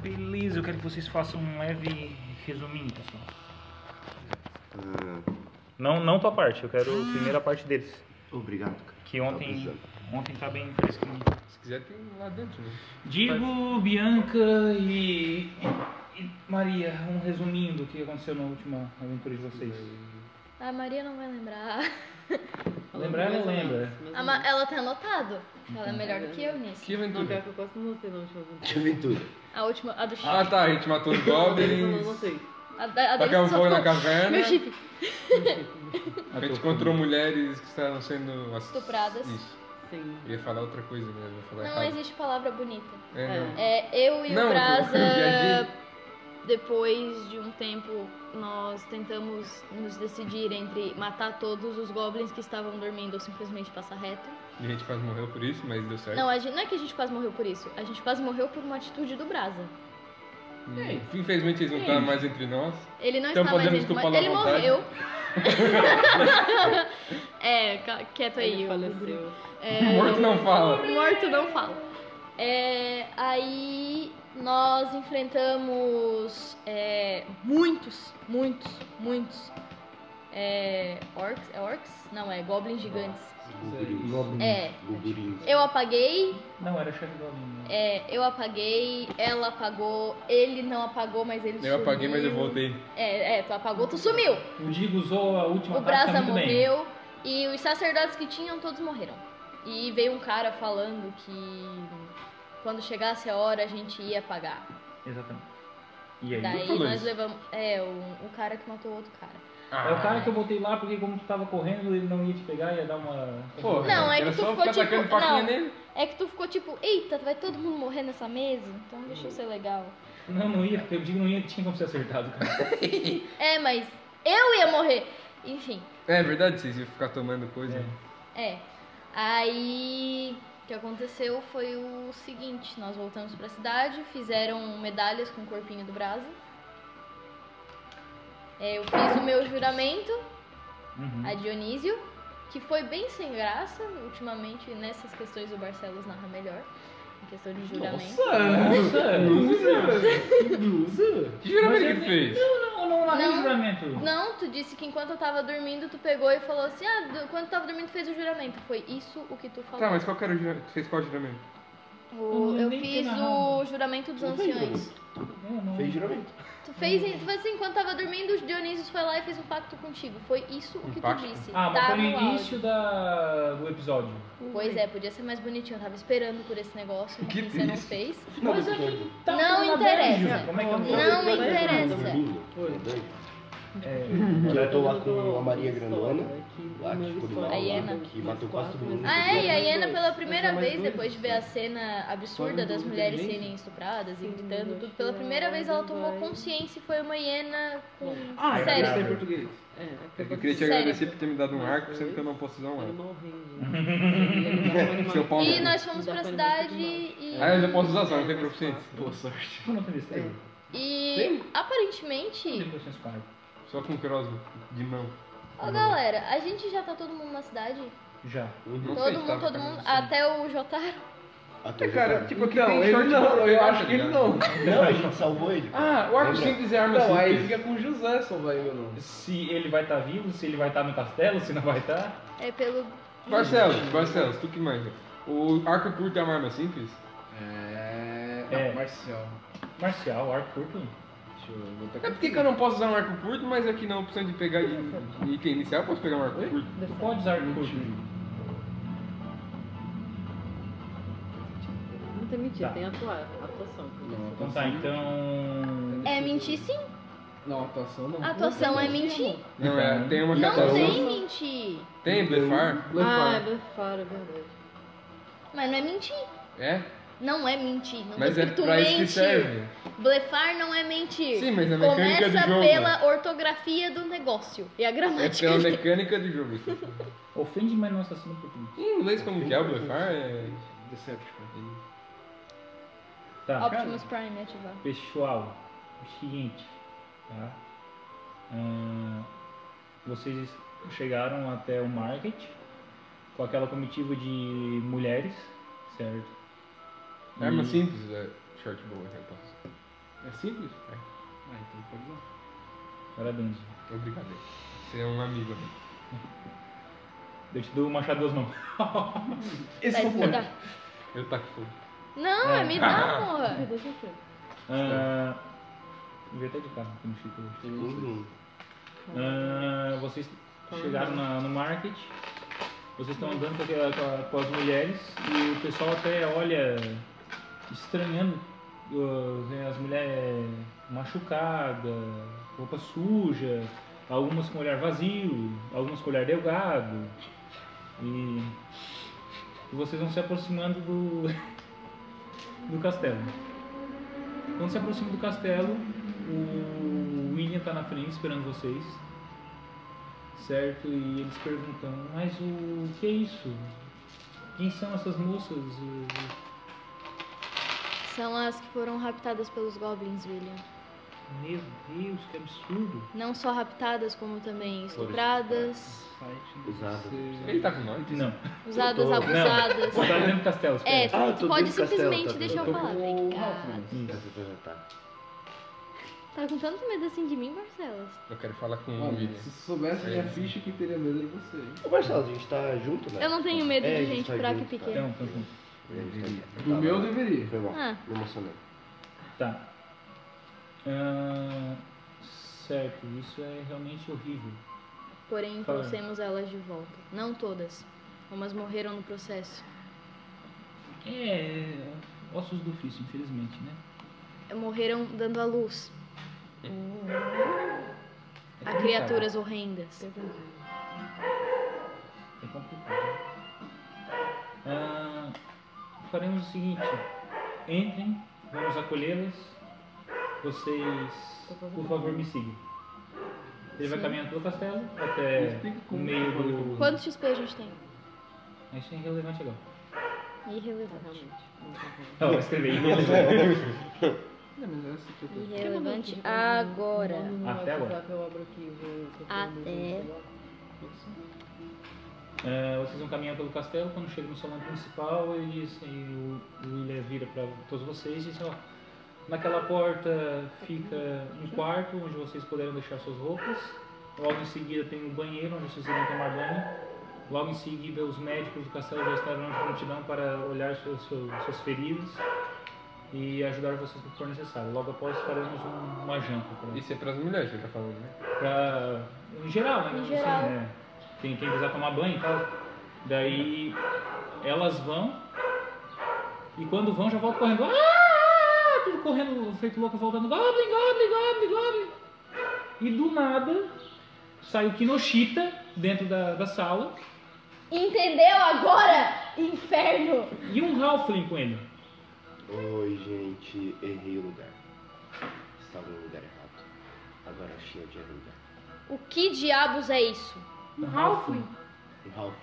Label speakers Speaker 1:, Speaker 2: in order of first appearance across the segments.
Speaker 1: Beleza, eu quero que vocês façam um leve resuminho, tá pessoal. Ah. Não, não tua parte, eu quero a primeira parte deles.
Speaker 2: Obrigado, cara.
Speaker 1: Que
Speaker 2: Tá
Speaker 1: ontem,
Speaker 2: precisando.
Speaker 1: ontem tá bem fresquinho.
Speaker 3: Se quiser, tem lá dentro. Né?
Speaker 1: Digo, Bianca e, e Maria, um resuminho do que aconteceu na última aventura de vocês.
Speaker 4: A Maria não vai lembrar.
Speaker 1: Lembrar ela lembra.
Speaker 4: A Ma- Ela tem anotado. Ela é melhor do que eu nisso.
Speaker 3: Que
Speaker 5: Não, pior
Speaker 3: aventura.
Speaker 5: que eu quase não notei na última vez.
Speaker 2: De aventura.
Speaker 4: A última, a do chip.
Speaker 3: Ah tá, a gente matou os
Speaker 5: Eu não
Speaker 3: goblins.
Speaker 5: notei.
Speaker 4: A, da- a
Speaker 3: Tacamos
Speaker 4: só
Speaker 3: tá fogo na né?
Speaker 4: ficou-
Speaker 3: caverna.
Speaker 4: Meu chip.
Speaker 1: Ah,
Speaker 3: A gente encontrou mulheres que estavam sendo ass-
Speaker 4: Estupradas.
Speaker 3: Isso.
Speaker 5: Sim.
Speaker 3: Eu Ia falar outra coisa, mas eu vou falar
Speaker 4: Não
Speaker 3: errado.
Speaker 4: existe palavra bonita.
Speaker 3: É, não.
Speaker 4: É, eu e
Speaker 3: Não, eu
Speaker 4: o Brasa,
Speaker 3: viajei.
Speaker 4: depois de um tempo, nós tentamos nos decidir entre matar todos os goblins que estavam dormindo ou simplesmente passar reto.
Speaker 3: E a gente quase morreu por isso, mas deu certo.
Speaker 4: Não, a gente, não é que a gente quase morreu por isso. A gente quase morreu por uma atitude do Brasa.
Speaker 3: Hum, Infelizmente eles não estão mais entre nós.
Speaker 4: Ele não
Speaker 3: Então
Speaker 4: está mais
Speaker 3: podemos
Speaker 4: entre nós.
Speaker 3: culpá-lo à
Speaker 4: Ele
Speaker 3: vontade.
Speaker 4: morreu. é, ca- quieto aí.
Speaker 5: Ele
Speaker 4: o-
Speaker 5: faleceu.
Speaker 3: Morto não fala.
Speaker 4: Morto não fala. É, aí nós enfrentamos é, muitos, muitos, muitos é, orcs. É orcs? Não, é goblins gigantes.
Speaker 2: Gugurins.
Speaker 4: É.
Speaker 2: Gugurins.
Speaker 4: Eu apaguei,
Speaker 1: Não, era chefe do aluno.
Speaker 4: é, eu apaguei, ela apagou, ele não apagou, mas ele
Speaker 3: Eu apaguei, mas eu
Speaker 4: sumiu.
Speaker 3: voltei.
Speaker 4: É, é, tu apagou, tu sumiu.
Speaker 1: O Digo usou a última
Speaker 4: O
Speaker 1: tática
Speaker 4: Brasa
Speaker 1: tá muito bem.
Speaker 4: morreu e os sacerdotes que tinham todos morreram. E veio um cara falando que quando chegasse a hora a gente ia pagar.
Speaker 1: Exatamente. E aí?
Speaker 4: Daí
Speaker 3: falou
Speaker 4: nós
Speaker 3: isso?
Speaker 4: levamos. É, o, o cara que matou o outro cara.
Speaker 3: Ah,
Speaker 1: É o cara que eu botei lá porque como tu tava correndo, ele não ia te pegar, ia dar uma...
Speaker 3: Porra,
Speaker 4: Não, é
Speaker 3: Ah, era
Speaker 4: que tu
Speaker 3: só
Speaker 4: ficou
Speaker 3: ficar
Speaker 4: tipo-
Speaker 3: tacando faquinha
Speaker 4: não.
Speaker 3: nele.
Speaker 4: É que tu ficou tipo, eita, vai todo mundo morrer nessa mesa? Então deixa eu ser legal.
Speaker 1: Não, não ia, porque o Digo não ia, tinha como ser acertado, cara.
Speaker 4: É, mas eu ia morrer. Enfim,
Speaker 3: É verdade, vocês iam ficar tomando coisa. né?
Speaker 4: é. Aí o que aconteceu foi o seguinte, nós voltamos pra cidade, fizeram medalhas com o corpinho do Brasa. É, Eu fiz o meu juramento
Speaker 1: Uhum.
Speaker 4: a Dionísio, que foi bem sem graça. Ultimamente, nessas questões, o Barcelos narra melhor. Em questão de juramento.
Speaker 1: Nossa!
Speaker 2: Blusa.
Speaker 1: Mas
Speaker 3: Que juramento que
Speaker 1: eu-
Speaker 3: ele fez?
Speaker 1: Não, não, não,
Speaker 4: Não.
Speaker 1: juramento.
Speaker 4: Não, tu disse que enquanto eu tava dormindo, tu pegou e falou assim: Ah, do- quando eu tava dormindo, tu fez o juramento. Foi isso o que tu falou.
Speaker 3: Tá, mas qual que era o juramento? Tu fez qual juramento?
Speaker 4: O-
Speaker 1: Eu
Speaker 4: eu
Speaker 1: nem tinha
Speaker 4: fiz
Speaker 1: narrado.
Speaker 4: o juramento dos anciões.
Speaker 1: Eu não-
Speaker 2: Fez juramento.
Speaker 4: Tu fez, tu fez assim, enquanto tava dormindo, o Dionísio foi lá e fez um pacto contigo. Foi isso o
Speaker 3: Um
Speaker 4: que tu
Speaker 3: pacto?
Speaker 4: disse.
Speaker 1: Ah, mas
Speaker 4: tá
Speaker 1: foi no
Speaker 4: áudio.
Speaker 1: início da... do episódio.
Speaker 4: Pois é, podia ser mais bonitinho. Eu tava esperando por esse negócio, mas
Speaker 3: Que
Speaker 4: você não
Speaker 3: isso?
Speaker 4: fez.
Speaker 1: Mas aqui tá
Speaker 4: Não
Speaker 1: falando
Speaker 4: interessa.
Speaker 1: beijo. Como é que eu
Speaker 4: Não
Speaker 1: vou-
Speaker 4: interessa.
Speaker 1: É.
Speaker 2: Que eu tô lá com a Maria Grandona, lá que ficou do mal,
Speaker 4: A
Speaker 2: lá,
Speaker 4: Hiena.
Speaker 2: que matou quase todo mundo.
Speaker 4: Ah, é, e a Iena, pela primeira
Speaker 5: mais
Speaker 4: vez,
Speaker 5: dois, É,
Speaker 4: depois de ver a cena absurda das mulheres serem estupradas e gritando
Speaker 1: é.
Speaker 4: tudo, pela primeira vez ela tomou consciência e foi uma hiena com.
Speaker 2: Ah,
Speaker 4: é Sério.
Speaker 2: em
Speaker 3: português.
Speaker 5: É,
Speaker 3: Eu queria te
Speaker 4: Sério.
Speaker 3: agradecer por ter me dado um arco, sendo que eu não posso usar um arco.
Speaker 5: Animal range.
Speaker 3: Seu pau
Speaker 4: E
Speaker 3: no
Speaker 4: nós fomos
Speaker 5: Dá
Speaker 4: pra
Speaker 5: pra
Speaker 4: cidade
Speaker 5: ele
Speaker 4: e.
Speaker 3: Ah, mas eu posso usar, só não tem proficiência.
Speaker 2: Boa sorte.
Speaker 1: Tu não aprendeste
Speaker 5: É.
Speaker 1: tudo?
Speaker 4: E
Speaker 1: Não tem
Speaker 4: aparentemente.
Speaker 1: consciência com a água.
Speaker 3: Só com cross de mão.
Speaker 4: Ó galera, a gente já tá todo mundo na cidade?
Speaker 1: Já.
Speaker 6: Uhum.
Speaker 3: Não
Speaker 4: todo
Speaker 3: sei,
Speaker 4: mundo,
Speaker 3: tava
Speaker 4: todo
Speaker 3: cagando
Speaker 4: mundo.
Speaker 3: assim.
Speaker 4: Até o Jotaro.
Speaker 2: Até
Speaker 3: Cara, tipo, aqui
Speaker 6: Não,
Speaker 3: tem
Speaker 6: ele
Speaker 3: short
Speaker 6: não,
Speaker 3: de
Speaker 6: eu
Speaker 3: tá
Speaker 6: acho que ele
Speaker 3: ligado?
Speaker 6: não.
Speaker 2: tá- Não, a gente salvou ele. assim,
Speaker 3: Ah, o arco
Speaker 2: Lembra?
Speaker 3: simples é arma
Speaker 6: Não, aí
Speaker 3: simples.
Speaker 6: fica com o José só vai, meu nome.
Speaker 1: Se ele vai estar vivo, se ele vai estar no castelo, se não vai estar.
Speaker 4: É pelo.
Speaker 3: Barcelos, Barcelos, tu que manja. O arco curto é uma arma simples?
Speaker 6: É.
Speaker 1: É.
Speaker 6: Marcial.
Speaker 1: Marcial, arco curto.
Speaker 6: Deixa eu botar
Speaker 3: É porque que eu não posso usar um arco curto, mas aqui na opção de pegar de de item inicial eu posso pegar um arco curto.
Speaker 1: Tu pode usar arco curto.
Speaker 5: Não tem
Speaker 2: Tá.
Speaker 5: mentira, tem atua- atuação.
Speaker 6: Não,
Speaker 1: Então tá, então.
Speaker 4: É mentir sim?
Speaker 6: Não, atuação não.
Speaker 4: A atuação é mentir?
Speaker 3: Não é, tem uma
Speaker 4: Não
Speaker 3: catação.
Speaker 4: tem mentir.
Speaker 3: Tem blefar?
Speaker 5: Ah, é
Speaker 6: Blefar.
Speaker 5: blefar, é verdade.
Speaker 4: Mas não é mentir.
Speaker 3: É?
Speaker 4: Não é mentir. Não
Speaker 3: Mas
Speaker 4: tem
Speaker 3: é
Speaker 4: escrito
Speaker 3: pra isso que
Speaker 4: mentir.
Speaker 3: serve.
Speaker 4: Blefar não é mentir.
Speaker 3: Sim, mas a mecânica do
Speaker 4: Começa
Speaker 3: jogo.
Speaker 4: pela ortografia do negócio e a
Speaker 3: É
Speaker 4: gramática.
Speaker 3: pela mecânica do jogo. isso.
Speaker 1: Ofende, mas não assassina por tudo.
Speaker 3: Em inglês como que é o blefar? É...
Speaker 6: Decepticon.
Speaker 1: Tá.
Speaker 4: Optimus Prime é ativar.
Speaker 1: Pessoal, o seguinte, tá? Ahn, vocês chegaram até o market com aquela comitiva de mulheres, certo?
Speaker 3: Arma
Speaker 1: E-
Speaker 3: é Hum. simples é short bow, é eu posso.
Speaker 6: É simples? É. Ah, então pode lá.
Speaker 1: Parabéns.
Speaker 3: Obrigado. Você é um amigo.
Speaker 1: Eu te dou o machado das mãos. Esse
Speaker 4: Vai,
Speaker 1: foi o
Speaker 4: me
Speaker 1: ponto.
Speaker 4: dá.
Speaker 3: Eu taco tá fogo.
Speaker 4: Não, é me dá, porra.
Speaker 5: Deixa eu ver.
Speaker 1: Ah, eu vi até de carro aqui no Chico hoje.
Speaker 2: Uhum.
Speaker 1: Ah, vocês chegaram na- no market, vocês estão andando com, aquela- com a- com as mulheres e o pessoal até olha estranhando ah, né, as mulheres machucadas, roupa suja, algumas com olhar vazio, algumas com olhar delgado. E vocês vão se aproximando do, do castelo. Quando se aproxima do castelo, o William tá na frente esperando vocês. Certo? E eles perguntam, mas o que é isso? Quem são essas moças? E-
Speaker 4: São as que foram raptadas pelos goblins, William.
Speaker 1: Meu Deus, que absurdo!
Speaker 4: Não só raptadas, como também estupradas,
Speaker 2: Usado.
Speaker 3: Ele tá com nós?
Speaker 1: tipo, Não.
Speaker 4: usadas,
Speaker 2: Não.
Speaker 4: abusadas.
Speaker 1: Você tá dentro do castelo,
Speaker 4: É,
Speaker 1: espera.
Speaker 4: tu,
Speaker 2: Ah,
Speaker 4: tu
Speaker 2: tô
Speaker 4: pode
Speaker 2: dentro do
Speaker 4: simplesmente
Speaker 2: castelo, tá
Speaker 4: deixar
Speaker 2: vendo?
Speaker 4: eu falar. Vem cá.
Speaker 1: Isso.
Speaker 2: Tá.
Speaker 4: Tá com tanto medo assim de mim, Marcelos?
Speaker 3: Eu quero falar com o
Speaker 6: Olha,
Speaker 3: William.
Speaker 6: se soubesse minha ficha, que teria medo era você. hein?
Speaker 2: Ô, Marcelo, a gente tá junto, né?
Speaker 4: Eu não tenho medo
Speaker 2: É, a
Speaker 4: de
Speaker 2: gente
Speaker 4: gente
Speaker 2: tá
Speaker 4: fraca e
Speaker 2: junto, tá.
Speaker 4: pequena.
Speaker 1: Então, então, então.
Speaker 2: A gente tá junto.
Speaker 6: Do
Speaker 2: Tá,
Speaker 6: meu
Speaker 2: vai lá.
Speaker 6: deveria.
Speaker 2: Foi bom,
Speaker 4: Ah.
Speaker 2: me emocionei.
Speaker 1: Tá. Ah, certo, isso é realmente horrível.
Speaker 4: Porém,
Speaker 1: Fala.
Speaker 4: trouxemos elas de volta. Não todas. Umas morreram no processo.
Speaker 1: É. ossos do ofício, infelizmente, né?
Speaker 4: Morreram dando à luz
Speaker 1: É
Speaker 4: a
Speaker 1: complicado.
Speaker 4: criaturas horrendas.
Speaker 1: É complicado. Ah, faremos o seguinte: entrem, vamos acolhê-las. Vocês, por favor, me sigam. Ele vai caminhando pelo castelo
Speaker 6: Me
Speaker 1: até
Speaker 6: explica
Speaker 1: o
Speaker 6: como
Speaker 1: meio
Speaker 6: que eu
Speaker 1: do.
Speaker 6: vou-
Speaker 4: Quantos XP a gente tem?
Speaker 1: Isso é irrelevante agora.
Speaker 4: Irrelevante.
Speaker 5: Realmente. não tá vendo.
Speaker 1: Não, eu escrevi irrelevante.
Speaker 6: Não, mas essa
Speaker 3: Tá
Speaker 6: que eu tô-
Speaker 5: um
Speaker 4: Irrelevante
Speaker 5: Porque
Speaker 4: agora.
Speaker 5: No meu
Speaker 1: Até agora.
Speaker 5: WhatsApp eu abro aqui e vou- vou
Speaker 4: Até.
Speaker 1: Ah, vocês vão caminhando pelo castelo. Quando chegam no salão principal, eles, e o o William vira para todos vocês e diz: ó, naquela porta fica um quarto onde vocês poderão deixar suas roupas. Logo em seguida tem o banheiro onde vocês irão tomar banho. Logo em seguida, os médicos do castelo já estarão de prontidão para olhar suas, suas, suas feridas e ajudar vocês no que for necessário. Logo após, faremos um- uma janta pra-
Speaker 3: Isso é pras mulheres que ele tá falando, né?
Speaker 1: pra, em geral, né?
Speaker 4: Em geral.
Speaker 1: né? Quem, quem quiser tomar banho e tal. Daí elas vão e quando vão já voltam correndo. Ah! Tudo correndo, feito louco, voltando. Goblin, goblin, goblin, goblin. E do nada sai o Kinoshita dentro da, da sala
Speaker 4: Entendeu agora? Inferno!
Speaker 1: e um Halfling com ele.
Speaker 2: Oi, gente, errei o lugar. Estava no lugar errado. Agora achei onde era o lugar.
Speaker 4: O que diabos é isso?
Speaker 1: Um Halfling?
Speaker 2: Um Hulk.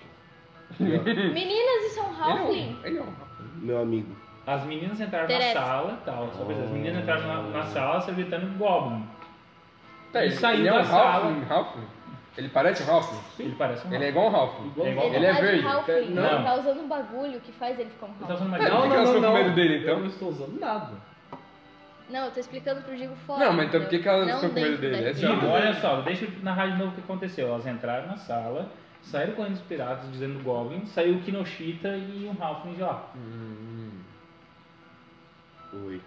Speaker 2: Meu-
Speaker 4: Meninas, isso é um halfling?
Speaker 3: Hum. Ele é um Halfling.
Speaker 2: Meu amigo.
Speaker 1: As meninas entraram
Speaker 4: Teresa.
Speaker 1: na sala e tal. Só pra dizer, as meninas entraram na, na sala se gritando Goblin.
Speaker 3: Tá,
Speaker 1: Ele
Speaker 3: ele,
Speaker 1: saiu
Speaker 3: ele é um
Speaker 1: da sala.
Speaker 3: Halfling, Halfling. Ele parece um Halfling.
Speaker 1: Ele parece um
Speaker 3: Ele é
Speaker 1: Halfling.
Speaker 3: igual um Halfling.
Speaker 1: Igual- Ele
Speaker 3: Ele é
Speaker 4: tá de
Speaker 3: verde.
Speaker 4: halfling.
Speaker 1: Não.
Speaker 4: Ele tá usando um bagulho que faz ele ficar um
Speaker 1: Ele tá usando uma
Speaker 4: halfling.
Speaker 3: Tá,
Speaker 1: gilda.
Speaker 3: não, não, não. Eu não
Speaker 6: estou usando nada.
Speaker 4: Não, eu tô explicando pro Digo fora.
Speaker 3: Não, mas
Speaker 4: entendeu?
Speaker 3: então por que que elas
Speaker 4: Não
Speaker 3: ficam com medo
Speaker 4: dentro
Speaker 3: dele?
Speaker 4: daqui.
Speaker 3: Essa é a
Speaker 1: Digo, olha só, deixa eu narrar de novo o que aconteceu. Elas entraram na sala, saíram correndo os piratas dizendo Goblin, saiu o Kinoshita e um Halfling de lá.
Speaker 3: Hum,
Speaker 2: Oi.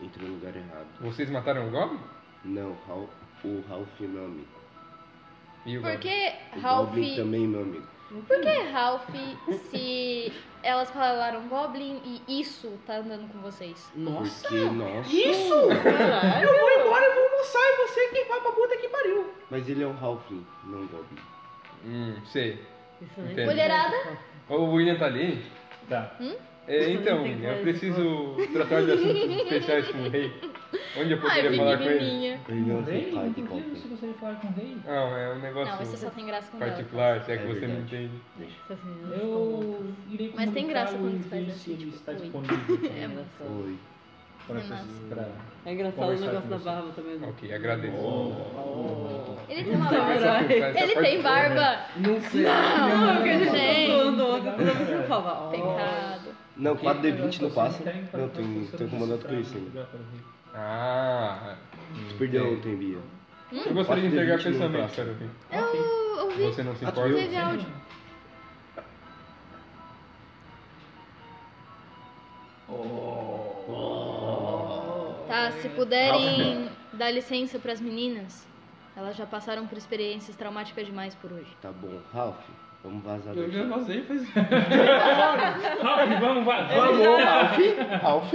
Speaker 2: Entrei no lugar errado.
Speaker 3: vocês mataram o Goblin?
Speaker 2: Não, Hal- o Ralph é meu amigo.
Speaker 3: E o
Speaker 4: Por
Speaker 3: Goblin?
Speaker 4: que
Speaker 2: O
Speaker 4: Ralph.
Speaker 2: Goblin também é meu amigo.
Speaker 4: Por que Ralph, se elas falaram Goblin e isso tá andando com vocês?
Speaker 6: Nossa,
Speaker 2: Porque, nossa.
Speaker 5: Caralho.
Speaker 2: Mas ele é um Halfling, não um Goblin.
Speaker 3: Hum, sei.
Speaker 5: Isso nem
Speaker 3: Entendi.
Speaker 4: Mulherada?
Speaker 3: O William tá ali?
Speaker 1: Tá.
Speaker 3: É, então,
Speaker 5: Tem
Speaker 3: eu
Speaker 5: coisa,
Speaker 3: preciso tratar de assuntos especiais com o rei. Onde eu
Speaker 4: Ai,
Speaker 3: poderia falar com ele?
Speaker 4: pequenininha.
Speaker 2: Ele não é
Speaker 1: Rei?
Speaker 2: um pai de
Speaker 1: Inclusive, se
Speaker 2: Goblin.
Speaker 1: você falar com o rei.
Speaker 3: Não, é um
Speaker 4: Não, você
Speaker 3: negócio
Speaker 4: só tem graça com ela.
Speaker 3: particular, se é
Speaker 2: É
Speaker 3: que você me
Speaker 2: verdade.
Speaker 3: entende.
Speaker 2: Deixa.
Speaker 5: Essas meninas ficam loucas.
Speaker 1: Eu irei
Speaker 4: Mas tem graça
Speaker 1: comunicá-lo
Speaker 4: quando
Speaker 1: e
Speaker 4: tu faz
Speaker 1: ver
Speaker 4: assim,
Speaker 1: se ele
Speaker 4: tipo,
Speaker 1: está
Speaker 4: oi.
Speaker 1: disponível
Speaker 5: É engraçado.
Speaker 2: Oi.
Speaker 1: para
Speaker 4: É massa.
Speaker 1: vocês- para-
Speaker 5: É engraçado o
Speaker 1: Conversar
Speaker 5: negócio
Speaker 1: com
Speaker 5: da
Speaker 1: você.
Speaker 5: barba também. né?
Speaker 3: Ok, agradeço.
Speaker 2: Oh.
Speaker 4: Ele tem uma
Speaker 5: Não,
Speaker 4: barba.
Speaker 5: Samurai.
Speaker 4: Ele tem
Speaker 3: né?
Speaker 4: barba.
Speaker 6: Não sei.
Speaker 4: Não, que
Speaker 5: Eu
Speaker 4: ele
Speaker 5: tava
Speaker 4: tem.
Speaker 5: zoando ontem, toda vez eu falava, ó.
Speaker 4: Pecado.
Speaker 2: Não, 4D20 não
Speaker 1: Você
Speaker 2: passa.
Speaker 1: tem que
Speaker 2: Não, um tô, em-
Speaker 1: passar
Speaker 2: tô incomodado com isso
Speaker 1: pra-
Speaker 2: ainda.
Speaker 1: pra- pra-
Speaker 3: Ah,
Speaker 2: Tu perdeu ontem, Bia.
Speaker 4: Hum?
Speaker 3: eu gostaria de
Speaker 2: Quatro
Speaker 3: entregar
Speaker 2: de vinte um não
Speaker 3: pensamento,
Speaker 2: passa.
Speaker 3: cara.
Speaker 1: Ok.
Speaker 4: Eu ouvi
Speaker 3: Você não se
Speaker 2: Ah, tu
Speaker 3: importa?
Speaker 2: viu?
Speaker 4: teve áudio.
Speaker 6: Oh!
Speaker 4: Tá, se puderem dar licença pras meninas, elas já passaram por experiências traumáticas demais por hoje.
Speaker 2: Tá bom, Ralph, vamos vazar
Speaker 6: Eu
Speaker 2: daqui.
Speaker 6: já vazei faz.
Speaker 1: Ralph, vamos, vai.
Speaker 2: Vamos, Ralph! Ralph!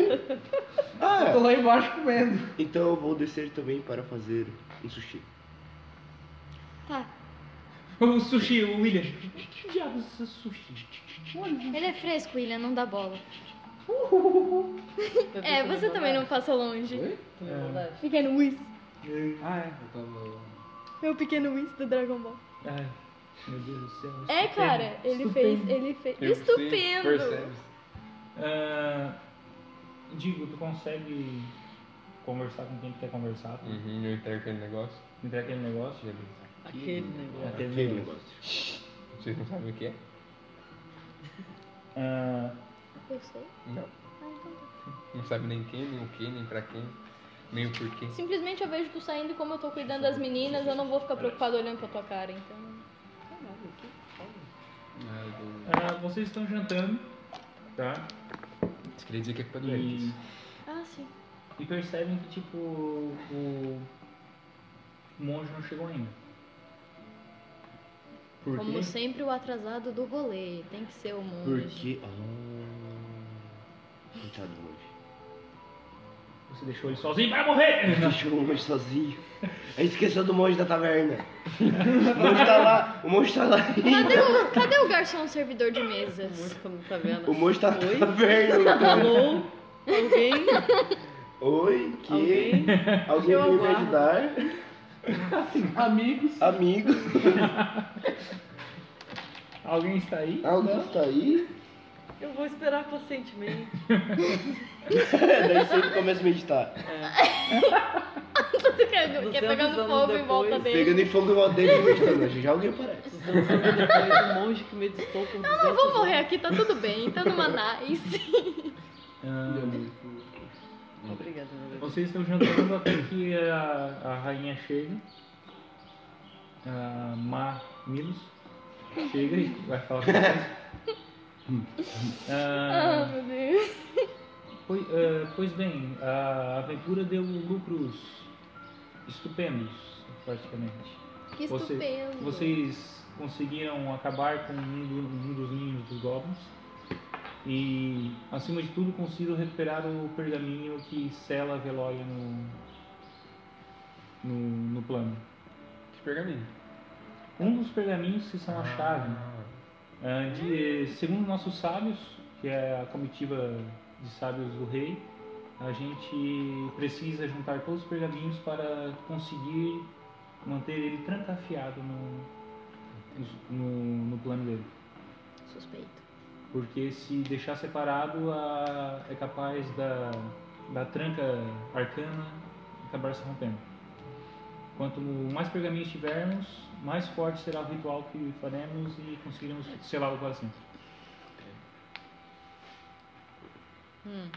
Speaker 6: Ah, eu tô lá embaixo comendo.
Speaker 2: Então eu vou descer também para fazer um sushi.
Speaker 5: Hum.
Speaker 4: Tá.
Speaker 1: O sushi, o William. Que diabo é esse sushi?
Speaker 4: Ele é fresco, William, não dá bola.
Speaker 1: Tá
Speaker 5: Eu
Speaker 4: É,
Speaker 5: tô
Speaker 4: você
Speaker 5: com
Speaker 4: também não
Speaker 5: vontade.
Speaker 4: passa longe.
Speaker 5: Tô com vontade.
Speaker 4: Pequeno Whis.
Speaker 6: Ah, é. Eu tava.
Speaker 4: É o pequeno Whis do Dragon Ball.
Speaker 1: Ai, meu Deus do céu.
Speaker 4: É,
Speaker 1: estupendo,
Speaker 4: cara, ele fez.
Speaker 1: estupendo.
Speaker 4: Ele fez.
Speaker 3: Eu sei,
Speaker 4: Estupendo!
Speaker 3: percebe-se.
Speaker 1: Ah, digo, tu consegue conversar com quem tu quer conversar?
Speaker 2: Hum.
Speaker 1: Tu
Speaker 3: Uhum, eu entrego aquele negócio.
Speaker 1: entrega aquele negócio?
Speaker 5: Aquele negócio.
Speaker 1: Aquele
Speaker 2: Aquele
Speaker 1: negócio.
Speaker 2: negócio.
Speaker 3: Vocês não sabem o que é?
Speaker 1: Ah,
Speaker 4: Eu sei.
Speaker 3: Não.
Speaker 4: Ah, então tá.
Speaker 3: Não sabe nem quem, nem o que, nem pra quem, nem o porquê.
Speaker 4: Simplesmente eu vejo tu saindo e como eu tô cuidando das meninas, eu não vou ficar preocupado olhando pra tua cara, então.
Speaker 1: ah, vocês estão jantando, tá?
Speaker 3: Isso queria dizer que é culpa do
Speaker 1: E,
Speaker 2: Hum.
Speaker 3: Lelis.
Speaker 4: Ah, sim.
Speaker 1: e percebem que, tipo, o monge não chegou ainda. assim? Por quê?
Speaker 4: Como sempre, o atrasado do rolê. Tem que ser o
Speaker 2: Por
Speaker 4: monge.
Speaker 2: que. Ah. Coitado do monge.
Speaker 1: Você deixou ele sozinho, vai morrer!
Speaker 2: Deixou o monge sozinho. Aí esqueceu do monge da taverna. O monge tá lá, o monge tá lá.
Speaker 4: Cadê o, cadê o garçom servidor de mesas?
Speaker 5: Música no taverna.
Speaker 2: O monge tá na
Speaker 5: Oi?
Speaker 2: taverna.
Speaker 5: Alô? Alguém?
Speaker 2: Oi, que? Alguém,
Speaker 5: Alguém? Eu
Speaker 2: veio me
Speaker 5: aguardo.
Speaker 2: ajudar?
Speaker 6: Amigos.
Speaker 2: Amigo,
Speaker 1: Alguém está aí?
Speaker 2: alguém está tá aí?
Speaker 5: Eu vou esperar pacientemente.
Speaker 2: É, Daí sempre começa a meditar.
Speaker 4: Tu quer, quer
Speaker 5: 200
Speaker 4: pegar no
Speaker 5: anos
Speaker 4: fogo em
Speaker 5: depois.
Speaker 4: volta dele.
Speaker 2: Pegando em fogo o dele e meditando. Já alguém aparece.
Speaker 5: Os anos depois, o monge que meditou por 200 Eu
Speaker 4: Vou morrer aqui, tá tudo bem, tá numa nice.
Speaker 1: Ah,
Speaker 5: Obrigada, meu Deus.
Speaker 1: Vocês estão jantando até que a, a rainha chega. A Ma Milos chega e vai falar com vocês. Ah,
Speaker 4: Ah, meu Deus.
Speaker 1: pois, ah, pois bem, a aventura deu lucros estupendos, praticamente.
Speaker 4: Que
Speaker 1: Você-
Speaker 4: estupendo.
Speaker 1: Vocês conseguiram acabar com um, do- um dos ninhos dos goblins e, acima de tudo, conseguiram recuperar o pergaminho que sela a Veloria no, no, no plano.
Speaker 3: Que pergaminho?
Speaker 1: Um dos pergaminhos que são a chave, ah, de, segundo nossos sábios, que é a comitiva de sábios do rei, a gente precisa juntar todos os pergaminhos para conseguir manter ele trancafiado no, no, no plano dele.
Speaker 4: Suspeito.
Speaker 1: Porque se deixar separado, a- é capaz da, da tranca arcana acabar se rompendo. Quanto mais pergaminhos tivermos, mais forte será o ritual que faremos e conseguiremos selá-lo para sempre.
Speaker 4: Hum.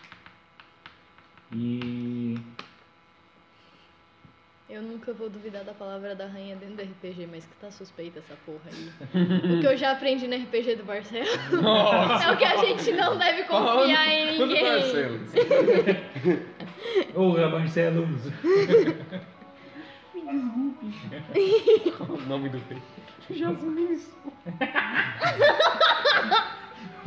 Speaker 1: E
Speaker 4: Eu nunca vou duvidar da palavra da rainha dentro do RPG, mas que tá suspeita essa porra aí. o que eu já aprendi no RPG do Barcelos é o que a gente não deve confiar em
Speaker 3: Quando
Speaker 4: ninguém.
Speaker 3: Marcelo?
Speaker 1: Olá, Marcelos!
Speaker 3: Qual o nome do rei?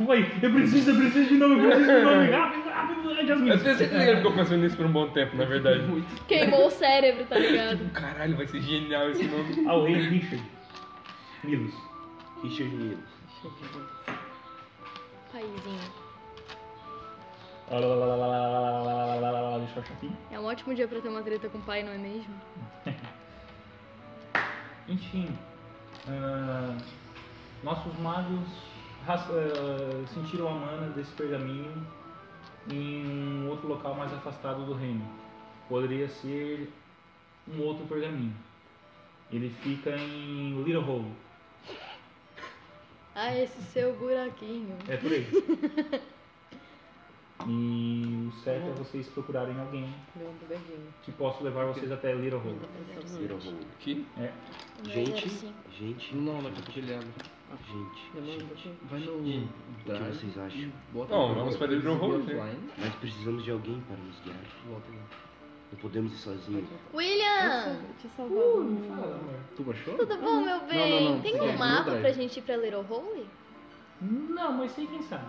Speaker 1: Vai, eu preciso, eu preciso de nome, eu preciso de nome! Rápido, rápido, é Jasmine!
Speaker 3: Eu tenho certeza que ele ficou pensando nisso por um bom tempo, na verdade.
Speaker 4: Queimou o cérebro, tá ligado?
Speaker 3: Tipo, caralho, vai ser genial esse nome.
Speaker 1: Ao Ah, rei Richard. Milos.
Speaker 2: Richard Milos.
Speaker 4: Paizinho.
Speaker 1: Lá, lá, lá, lá, lá, lá, lá, lá, lá, lá, lá, lá, Deixa eu achar aqui.
Speaker 4: É um ótimo dia pra ter uma treta com o pai, não é mesmo?
Speaker 1: Enfim, ah, nossos magos ras- ah, sentiram a mana desse pergaminho em um outro local mais afastado do reino. Poderia ser um outro pergaminho. Ele fica em Little Hole.
Speaker 4: Ah, esse seu buraquinho.
Speaker 1: É por aí. E o certo é vocês procurarem alguém
Speaker 5: Deu um bugadinho.
Speaker 1: que possa levar vocês até Little Hope.
Speaker 2: Little Hole.
Speaker 3: Que?
Speaker 2: Gente,
Speaker 4: Sim.
Speaker 2: gente,
Speaker 6: Não, não é compartilhado.
Speaker 2: gente,
Speaker 5: Demora um
Speaker 2: gente.
Speaker 5: pouquinho.
Speaker 6: Vai no.
Speaker 2: O que vocês acham?
Speaker 6: Bota
Speaker 3: Não, vamos para Little Hope, né?
Speaker 6: Offline.
Speaker 2: Nós precisamos de alguém para nos guiar.
Speaker 6: Bota aí.
Speaker 2: Não podemos ir sozinhos.
Speaker 4: William!
Speaker 5: Eu te salvado.
Speaker 6: Tu baixou?
Speaker 4: Tudo bom, meu bem?
Speaker 6: não, é não,
Speaker 4: Tem
Speaker 6: fica
Speaker 4: um
Speaker 6: aqui no
Speaker 4: mapa
Speaker 6: drive.
Speaker 4: pra gente ir pra Little Holy?
Speaker 1: Não, mas sei quem sabe.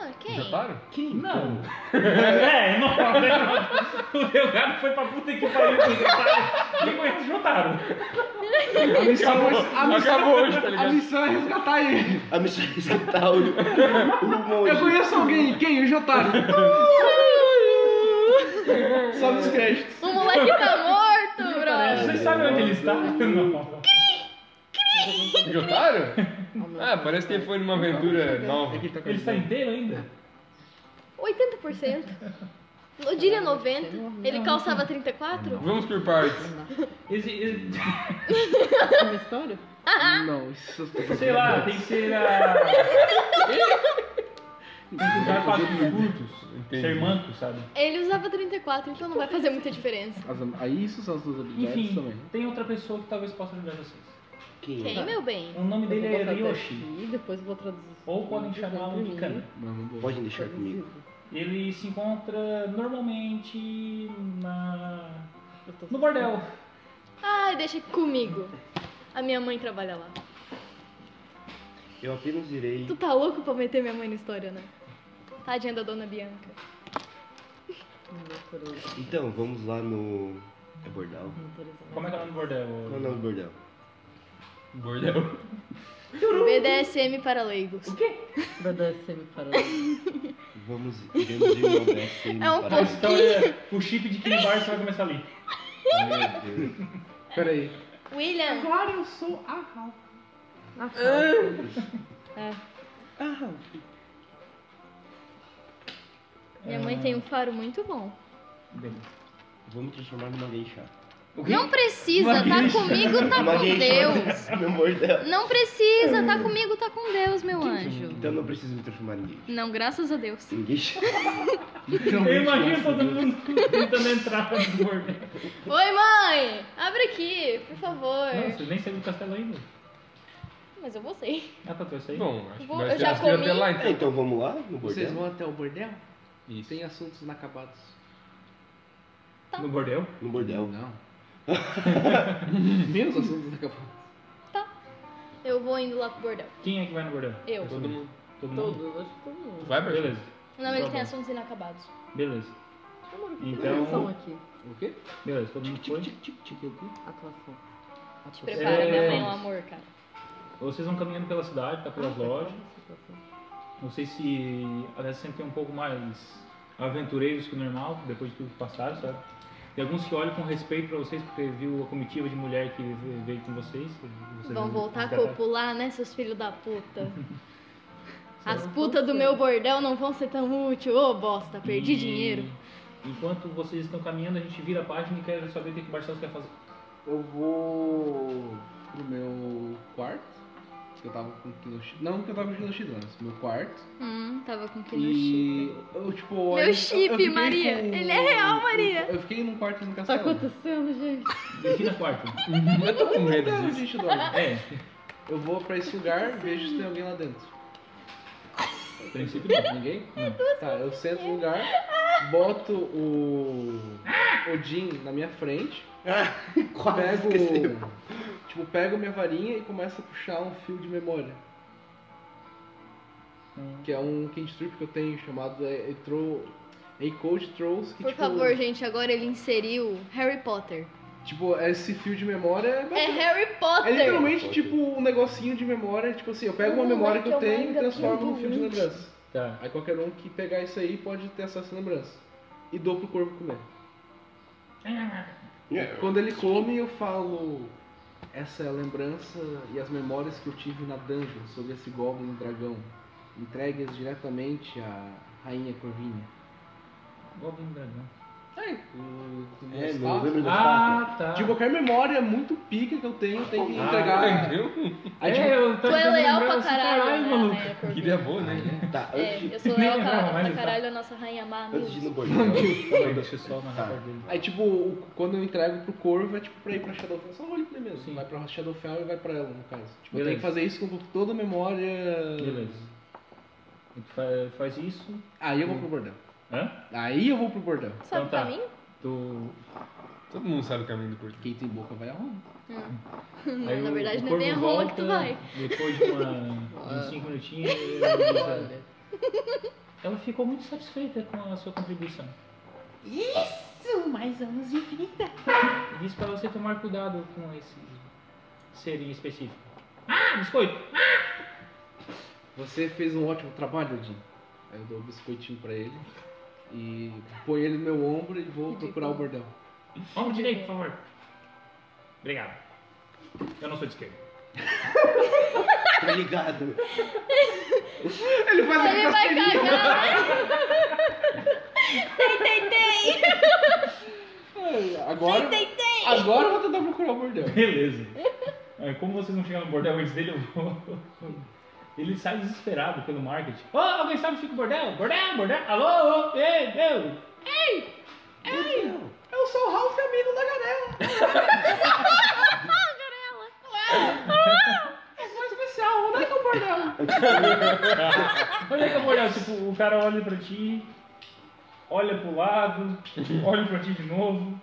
Speaker 4: Ah, quem?
Speaker 3: Já
Speaker 6: tá?
Speaker 3: param?
Speaker 2: Quem?
Speaker 1: Não. é, não, não. O Delgado foi pra puta que pariu tá com o Jotaro. E conhece o Jotaro.
Speaker 6: A missão, a, missão,
Speaker 3: Acabou hoje, tá
Speaker 6: a
Speaker 3: ligado?
Speaker 6: missão é resgatar ele.
Speaker 2: A missão é resgatar o, o
Speaker 6: Eu
Speaker 2: monge.
Speaker 6: conheço alguém. Quem? O Jotaro. Só nos créditos.
Speaker 4: O moleque tá morto,
Speaker 6: tá.
Speaker 4: brother!
Speaker 1: Vocês sabem onde ele está? Não.
Speaker 3: De otário? Ah, parece que ele foi numa aventura
Speaker 6: É
Speaker 3: nova.
Speaker 6: tá
Speaker 1: Ele tá está inteiro ainda?
Speaker 4: 80%. Eu diria 90%. Ele calçava 34%?
Speaker 3: Vamos por partes.
Speaker 1: Esse- esse-
Speaker 5: Tem uma história?
Speaker 6: Não, isso
Speaker 1: sei lá, tem que ser ah, a... Tem que usar passos curtos.
Speaker 3: Entendi.
Speaker 1: Ser manco, sabe?
Speaker 4: Ele usava 34%, então não vai fazer muita diferença.
Speaker 6: As- Aí isso são as duas habilidades
Speaker 1: Enfim,
Speaker 6: também.
Speaker 1: tem outra pessoa que talvez possa ajudar vocês.
Speaker 2: Quem? é?
Speaker 4: Quem, meu bem?
Speaker 1: O nome dele
Speaker 5: Eu
Speaker 1: é
Speaker 5: vou botar
Speaker 1: Ryoshi.
Speaker 5: até aqui, Depois eu vou traduzir.
Speaker 1: Ou podem chamá-lo de Kana.
Speaker 6: Vamos boa.
Speaker 2: Podem deixar é comigo.
Speaker 1: Ele se encontra normalmente na...
Speaker 5: Eu tô-
Speaker 1: no bordel.
Speaker 4: Ai, deixa comigo. A minha mãe trabalha lá.
Speaker 2: Eu apenas irei.
Speaker 4: Tu tá louco pra meter minha mãe na história, né? Tadinha da dona Bianca.
Speaker 5: Não vou por aí,
Speaker 2: Então, vamos lá no. É bordel?
Speaker 5: não vou por aí.
Speaker 1: Como é que é o nome do bordel?
Speaker 2: Qual é o nome do bordel?
Speaker 3: Bordel.
Speaker 4: BDSM para leigos.
Speaker 5: BDSM para lá.
Speaker 2: Vamos iremos ir no Best
Speaker 4: É um
Speaker 1: A história, o chip de que bar você vai começar ali.
Speaker 2: Meu Deus.
Speaker 6: Peraí.
Speaker 4: William,
Speaker 6: Agora eu sou a Hal. Ah,
Speaker 5: Ah,
Speaker 6: A Hal.
Speaker 4: minha mãe tem um faro muito bom.
Speaker 1: Beleza.
Speaker 2: Vou me transformar numa geisha.
Speaker 4: Não precisa, tá
Speaker 1: Magueixa.
Speaker 4: comigo, tá
Speaker 2: Uma
Speaker 4: com Deus.
Speaker 2: geisha no bordel.
Speaker 4: Não precisa, tá comigo, tá com Deus, meu anjo.
Speaker 2: Então não preciso me transformar em geisha.
Speaker 4: Não, graças a Deus.
Speaker 2: Em geisha?
Speaker 6: Então,
Speaker 1: Eu imagino todo mundo tentando entrar no bordel.
Speaker 4: Oi, mãe! Abre aqui, por favor.
Speaker 1: Não, você nem saiu do castelo é ainda.
Speaker 4: Mas eu vou sei.
Speaker 1: Ah, tá, tu vai sair?
Speaker 3: Bom, acho que
Speaker 4: Vou-
Speaker 3: vai
Speaker 4: eu
Speaker 3: ser
Speaker 4: já
Speaker 3: acho que
Speaker 4: comi.
Speaker 3: até lá
Speaker 2: É,
Speaker 3: então.
Speaker 2: então vamos lá no
Speaker 6: Vocês
Speaker 2: bordel?
Speaker 6: vão até o bordel?
Speaker 3: Isso.
Speaker 6: Tem assuntos inacabados.
Speaker 1: No bordel?
Speaker 2: No bordel.
Speaker 6: Não. Meus assuntos inacabados.
Speaker 4: Eu vou indo lá pro bordel.
Speaker 1: Quem é que vai no bordel?
Speaker 4: Eu.
Speaker 1: Todo mundo. Todo mundo?
Speaker 5: Todos, acho que todo mundo.
Speaker 3: Vai, Bertão?
Speaker 1: Beleza,
Speaker 4: Não, ele
Speaker 1: Tá
Speaker 4: é
Speaker 1: bom.
Speaker 4: tem assuntos inacabados.
Speaker 1: beleza.
Speaker 5: Eles são
Speaker 1: Então,
Speaker 5: aqui.
Speaker 6: O quê?
Speaker 1: beleza, todo mundo foi.
Speaker 5: Atuação.
Speaker 4: Te prepara, minha mãe é um
Speaker 1: É.
Speaker 4: amor, cara.
Speaker 1: Vocês vão caminhando pela cidade, tá pelas lojas.
Speaker 5: Atuação.
Speaker 1: Vocês se até se sentem um pouco mais aventureiros que o normal, depois de tudo que passaram, sabe? E alguns que olham com respeito pra vocês, porque viu a comitiva de mulher que veio com vocês. que vocês
Speaker 4: Vão voltar a copular, né, seus filhos da puta? As
Speaker 1: Não
Speaker 4: putas do meu bordel não vão ser tão úteis. Ô, bosta, perdi
Speaker 1: E
Speaker 4: dinheiro.
Speaker 1: Enquanto vocês estão caminhando, a gente vira a página e quero saber o que que o Barcelos quer fazer.
Speaker 6: Eu vou pro meu quarto. Que eu tava com Kinoshida. Não que eu tava com Kinoshida, mas meu quarto.
Speaker 4: Hum, tava com que no
Speaker 6: E eu, tipo, olho-
Speaker 4: Meu chip,
Speaker 6: fiquei
Speaker 4: Maria.
Speaker 6: com-
Speaker 4: Ele é real, Maria.
Speaker 6: Eu fiquei num quarto no
Speaker 5: Tá
Speaker 6: castelo.
Speaker 5: acontecendo, gente.
Speaker 1: Defina quarto.
Speaker 3: Eu tô com medo
Speaker 6: Não,
Speaker 3: disso.
Speaker 6: Tá gente, dorme.
Speaker 1: É,
Speaker 6: Eu vou pra esse lugar, vejo se tem alguém lá dentro.
Speaker 1: a princípio não.
Speaker 6: Ninguém?
Speaker 4: É
Speaker 1: Não.
Speaker 6: Tá, eu sento no lugar, boto o. o Jin na minha frente,
Speaker 3: Ah,
Speaker 6: pego.
Speaker 2: esqueceu.
Speaker 6: Tipo, pego minha varinha e começo a puxar um fio de memória.
Speaker 3: Hum.
Speaker 6: Que é um kind strip que eu tenho chamado é, é, Troll. É Code Trolls que
Speaker 4: Por
Speaker 6: tipo.
Speaker 4: favor, gente, agora ele inseriu Harry Potter.
Speaker 6: Tipo, esse fio de memória é
Speaker 4: É
Speaker 6: bacana.
Speaker 4: Harry
Speaker 6: É
Speaker 4: Potter!
Speaker 6: literalmente tipo um negocinho de memória, tipo assim, eu pego uma
Speaker 4: Não,
Speaker 6: memória
Speaker 4: é
Speaker 6: que
Speaker 4: que eu
Speaker 6: eu tenho e
Speaker 4: ainda
Speaker 6: transformo
Speaker 4: tenho
Speaker 6: num fio de
Speaker 4: muito.
Speaker 6: lembrança.
Speaker 1: Tá.
Speaker 6: Aí qualquer um que pegar isso aí pode ter acesso à lembrança. E dou pro corvo comer.
Speaker 1: É.
Speaker 6: Quando ele come, eu falo. Essa é a lembrança e as memórias que eu tive na dungeon sobre esse Goblin Dragão. Entregues diretamente à Rainha Corvinha.
Speaker 1: Goblin dragão.
Speaker 6: É,
Speaker 2: É, Não
Speaker 6: fatos.
Speaker 2: lembro do fato.
Speaker 1: Ah, tá.
Speaker 6: De qualquer memória muito pica que eu tenho, tem que
Speaker 1: Ah,
Speaker 3: Tá
Speaker 6: entregar. Aí, tipo,
Speaker 1: é, eu
Speaker 4: Tu
Speaker 1: tava
Speaker 4: é
Speaker 1: tentando
Speaker 4: leal
Speaker 1: lembrar,
Speaker 4: pra
Speaker 1: assim,
Speaker 4: caralho, né,
Speaker 1: maluco.
Speaker 4: né,
Speaker 3: Que
Speaker 4: Corvinho?
Speaker 3: ideia boa, né?
Speaker 2: Tá,
Speaker 4: É,
Speaker 2: antes de,
Speaker 4: eu sou
Speaker 1: Nem
Speaker 4: leal pra,
Speaker 1: lembrava mais
Speaker 4: pra
Speaker 1: do
Speaker 4: caralho, a nossa rainha má.
Speaker 2: antes de ir no
Speaker 4: mesmo.
Speaker 2: bordel.
Speaker 1: Peraí, Deixa eu só amarrar a
Speaker 2: Tá.
Speaker 1: parte dele.
Speaker 6: aí, tipo, o- quando eu entrego pro corvo, é tipo pra ir pra Shadowfell. Só roleplay mesmo.
Speaker 1: Sim.
Speaker 6: Vai pra Shadowfell e vai pra ela, no caso. Tipo, eu
Speaker 1: Beleza.
Speaker 6: tenho que fazer isso com toda a memória.
Speaker 1: Beleza. A gente fa- faz isso.
Speaker 6: Aí eu vou pro bordão.
Speaker 1: Hã?
Speaker 6: Aí eu vou pro bordão.
Speaker 4: Sabe
Speaker 1: Então tá.
Speaker 4: pra mim?
Speaker 1: Tu.
Speaker 3: Todo mundo sabe o caminho do porto.
Speaker 6: Quem tem boca vai arrumar.
Speaker 1: aí
Speaker 4: Na
Speaker 1: o-
Speaker 4: verdade,
Speaker 1: o
Speaker 4: não é
Speaker 1: corvo
Speaker 4: bem a rola que tu
Speaker 1: volta
Speaker 4: vai.
Speaker 1: Depois de uma, de uns 5 minutinhos. ele- ele- Ela ficou muito satisfeita com a sua contribuição.
Speaker 5: Isso, mais anos de vida.
Speaker 1: E disse pra você tomar cuidado com esse ser em específico. Ah, biscoito!
Speaker 6: Você fez um ótimo trabalho, Jim. Aí eu dou um biscoitinho pra ele. E ponho ele no meu ombro e vou procurar o bordão.
Speaker 1: Vamos direito, por favor. Obrigado. Eu não sou de esquerda.
Speaker 2: Tá ligado?
Speaker 6: Ele faz
Speaker 4: Ele vai cagar, né?
Speaker 6: Agora, agora eu vou tentar procurar o bordão.
Speaker 1: Beleza. É, como vocês não chegaram no bordel antes dele, eu vou. Ele sai desesperado pelo marketing. Ô, alguém sabe onde fica o bordel? Bordel, bordel. Alô, alô, ei, eu.
Speaker 6: Eu sou o Ralph, amigo da Garela.
Speaker 1: Onde é que é o bordel? Tipo, o cara olha pra ti, olha pro lado, olha pra ti de novo.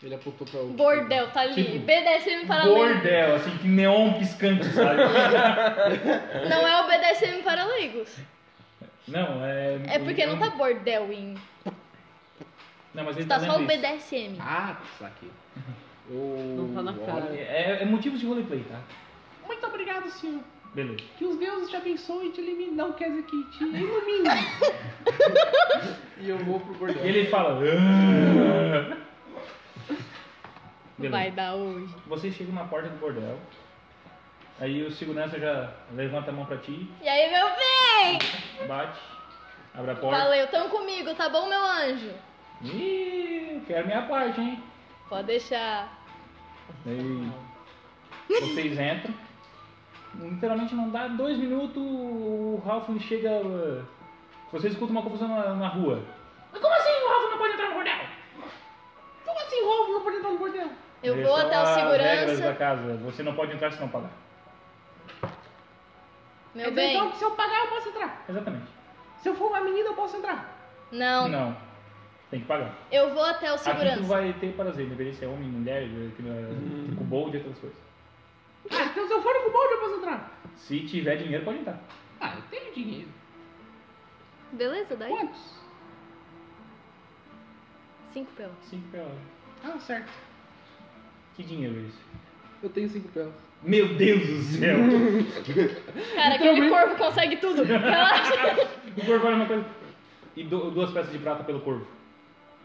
Speaker 6: Ele apontou pra o...
Speaker 4: Bordel, tá ali.
Speaker 1: Tipo,
Speaker 4: BDSM paralelo.
Speaker 1: Bordel, assim, que neon piscante, sabe?
Speaker 4: Não é o BDSM para leigos.
Speaker 1: Não, é.
Speaker 4: É porque não tá bordel em.
Speaker 1: Não, mas ele
Speaker 4: Tá
Speaker 1: tá
Speaker 4: só o
Speaker 1: lendo isso.
Speaker 4: BDSM.
Speaker 6: Ah, saquei. O...
Speaker 5: Não tá na cara.
Speaker 1: É, é motivo de roleplay, tá?
Speaker 6: Muito obrigado, senhor.
Speaker 1: Beleza.
Speaker 6: Que os deuses te abençoem e te iluminem. Não quer dizer que te iluminem. e eu vou pro bordão.
Speaker 1: E ele fala. "Ah". Beleza.
Speaker 4: Vai dar hoje.
Speaker 1: Você chega na porta do bordel. Aí o segurança já levanta a mão pra ti,
Speaker 4: E aí, meu bem?
Speaker 1: bate, abre a porta.
Speaker 4: Valeu, tão comigo, tá bom, meu anjo?
Speaker 1: Ih, eu quero minha parte, hein?
Speaker 4: Pode deixar.
Speaker 1: Aí vocês entram. Literalmente não dá dois minutos, o Ralph ele chega. uh, Você escuta uma confusão na, na rua. Mas como assim o Ralph não pode entrar no bordel?
Speaker 6: Como assim, Ralph? Não pode entrar no bordão.
Speaker 4: Eu
Speaker 1: Essas
Speaker 4: vou
Speaker 1: são
Speaker 4: até o
Speaker 1: é as regras da
Speaker 4: segurança.
Speaker 1: casa. Você não pode entrar se não pagar.
Speaker 4: Meu
Speaker 6: Quer dizer,
Speaker 4: bem.
Speaker 6: Então, se eu pagar, eu posso entrar.
Speaker 1: Exatamente.
Speaker 6: Se eu for uma menina, eu posso entrar.
Speaker 4: Não,
Speaker 1: Não. Tem que pagar.
Speaker 4: eu vou até o
Speaker 1: Aqui tu
Speaker 4: segurança.
Speaker 1: vai ter prazer, deveria ser homem, mulher, eh, é, cubold e outras coisas.
Speaker 6: Ah, então se eu for no balde, eu posso entrar.
Speaker 1: Se tiver dinheiro, pode entrar.
Speaker 6: Ah, eu tenho dinheiro.
Speaker 4: Beleza, daí?
Speaker 6: Quantos?
Speaker 4: Cinco um. pelas.
Speaker 1: Cinco pela.
Speaker 6: Ah, certo.
Speaker 1: Que dinheiro é esse?
Speaker 6: Eu tenho cinco pelas.
Speaker 1: Meu Deus do céu!
Speaker 4: Cara, aquele
Speaker 6: Literalmente.
Speaker 4: corvo consegue tudo. Relaxa.
Speaker 1: o corvo vale uma coisa. E do- duas peças de prata pelo corvo.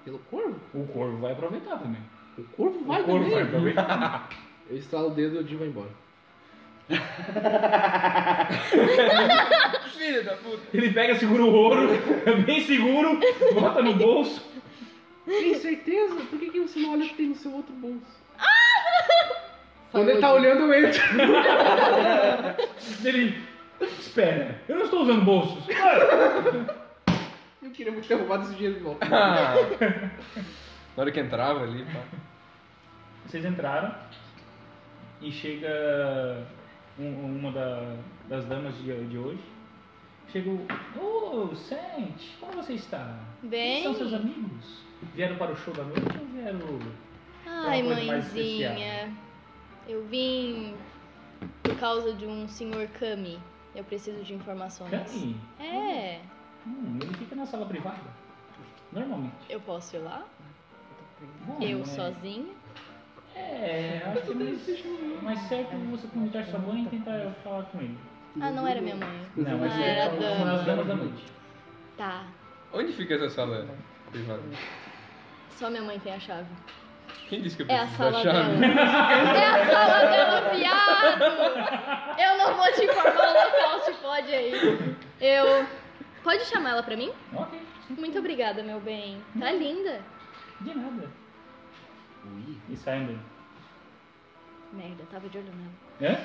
Speaker 6: Pelo corvo?
Speaker 1: O corvo vai aproveitar também.
Speaker 6: O corvo vai
Speaker 1: o corvo vai
Speaker 6: também.
Speaker 1: aproveitar.
Speaker 6: Eu estalo o dedo e o Jim vai embora.
Speaker 3: Filho da puta.
Speaker 1: Ele pega, segura o ouro, é bem seguro, bota no bolso.
Speaker 6: Tem certeza? Por que, que você não olha o que tem no seu outro bolso? Quando ele tá olhando, eu entro.
Speaker 1: Ele. Espera, eu não estou usando bolsos. Olha,
Speaker 6: Eu queria muito ter roubado esse dinheiro de volta.
Speaker 3: Ah. Na hora que entrava ali, pá.
Speaker 1: Vocês entraram e chega um- uma da- das damas de, de hoje. Chega o. Ô, oh, Sente, como você está?
Speaker 4: Bem.
Speaker 1: Quem são seus amigos? Vieram para o show da noite ou vieram.
Speaker 4: Ai,
Speaker 1: É Uma coisa mais
Speaker 4: mãezinha. Eu vim por causa de um senhor Kami. Eu preciso de informações.
Speaker 1: Cami?
Speaker 4: É,
Speaker 1: Hum, ele fica na sala privada. Normalmente.
Speaker 4: eu posso ir lá?
Speaker 1: Bom,
Speaker 4: eu
Speaker 1: é-
Speaker 4: sozinha?
Speaker 1: É, acho que é mais, mais certo você convidar sua mãe e tentar falar com ele.
Speaker 4: Ah, não era minha mãe.
Speaker 1: Não, mas
Speaker 4: Ah,
Speaker 1: você
Speaker 4: era
Speaker 1: é uma das
Speaker 4: dama.
Speaker 1: damas da noite.
Speaker 4: Tá,
Speaker 3: Onde fica essa sala privada?
Speaker 4: só minha mãe tem a chave.
Speaker 3: Quem disse que eu
Speaker 4: É a
Speaker 3: preciso da
Speaker 4: sala
Speaker 3: chave?
Speaker 4: dela. É a sala dela, viado! Eu não vou te informar o local, te pode aí. Eu. Pode chamar ela pra mim?
Speaker 1: Ok.
Speaker 4: Muito obrigada, meu bem. Tá linda.
Speaker 1: De nada.
Speaker 2: Ui.
Speaker 1: E saem daí.
Speaker 4: Merda, tava de olho nela.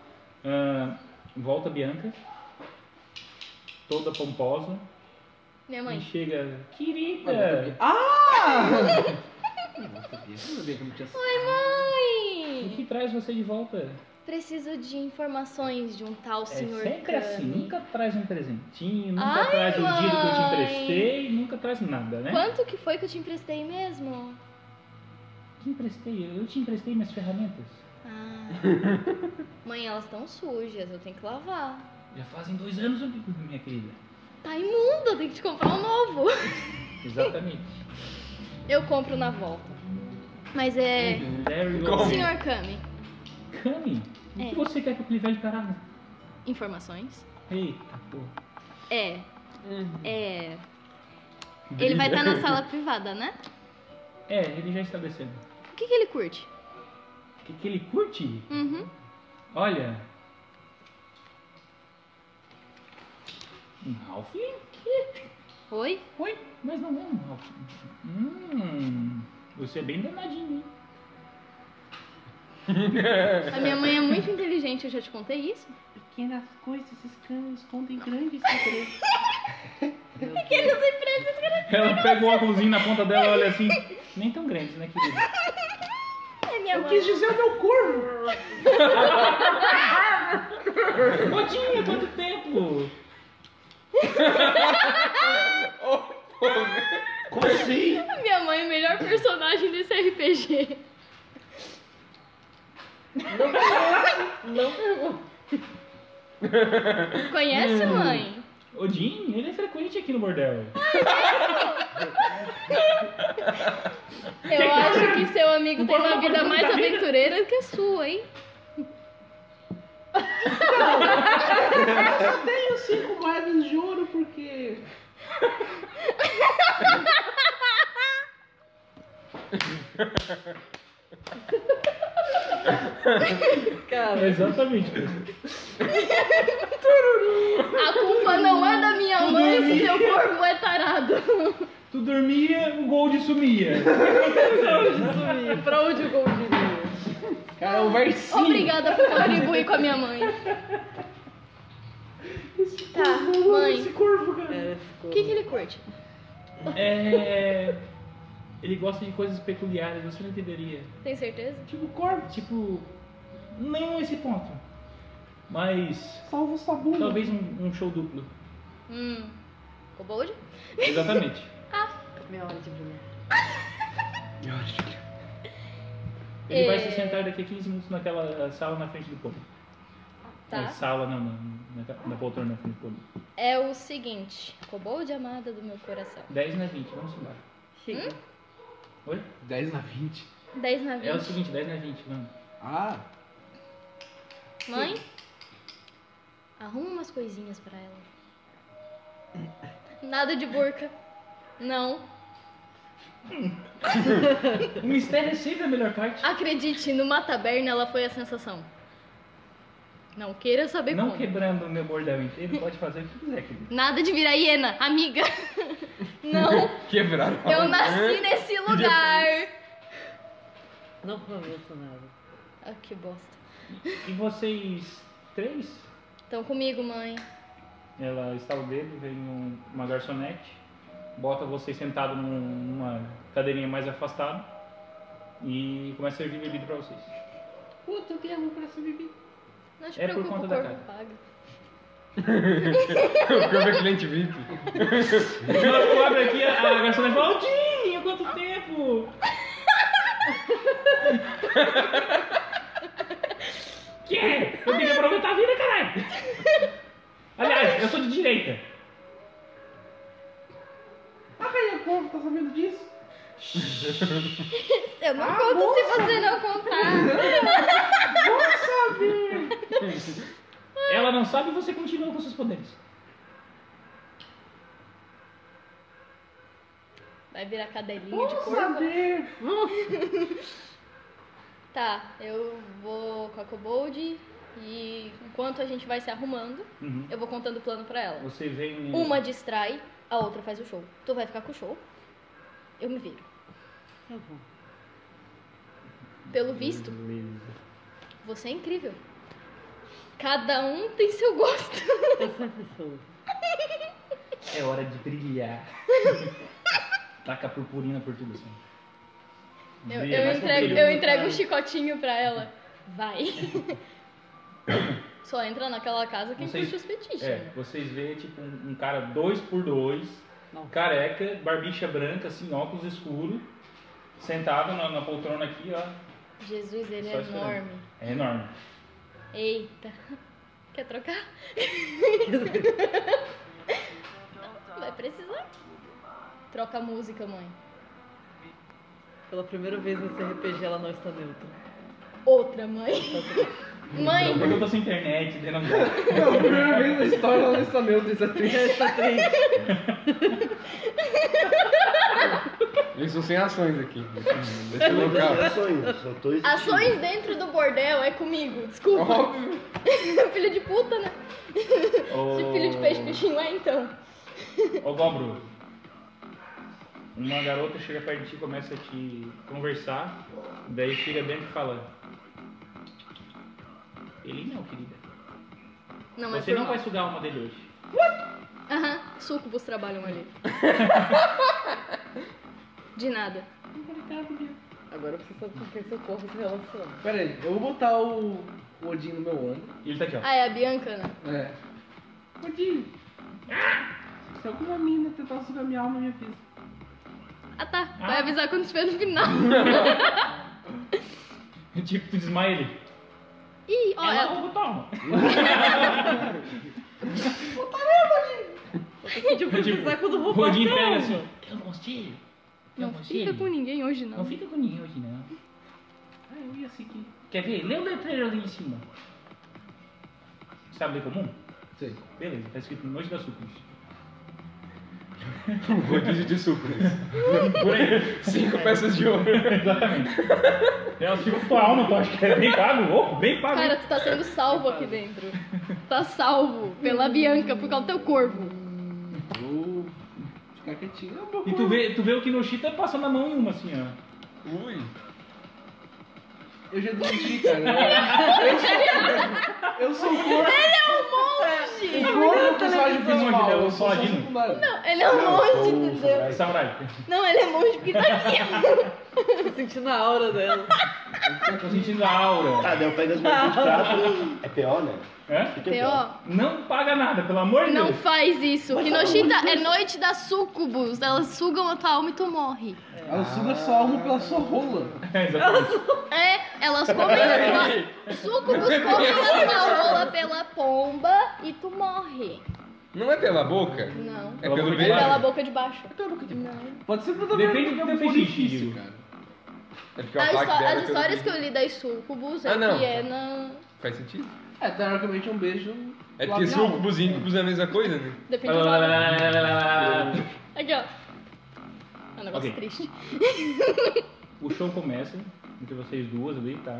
Speaker 1: Hã? Ah, volta a Bianca, toda pomposa,
Speaker 4: Minha
Speaker 1: e
Speaker 4: mãe.
Speaker 1: chega, querida,
Speaker 4: Oi,
Speaker 1: o
Speaker 4: mãe!
Speaker 1: que traz você de volta?
Speaker 4: Preciso de informações de um tal
Speaker 1: É
Speaker 4: senhor
Speaker 1: sempre
Speaker 4: Kami.
Speaker 1: assim, nunca traz um presentinho, nunca
Speaker 4: Ai,
Speaker 1: traz o dinheiro que eu te
Speaker 4: mãe.
Speaker 1: emprestei, nunca traz nada, né?
Speaker 4: Quanto que foi que eu te emprestei mesmo?
Speaker 1: Te emprestei, eu te emprestei minhas ferramentas.
Speaker 4: Ah. mãe, elas estão sujas, eu tenho que lavar.
Speaker 1: Já fazem dois anos, minha querida.
Speaker 4: Tá imundo, eu tenho que te comprar um novo.
Speaker 1: Exatamente.
Speaker 4: Eu compro na volta. Mas é.
Speaker 1: There you
Speaker 3: Como?
Speaker 1: go.
Speaker 4: Senhor Kami,
Speaker 1: Kami, o
Speaker 4: É.
Speaker 1: que você quer com aquele velho caralho?
Speaker 4: informações?
Speaker 1: Eita, porra.
Speaker 4: É.
Speaker 1: Uhum.
Speaker 4: É. Ele vai estar na sala privada, né?
Speaker 1: É, ele já está descendo.
Speaker 4: O que, que ele curte?
Speaker 1: O que, que ele curte?
Speaker 4: Uhum.
Speaker 1: Olha. Um Halfling?
Speaker 4: Oi?
Speaker 1: Oi, mas não é um Halfling. Hum. Você é bem danadinho, hein?
Speaker 4: A minha mãe é muito inteligente, eu já te contei isso.
Speaker 5: Pequenas coisas escândalo escondem grandes segredos.
Speaker 1: Ela pega o óculosinho na ponta dela e olha assim. Nem tão grandes, né, querida?
Speaker 4: É minha
Speaker 6: Eu quis dizer o meu corvo.
Speaker 1: Botinha, quanto tempo!
Speaker 2: Como assim?
Speaker 4: Minha mãe é o melhor personagem desse RPG. Conhece,
Speaker 1: Hum.
Speaker 4: mãe?
Speaker 1: Odin, ele é frequente aqui no bordel.
Speaker 4: Eu acho que seu amigo
Speaker 1: Não
Speaker 4: tem
Speaker 1: pode
Speaker 4: uma
Speaker 1: falar
Speaker 4: vida
Speaker 1: pra
Speaker 4: mais
Speaker 1: mim, tá vendo?
Speaker 4: aventureira que a sua, hein?
Speaker 6: Tenho cinco moedas de ouro porque.
Speaker 1: É Exatamente.
Speaker 4: A culpa não é da minha mãe se seu corpo é tarado.
Speaker 1: Tu dormia, o Gold sumia.
Speaker 6: pra onde eu convido? Cara, é um versinho.
Speaker 4: Obrigada por contribuir com a minha mãe. Tá, mãe.
Speaker 1: corvo, cara.
Speaker 4: O que, que ele curte?
Speaker 1: É. Ele gosta de coisas peculiares, você não entenderia.
Speaker 4: Tem certeza?
Speaker 1: Tipo corvo. Tipo. Não esse ponto. Mas.
Speaker 6: Salva sua bunda.
Speaker 1: Talvez um, um show duplo.
Speaker 4: Hum. Kobold?
Speaker 1: Exatamente.
Speaker 5: Minha hora de brilhar.
Speaker 1: Ele vai se
Speaker 4: É.
Speaker 1: sentar daqui a 15 minutos naquela sala na frente do povo. Na
Speaker 4: Tá.
Speaker 1: sala, não, na, na, na poltrona na frente do povo.
Speaker 4: É o seguinte. Kobold amada do meu coração.
Speaker 1: 10 na 20, é vamos embora.
Speaker 5: Chega.
Speaker 1: Oi?
Speaker 6: 10 na 20.
Speaker 4: 10 na
Speaker 1: É o
Speaker 4: 20.
Speaker 1: seguinte, 10 na 20, vamos.
Speaker 6: Ah,
Speaker 4: Mãe? Arruma umas coisinhas pra ela. Nada de burca. Não.
Speaker 1: O mistério é sempre a melhor
Speaker 4: Ah,
Speaker 1: parte.
Speaker 4: Acredite, numa taberna ela foi a sensação. Não queira saber
Speaker 1: Não
Speaker 4: como.
Speaker 1: quebrando o meu bordão inteiro, pode fazer o que quiser, querido.
Speaker 4: Nada de virar hiena, amiga. Não,
Speaker 3: Quebraram. a
Speaker 4: eu
Speaker 3: mão.
Speaker 4: nasci nesse lugar.
Speaker 5: Não prometo nada.
Speaker 4: Ah, que bosta.
Speaker 1: E vocês três?
Speaker 4: Estão Então, comigo, mãe.
Speaker 1: Ela está o dedo, vem um- uma garçonete, bota vocês sentado num- numa cadeirinha mais afastada e começa a servir bebida pra vocês.
Speaker 5: Puta, eu queria muito pra essa bebida.
Speaker 4: Não te
Speaker 1: É por
Speaker 4: preocupa,
Speaker 1: conta
Speaker 4: o
Speaker 1: da
Speaker 4: corpo
Speaker 1: cara.
Speaker 4: paga.
Speaker 3: O Curva é cliente VIP.
Speaker 1: Ela cobre aqui, a a garçonete fala, Aldinho, há quanto tempo? que? Eu tenho que aproveitar a vida, caralho! Aliás, eu sou de direita.
Speaker 6: ai, a corvo tá sabendo disso?
Speaker 4: Eu
Speaker 1: Ah,
Speaker 4: não conto se você não contar.
Speaker 1: Ela não sabe e você continua com seus poderes.
Speaker 4: Vai virar cadelinha de
Speaker 6: Vamos
Speaker 4: corpo.
Speaker 6: saber.
Speaker 4: Tá, eu vou com a Kobold e enquanto a gente vai se arrumando,
Speaker 1: Uhum.
Speaker 4: eu vou contando o plano pra ela.
Speaker 1: Você vem.
Speaker 4: Uma distrai, a outra faz o show. Tu vai ficar com o show. Eu me viro.
Speaker 1: Tá
Speaker 5: Eu vou.
Speaker 4: Pelo visto,
Speaker 1: Beleza.
Speaker 4: você é incrível. Cada um tem seu gosto.
Speaker 5: Eu sou a pessoa.
Speaker 1: É hora de brilhar. Taca a purpurina por tudo assim.
Speaker 4: Eu,
Speaker 1: Brilha,
Speaker 4: eu
Speaker 1: mais com
Speaker 4: entrego,
Speaker 1: brilho.
Speaker 4: eu entrego um chicotinho pra ela. Vai. Só entra naquela casa quem
Speaker 1: Não sei
Speaker 4: puxa os fetiches.
Speaker 1: É,
Speaker 4: né?
Speaker 1: vocês veem tipo um, um cara dois por dois,
Speaker 5: Nossa.
Speaker 1: careca, barbicha branca, assim, óculos escuro, sentado na, na poltrona aqui, ó.
Speaker 4: Jesus, ele
Speaker 1: Só
Speaker 4: é
Speaker 1: esperando.
Speaker 4: enorme.
Speaker 1: É enorme.
Speaker 4: Eita. Quer trocar? Vai precisar. Troca a música, mãe.
Speaker 5: Pela primeira vez nesse RPG ela não está neutra.
Speaker 4: Outra mãe. mãe,
Speaker 1: Porque eu tô sem internet, daí não dá.
Speaker 6: Não, É a primeira vez na história ela está meu
Speaker 5: Ela
Speaker 6: desatriz.
Speaker 5: está triste.
Speaker 3: Eles são sem ações aqui. Deixa eu
Speaker 2: Não tem
Speaker 3: local.
Speaker 2: ações, só tô existindo.
Speaker 4: ações dentro do bordel é comigo. Desculpa.
Speaker 3: Óbvio.
Speaker 4: Filho de puta, né?
Speaker 1: Ô,
Speaker 4: Se filho de peixe, peixinho é então.
Speaker 1: Ô Gobro, uma garota chega perto de ti e começa a te conversar, daí chega dentro e fala. Ele não, querida.
Speaker 4: Não, é
Speaker 1: Você
Speaker 4: por
Speaker 1: não
Speaker 4: mal.
Speaker 1: vai sugar uma dele hoje.
Speaker 4: Aham, sucubos trabalham ali. De nada.
Speaker 5: Agora você sabe com quem seu corpo se relaciona.
Speaker 6: Pera aí, eu vou botar o, o Odin um no meu ombro.
Speaker 1: E ele tá aqui, ó.
Speaker 4: Ah, é a Bianca, né?
Speaker 6: É.
Speaker 7: Odinho, se alguma mina tentar sugar minha alma, me avisa.
Speaker 4: Ah tá, vai avisar quando estiver no final. Ah.
Speaker 1: tipo, tu desmaia ele.
Speaker 4: Ih, ó,
Speaker 1: Ela
Speaker 4: é- ela,
Speaker 1: roubou tua alma.
Speaker 5: Pediu pra
Speaker 1: Tipo,
Speaker 5: avisar quando
Speaker 1: O
Speaker 5: roubar
Speaker 1: Odin
Speaker 5: seu.
Speaker 1: pega assim. Quer um gostinho? Quer um
Speaker 4: não fica
Speaker 1: gostinho?
Speaker 4: com ninguém hoje não.
Speaker 1: Não fica com ninguém hoje, não. Ah, eu ia seguir. Quer ver? Lê o letreiro ali em cima. Sabe ler comum?
Speaker 6: Sei.
Speaker 1: Beleza, tá escrito Noite da Sucubus.
Speaker 3: Rodízio de sucos. Por aí. Cinco peças de ouro.
Speaker 1: Exatamente. É, Ela segura tua alma, tu acha que é bem pago? Ô, bem pago.
Speaker 4: Cara, tu tá sendo salvo aqui dentro. Tá salvo pela Bianca por causa do teu corvo.
Speaker 6: Vou ficar quietinho. Eu vou-
Speaker 1: E tu vê, tu vê o Kinoshita passando a mão em uma, assim, ó.
Speaker 3: Ui.
Speaker 6: Eu já desisti, cara. Eu sou, eu sou o corpo. Ele é um monge! O corpo é um o personagem
Speaker 1: televisão.
Speaker 6: principal.
Speaker 1: Ele é o
Speaker 6: eu sou só
Speaker 1: Paladino.
Speaker 6: secundário.
Speaker 4: Não, ele é um monge,
Speaker 2: sou um samurai.
Speaker 4: entendeu?
Speaker 1: Samurai.
Speaker 4: Não, ele é monge porque tá aqui.
Speaker 5: Tô sentindo a aura dela.
Speaker 1: Tô sentindo a aura.
Speaker 2: Ah, daí eu pego as minhas 20 pratas. É pior, né?
Speaker 1: Hã?
Speaker 2: Fica pior.
Speaker 4: P.O.,
Speaker 1: É? Não paga nada, pelo amor de
Speaker 4: não
Speaker 1: Deus.
Speaker 4: faz isso.
Speaker 3: tá
Speaker 4: Kinoshita é noite das sucubus. Elas sugam a tua alma e tu morre.
Speaker 6: Ela suga sua alma pela sua rola.
Speaker 1: É, exatamente.
Speaker 4: É, elas comem a tua... Sucubus comem a tua rola pela pomba e tu morre.
Speaker 3: Não é pela boca?
Speaker 4: Não.
Speaker 1: Pela
Speaker 3: É
Speaker 1: boca
Speaker 3: pelo
Speaker 1: de
Speaker 3: beijo?
Speaker 4: Pela boca de baixo. Não.
Speaker 6: Pode ser pra
Speaker 1: Depende do que tu fez xixi,
Speaker 6: difícil,
Speaker 1: digo.
Speaker 6: um cara.
Speaker 3: É porque o
Speaker 4: A
Speaker 3: ataque
Speaker 4: histó-
Speaker 3: dela é
Speaker 4: as
Speaker 3: pelo
Speaker 4: histórias que
Speaker 3: beijo.
Speaker 4: eu li das sucubus é
Speaker 3: Ah, não.
Speaker 4: que é na.
Speaker 3: Faz sentido?
Speaker 6: É, teoricamente é um beijo.
Speaker 3: É porque
Speaker 6: labial.
Speaker 3: sucubus e íncubus é a mesma coisa, né?
Speaker 4: Depende dos olhos.
Speaker 1: Ah,
Speaker 4: Aqui, ó. É um negócio
Speaker 1: Ok.
Speaker 4: triste.
Speaker 1: O show começa entre vocês duas ali, tá?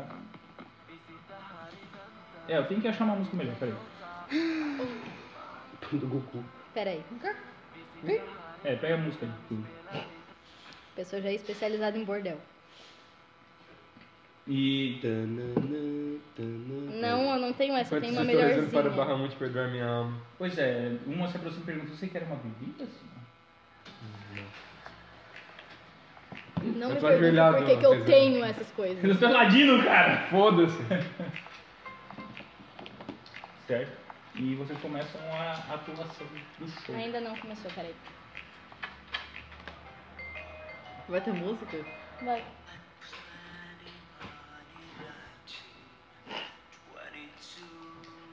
Speaker 1: É, eu tenho que achar uma música melhor, peraí.
Speaker 2: Do Goku.
Speaker 4: Pera aí.
Speaker 1: É, pega a música de tudo.
Speaker 4: Pessoa já é especializada em bordel.
Speaker 1: E
Speaker 2: Tananã, tananã.
Speaker 4: Não, eu não tenho essa, eu
Speaker 3: Enquanto
Speaker 4: tenho uma
Speaker 3: estou rezando para o
Speaker 4: melhorzinha.
Speaker 3: Bahamut perdoar minha alma.
Speaker 1: Pois é, uma se aproxima e pergunta, você quer uma bebida? senhora?"
Speaker 4: Não
Speaker 3: Eu
Speaker 4: me
Speaker 3: tô
Speaker 4: pergunta
Speaker 3: ajoelhado,
Speaker 4: por que, que eu
Speaker 3: Teseu.
Speaker 4: tenho essas coisas.
Speaker 1: Eu sou ladino, cara!
Speaker 3: Foda-se.
Speaker 1: Certo? E vocês começam a atuação do show.
Speaker 4: Ainda não começou, peraí.
Speaker 5: Vai ter música?
Speaker 4: Vai.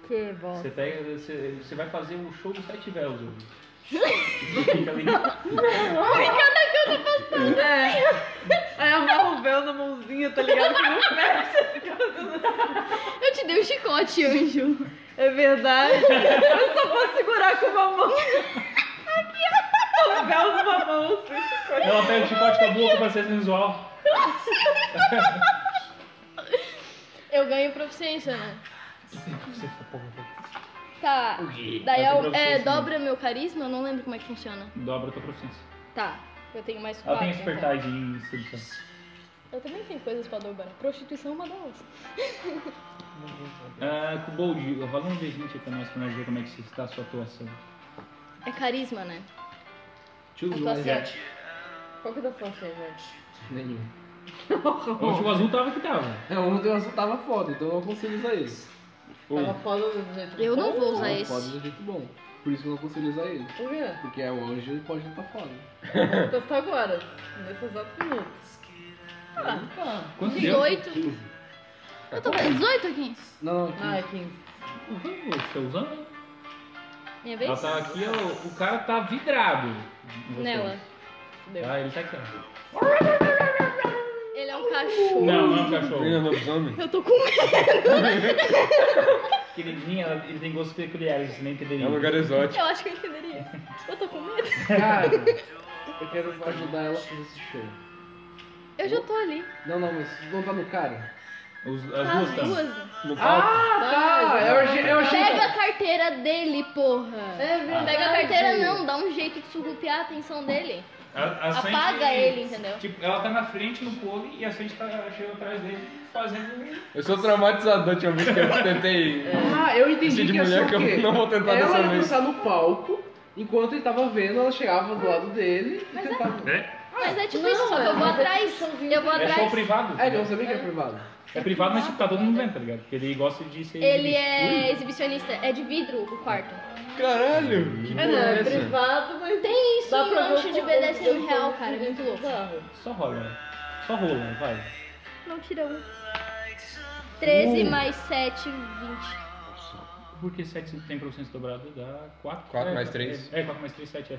Speaker 4: Que bom.
Speaker 1: Você pega, você, você vai fazer o show dos sete véus hoje. Você fica ali, você
Speaker 5: É. Aí amarra o véu na mãozinha, tá ligado? Que não fecha.
Speaker 4: Eu te dei um chicote, anjo.
Speaker 5: É verdade. Eu só vou segurar com uma mão. O véu numa mão, assim.
Speaker 1: ela pega o chicote com a boca pra ser sensual.
Speaker 4: Eu ganho proficiência, né?
Speaker 1: Você fala, "Porra, velho."
Speaker 4: Tá.
Speaker 1: quê?
Speaker 4: Daí
Speaker 1: Vai ter
Speaker 4: eu, é,
Speaker 1: proficiência, né?
Speaker 4: dobra meu carisma? Eu não lembro como é que funciona.
Speaker 1: Dobra a tua proficiência.
Speaker 4: Tá. Eu tenho mais
Speaker 1: Ela
Speaker 4: quatro.
Speaker 1: tem
Speaker 4: então.
Speaker 1: expertise em sedução.
Speaker 4: Eu também tenho coisas pra dobrar. Prostituição é uma delas.
Speaker 1: Ah, Kubold, rola um D20 aí pra nós, pra nós ver como é que você está a sua atuação.
Speaker 4: É carisma, né?
Speaker 6: Choose
Speaker 4: Atuação.
Speaker 1: é.
Speaker 6: one.
Speaker 5: Qual que é dá pra você, gente?
Speaker 6: Nenhum.
Speaker 1: Ontem o azul tava que tava.
Speaker 6: É, ontem o azul tava foda, então eu não consigo usar ele.
Speaker 5: Tava foda do jeito
Speaker 4: Eu não vou usar
Speaker 6: Tava
Speaker 4: esse.
Speaker 6: foda de um jeito bom. Por isso que eu não consigo usar ele.
Speaker 5: Por quê?
Speaker 6: Porque é o anjo e pode não tá foda.
Speaker 5: Vou testar agora, nesse exato minuto. Ah, tá.
Speaker 1: Quanto deu?
Speaker 4: 18. Eu tô com 18 aqui.
Speaker 6: Não, não,
Speaker 5: Ah, é 15.
Speaker 1: Uhum, Você usando?
Speaker 4: Minha vez?
Speaker 1: Ela tá aqui, ó, o cara tá vidrado. em você.
Speaker 4: Nela.
Speaker 5: Deu.
Speaker 1: Ah, ele tá aqui, ó.
Speaker 4: Ele é um cachorro.
Speaker 1: Não, não é um cachorro.
Speaker 3: Menina lobisomem.
Speaker 4: Eu tô com medo.
Speaker 1: Queridinha, ela- ele tem gostos peculiares, você nem
Speaker 3: É
Speaker 1: entenderia.
Speaker 3: um lugar exótico.
Speaker 4: Eu acho que eu entenderia. Eu tô com medo.
Speaker 6: cara. Eu quero ajudar ela a fazer esse show.
Speaker 4: Eu já tô ali.
Speaker 6: Não, não, mas não tá no cara.
Speaker 1: Os, as duas
Speaker 4: As
Speaker 1: estão.
Speaker 4: duas. né?
Speaker 3: No palco.
Speaker 5: Ah,
Speaker 6: eu achei, eu
Speaker 4: Pega a carteira dele, porra.
Speaker 5: É verdade.
Speaker 4: Pega a carteira não, dá um jeito de surrupiar a atenção dele.
Speaker 1: A- a Sandy-
Speaker 4: Apaga ele, entendeu?
Speaker 1: Tipo, ela tá na frente no pole e a Sandy tá chegando atrás dele fazendo. um
Speaker 3: Eu sou traumatizador, tinha vez que eu tentei.
Speaker 5: tá.
Speaker 6: Ah, eu entendi
Speaker 3: Esse
Speaker 5: é
Speaker 3: Assim, de
Speaker 6: que ia ser
Speaker 3: mulher
Speaker 6: o
Speaker 3: que eu
Speaker 6: quê? É
Speaker 3: não vou tentar
Speaker 6: ela
Speaker 3: dessa
Speaker 6: ia
Speaker 3: vez.
Speaker 6: dançar no palco, enquanto ele tava vendo, ela chegava do lado dele e tentava...
Speaker 4: Mas é tipo
Speaker 5: Não,
Speaker 4: isso, só que eu vou
Speaker 5: é-
Speaker 4: atrás. Eu vou
Speaker 1: Ah, É show
Speaker 4: atrás.
Speaker 1: privado.
Speaker 6: É, ele não sabia que era privado.
Speaker 1: É privado, mas tipo, tá todo mundo vendo, tá ligado? Porque ele gosta de ser.
Speaker 4: Ele
Speaker 1: exibido.
Speaker 4: é exibicionista, é de vidro o quarto.
Speaker 3: Caralho, que
Speaker 5: É, não,
Speaker 3: porra é
Speaker 5: é
Speaker 3: essa?
Speaker 5: privado, mas
Speaker 4: Tem isso
Speaker 5: dá
Speaker 4: em
Speaker 5: pra ver
Speaker 4: lanche
Speaker 5: o
Speaker 4: de
Speaker 5: conteúdo
Speaker 4: BDSM
Speaker 5: do
Speaker 4: real,
Speaker 5: conteúdo
Speaker 4: cara, é muito louco.
Speaker 5: bizarro.
Speaker 1: Só rola. né? Só rola, vai.
Speaker 4: Não tira um. 13
Speaker 1: Uh.
Speaker 4: mais 7, 20.
Speaker 1: Porque 7 tem proficiência dobrado dá 4.
Speaker 3: Quatro mais três.
Speaker 1: É, 4 mais 3, 7 é.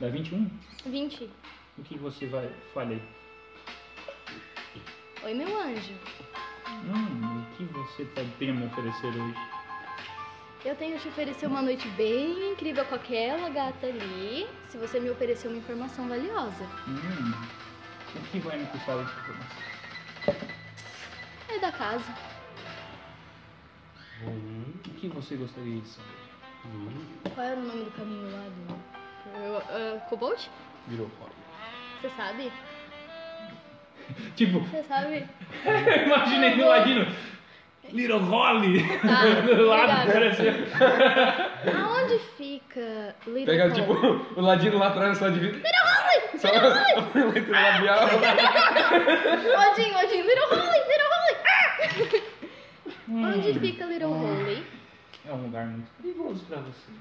Speaker 1: Dá 21?
Speaker 4: 20.
Speaker 1: O que você vai. Falei.
Speaker 4: Oi, meu anjo.
Speaker 1: Hum, o que você tá, tem a me oferecer hoje?
Speaker 4: Eu tenho te oferecer uma noite bem incrível com aquela gata ali, se você me oferecer uma informação valiosa.
Speaker 1: Hum, o que vai me custar essa informação?
Speaker 4: É da casa.
Speaker 1: Uhum. O que você gostaria de saber? Uhum.
Speaker 4: Qual era o nome do caminho lá do... Eu, ah, Cobalt?
Speaker 3: Virou foda.
Speaker 4: Você sabe?
Speaker 1: Tipo,
Speaker 4: Você sabe?
Speaker 1: eu imaginei do ladino. Little Holly!
Speaker 4: Tá,
Speaker 1: do lado, assim,
Speaker 4: obrigada.
Speaker 1: pareceu.
Speaker 4: Aonde fica Little
Speaker 3: Pega,
Speaker 4: Town?
Speaker 3: tipo, o ladino lá atrás, só de vidro. Só a leitura labial.
Speaker 4: Odin, Odin, Little Holy, Little Holy!
Speaker 1: Hum.
Speaker 4: Ah! Onde fica Little Holy?
Speaker 1: É um lugar muito perigoso pra vocês.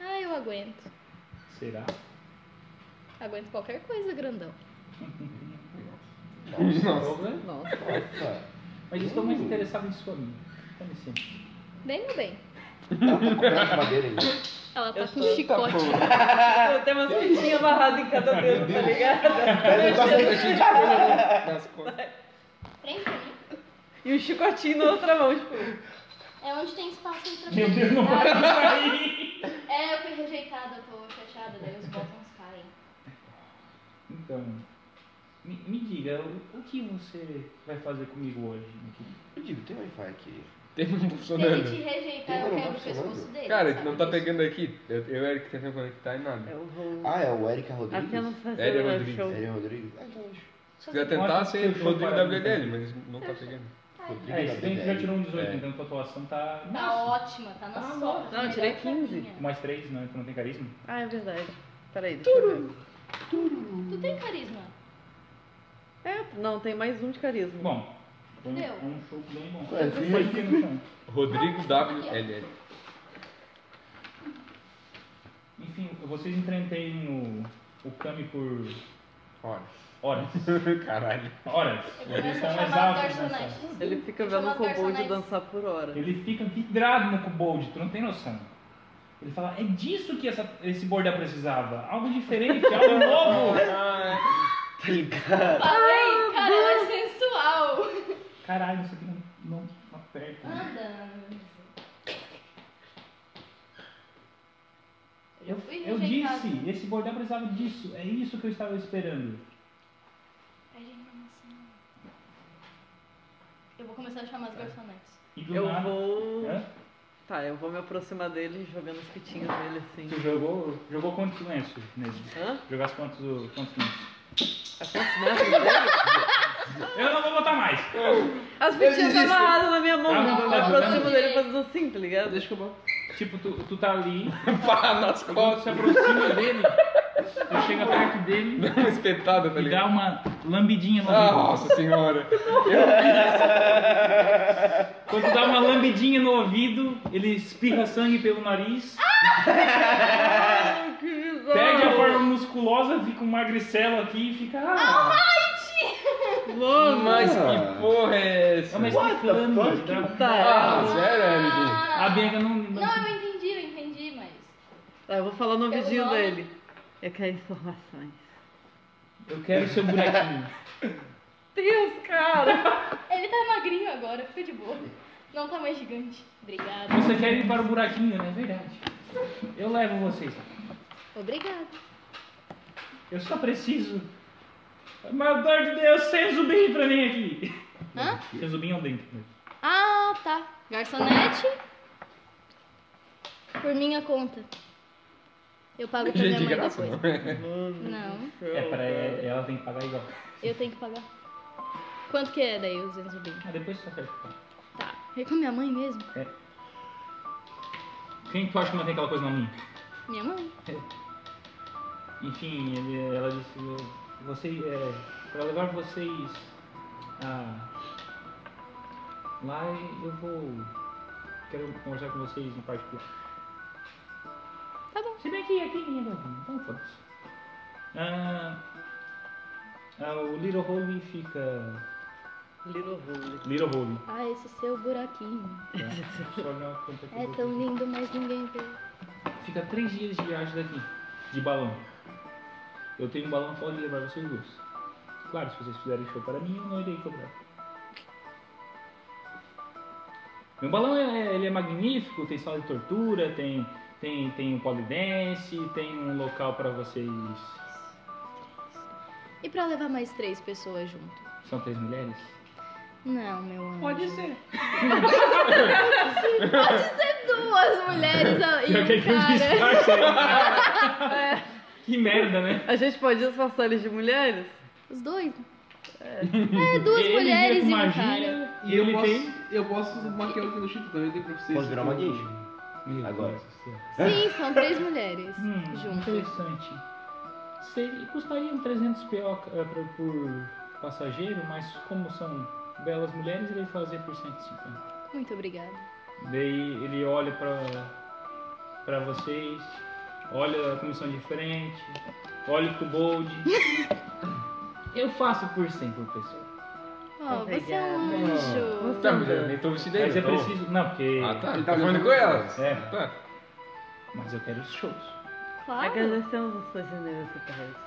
Speaker 4: Ah, eu aguento.
Speaker 1: Será?
Speaker 4: Aguento qualquer coisa, grandão.
Speaker 1: Nossa. Mas estou mais
Speaker 3: Hum.
Speaker 1: interessado em sua amiga. Dá licença.
Speaker 4: Bem, meu bem.
Speaker 2: Comprando madeira ainda.
Speaker 4: Ela tá
Speaker 5: Eu
Speaker 4: com
Speaker 5: sou-
Speaker 4: um chicote.
Speaker 5: Eu tenho Ah, umas fitinhas amarradas em cada dedo, tá ligado?
Speaker 3: Mas ele gosta de cheio de coisa tipo, nas costas.
Speaker 4: Prende pra mim.
Speaker 5: E o chicotinho na outra mão, tipo.
Speaker 4: É onde tem espaço aí pra
Speaker 1: Meu Deus, não vai sair!
Speaker 4: É, eu fui rejeitada, eu tô fechada, daí os botões caem.
Speaker 1: Então, me, me diga, o, o que você vai fazer comigo hoje? meu querido?
Speaker 2: Eu digo, tem Wi-Fi aqui.
Speaker 3: Tem um
Speaker 4: Se ele te
Speaker 3: funcionando.
Speaker 4: rejeitar, eu
Speaker 2: Não, não
Speaker 4: quebro
Speaker 2: tá
Speaker 4: o pescoço
Speaker 2: funcionando.
Speaker 4: dele.
Speaker 3: Cara,
Speaker 4: sabe
Speaker 3: não tá
Speaker 4: disso?
Speaker 3: pegando aqui. Eu, eu Eric, tá tentando conectar e nada.
Speaker 5: Eu vou.
Speaker 2: Ah, é o Erika Rodrigues?
Speaker 5: Até não fazer
Speaker 3: Hélio
Speaker 5: o live
Speaker 3: Rodrigues.
Speaker 5: show.
Speaker 2: Sério, Rodrigues? Ah, então, acho.
Speaker 3: Se quiser tentar, você é
Speaker 1: Mostra o seu
Speaker 3: Rodrigo
Speaker 1: jogo
Speaker 3: WDL, mas não tá pegando.
Speaker 2: Rodrigues
Speaker 1: É, se bem que já
Speaker 2: WDL.
Speaker 1: tirou um 18,
Speaker 3: É.
Speaker 1: então tua atuação tá.
Speaker 4: Tá ótima, tá na
Speaker 1: Tá
Speaker 4: sopa.
Speaker 5: Não, eu tirei
Speaker 4: melhor que a
Speaker 5: 15.
Speaker 4: minha.
Speaker 1: Mais 3, né? Tu não tem carisma?
Speaker 5: Ah, é verdade. Peraí, deixa eu ver.
Speaker 4: Tu tem carisma?
Speaker 5: É, não, tem mais um de carisma.
Speaker 1: Bom, foi um,
Speaker 4: Deu.
Speaker 1: foi um show bem bom.
Speaker 2: É, sim.
Speaker 1: Foi aqui no chão.
Speaker 3: Rodrigo WLL.
Speaker 1: Enfim, vocês entretem o, o Kami por
Speaker 3: Olha.
Speaker 1: horas.
Speaker 3: Caralho.
Speaker 1: Horas. um
Speaker 4: Eu
Speaker 1: Eles
Speaker 4: começo a
Speaker 1: estão
Speaker 4: chamar os
Speaker 1: exaustos. nessa-
Speaker 4: garçonetes.
Speaker 5: Ele fica
Speaker 4: Chama
Speaker 5: vendo o
Speaker 4: as
Speaker 5: Kobold
Speaker 4: garçonetes.
Speaker 5: dançar por hora.
Speaker 1: Ele fica vidrado no Kubold, tu não tem noção. Ele fala, é disso que essa- esse bordel precisava. Algo diferente, algo novo.
Speaker 2: Tá
Speaker 4: Falei, cara,
Speaker 5: Ah,
Speaker 4: ela é sensual.
Speaker 1: Caralho, isso aqui não, não aperta. né?
Speaker 4: Anda.
Speaker 1: Eu,
Speaker 4: fui
Speaker 1: eu
Speaker 4: rejeitada.
Speaker 1: disse, esse bordel precisava disso. É isso que eu estava esperando.
Speaker 4: Pede informação. Eu vou começar a chamar as garçonetes.
Speaker 1: E do
Speaker 5: Eu
Speaker 1: nada... É?
Speaker 5: vou.
Speaker 1: Hã?
Speaker 5: Tá, eu vou me aproximar dele jogando os pitinhos dele assim.
Speaker 1: Tu jogou, jogou quantos lenços nele?
Speaker 5: Hã?
Speaker 1: Jogasse quantos, quantos lenços?
Speaker 5: Assassinato dele?
Speaker 1: Eu não vou botar mais.
Speaker 5: As bichas amarradas na minha mão.
Speaker 1: Ah, não,
Speaker 5: eu
Speaker 1: não,
Speaker 5: me aproximo
Speaker 1: não.
Speaker 5: dele fazendo assim, tá ligado?
Speaker 6: Deixa que eu boto.
Speaker 1: Tipo, tu, tu tá ali,
Speaker 3: Pá, nas
Speaker 1: quando tu
Speaker 3: costas.
Speaker 1: se aproxima dele, tu chega perto dele
Speaker 3: Dá uma espetada, tá
Speaker 1: e dá
Speaker 3: ligado?
Speaker 1: uma lambidinha no
Speaker 3: Ah,
Speaker 1: ouvido.
Speaker 3: nossa senhora.
Speaker 1: Quando tu dá uma lambidinha no ouvido, ele espirra sangue pelo nariz,
Speaker 5: Que bizarro.
Speaker 1: perde a forma musculosa, fica um magricelo aqui e fica. Ah,
Speaker 5: Mano,
Speaker 3: Mas
Speaker 6: Ah.
Speaker 3: que porra é
Speaker 1: é
Speaker 3: essa?
Speaker 1: uma explicando. tá?
Speaker 5: tá.
Speaker 3: Ah, sério, amiguinho?
Speaker 1: A
Speaker 4: Ah,
Speaker 1: Bianca não. não-
Speaker 4: não, eu entendi, eu entendi, mas.
Speaker 5: Tá, eu vou falar no
Speaker 4: Pelo
Speaker 5: ouvidinho
Speaker 4: nome?
Speaker 5: dele. Eu quero informações.
Speaker 1: Eu quero seu bonequinho.
Speaker 5: Deus, cara!
Speaker 4: Ele tá magrinho agora, fica de boa. Não tá mais gigante. Obrigada.
Speaker 1: Você quer ir para o buraquinho, né? Verdade. Eu levo vocês.
Speaker 4: Obrigada.
Speaker 1: Eu só preciso. Meu Deus de Deus, sem o zumbi pra mim aqui.
Speaker 4: Hã?
Speaker 1: Sem o zumbi é um dente. né?
Speaker 4: Ah, tá. Garçonete. Por minha conta. Eu pago pra minha
Speaker 3: Gente, de
Speaker 4: mãe
Speaker 3: graça,
Speaker 4: depois.
Speaker 3: não é?
Speaker 4: Não,
Speaker 1: É, pra é- ela tem que pagar igual.
Speaker 4: eu tenho que pagar. Quanto que é daí os 200 bem?
Speaker 1: Ah, depois você acerta.
Speaker 4: Tá. É com minha mãe mesmo?
Speaker 1: Quem tu acha que mantém aquela coisa na minha?
Speaker 4: Minha mãe.
Speaker 1: Enfim, ele- ela disse: "Eu- você, é, pra levar vocês a, lá, eu vou. Quero conversar com vocês em particular.
Speaker 4: Tá bom.
Speaker 1: Se bem que aqui ninguém vai ouvir, então foda-se. Ah, ah, o Little Holy fica.
Speaker 5: Little Holy.
Speaker 1: Little Holy.
Speaker 4: Ah, esse seu buraquinho.
Speaker 1: Tá? Só olhar quanto que eu
Speaker 4: É
Speaker 1: vou-
Speaker 4: tão lindo, mas ninguém vê.
Speaker 1: Fica três dias de viagem daqui, de balão. Eu tenho um balão que pode levar vocês dois. Claro, se vocês fizerem show para mim, eu não irei cobrar. Meu balão é, ele é magnífico, tem sala de tortura, tem tem tem um polidense, tem um local para vocês.
Speaker 4: E pra levar mais três pessoas junto?
Speaker 1: São três mulheres.
Speaker 4: Não, meu anjo.
Speaker 7: Pode ser.
Speaker 4: Duas mulheres e
Speaker 1: Pior que é que eu
Speaker 4: um cara. É.
Speaker 1: disfarço aí. Que merda, né?
Speaker 5: A gente pode disfarçar eles de mulheres?
Speaker 4: Os dois? É, duas
Speaker 1: Ele vira
Speaker 4: mulheres e
Speaker 1: com
Speaker 4: um
Speaker 1: magia,
Speaker 4: cara.
Speaker 1: E,
Speaker 6: E eu
Speaker 1: ele
Speaker 6: posso,
Speaker 1: tem.
Speaker 6: eu posso maquiar o aqui no Chip também, tem pra vocês.
Speaker 2: Posso virar uma guincho?
Speaker 1: Meu
Speaker 2: Agora.
Speaker 1: Deus do céu.
Speaker 4: Sim, são três mulheres
Speaker 1: É. Hum,
Speaker 4: juntas.
Speaker 1: Interessante. um Seria, custariam 300 PO ca- eh, pro- por passageiro, mas como são belas mulheres, ele vai fazer por 150.
Speaker 4: Muito obrigada.
Speaker 1: Daí ele olha pra, pra vocês, olha a comissão de frente, olha pro Bold. Eu faço por 100 por pessoa.
Speaker 4: Ó, você é um
Speaker 5: Obrigada.
Speaker 4: anjo.
Speaker 3: Tá, mas eu nem tô vestido ainda.
Speaker 1: Ah, Mas é
Speaker 3: tô.
Speaker 1: preciso. Não, porque.
Speaker 3: Então. Ah, tá.
Speaker 6: Ele
Speaker 3: Tá
Speaker 6: tá
Speaker 3: falando
Speaker 6: olhando
Speaker 3: com
Speaker 6: pra
Speaker 3: elas?
Speaker 1: É,
Speaker 3: Tá.
Speaker 1: mas eu quero os shows.
Speaker 4: Claro.
Speaker 5: Agradecemos a sua generosidade.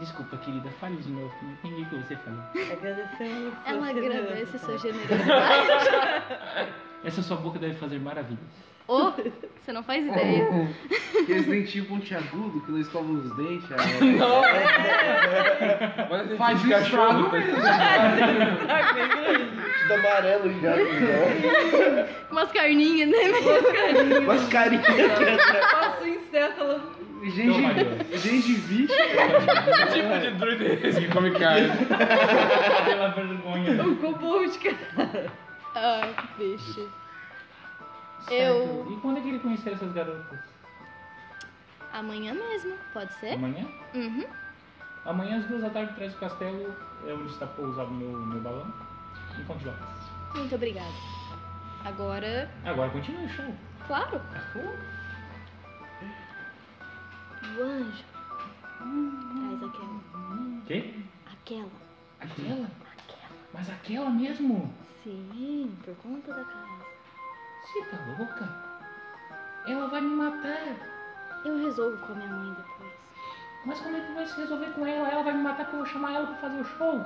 Speaker 1: Desculpa, querida, fale de novo, não entendi o que você falou.
Speaker 5: Agradecemos a sua
Speaker 4: Ela
Speaker 5: generosidade.
Speaker 4: agradece sua generosidade.
Speaker 1: Essa sua boca deve fazer maravilhas.
Speaker 4: Ô, você não faz ideia.
Speaker 6: Aqueles dentinhos pontiagudos tipo um que não escovam os dentes. aí-
Speaker 3: Olha,
Speaker 6: Faz
Speaker 3: gente,
Speaker 6: isso
Speaker 3: cachorro.
Speaker 6: pra
Speaker 3: tá-
Speaker 5: Ah,
Speaker 2: Tudo amarelo já. né?
Speaker 4: Umas carninhas, né?
Speaker 2: Umas carinhas que
Speaker 5: Passa o inseto, ela...
Speaker 1: Então, Maria.
Speaker 6: Gengivi- Gengiviche.
Speaker 3: Que tipo de druida é esse que come carne?
Speaker 1: Pela vergonha.
Speaker 5: O composto, cara.
Speaker 4: Ai, que bicho. Eu-
Speaker 1: Certo. E quando é que ele conheceu essas garotas?
Speaker 4: Amanhã mesmo, pode ser?
Speaker 1: Amanhã?
Speaker 4: Uhum.
Speaker 1: Amanhã às duas da tarde atrás do castelo é onde está pousado meu, meu balão. E continua.
Speaker 4: Muito obrigada. Agora,
Speaker 1: Agora continua o show.
Speaker 4: claro. O anjo. Traz aquela.
Speaker 1: Quê?
Speaker 4: Aquela.
Speaker 1: Aquela? Mas aquela mesmo?
Speaker 4: Sim, por conta da casa.
Speaker 1: Você tá louca? Ela vai me matar.
Speaker 4: Eu resolvo com a minha mãe depois.
Speaker 1: Mas como é que vai se resolver com ela? Ela vai me matar porque eu vou chamar ela pra fazer o show.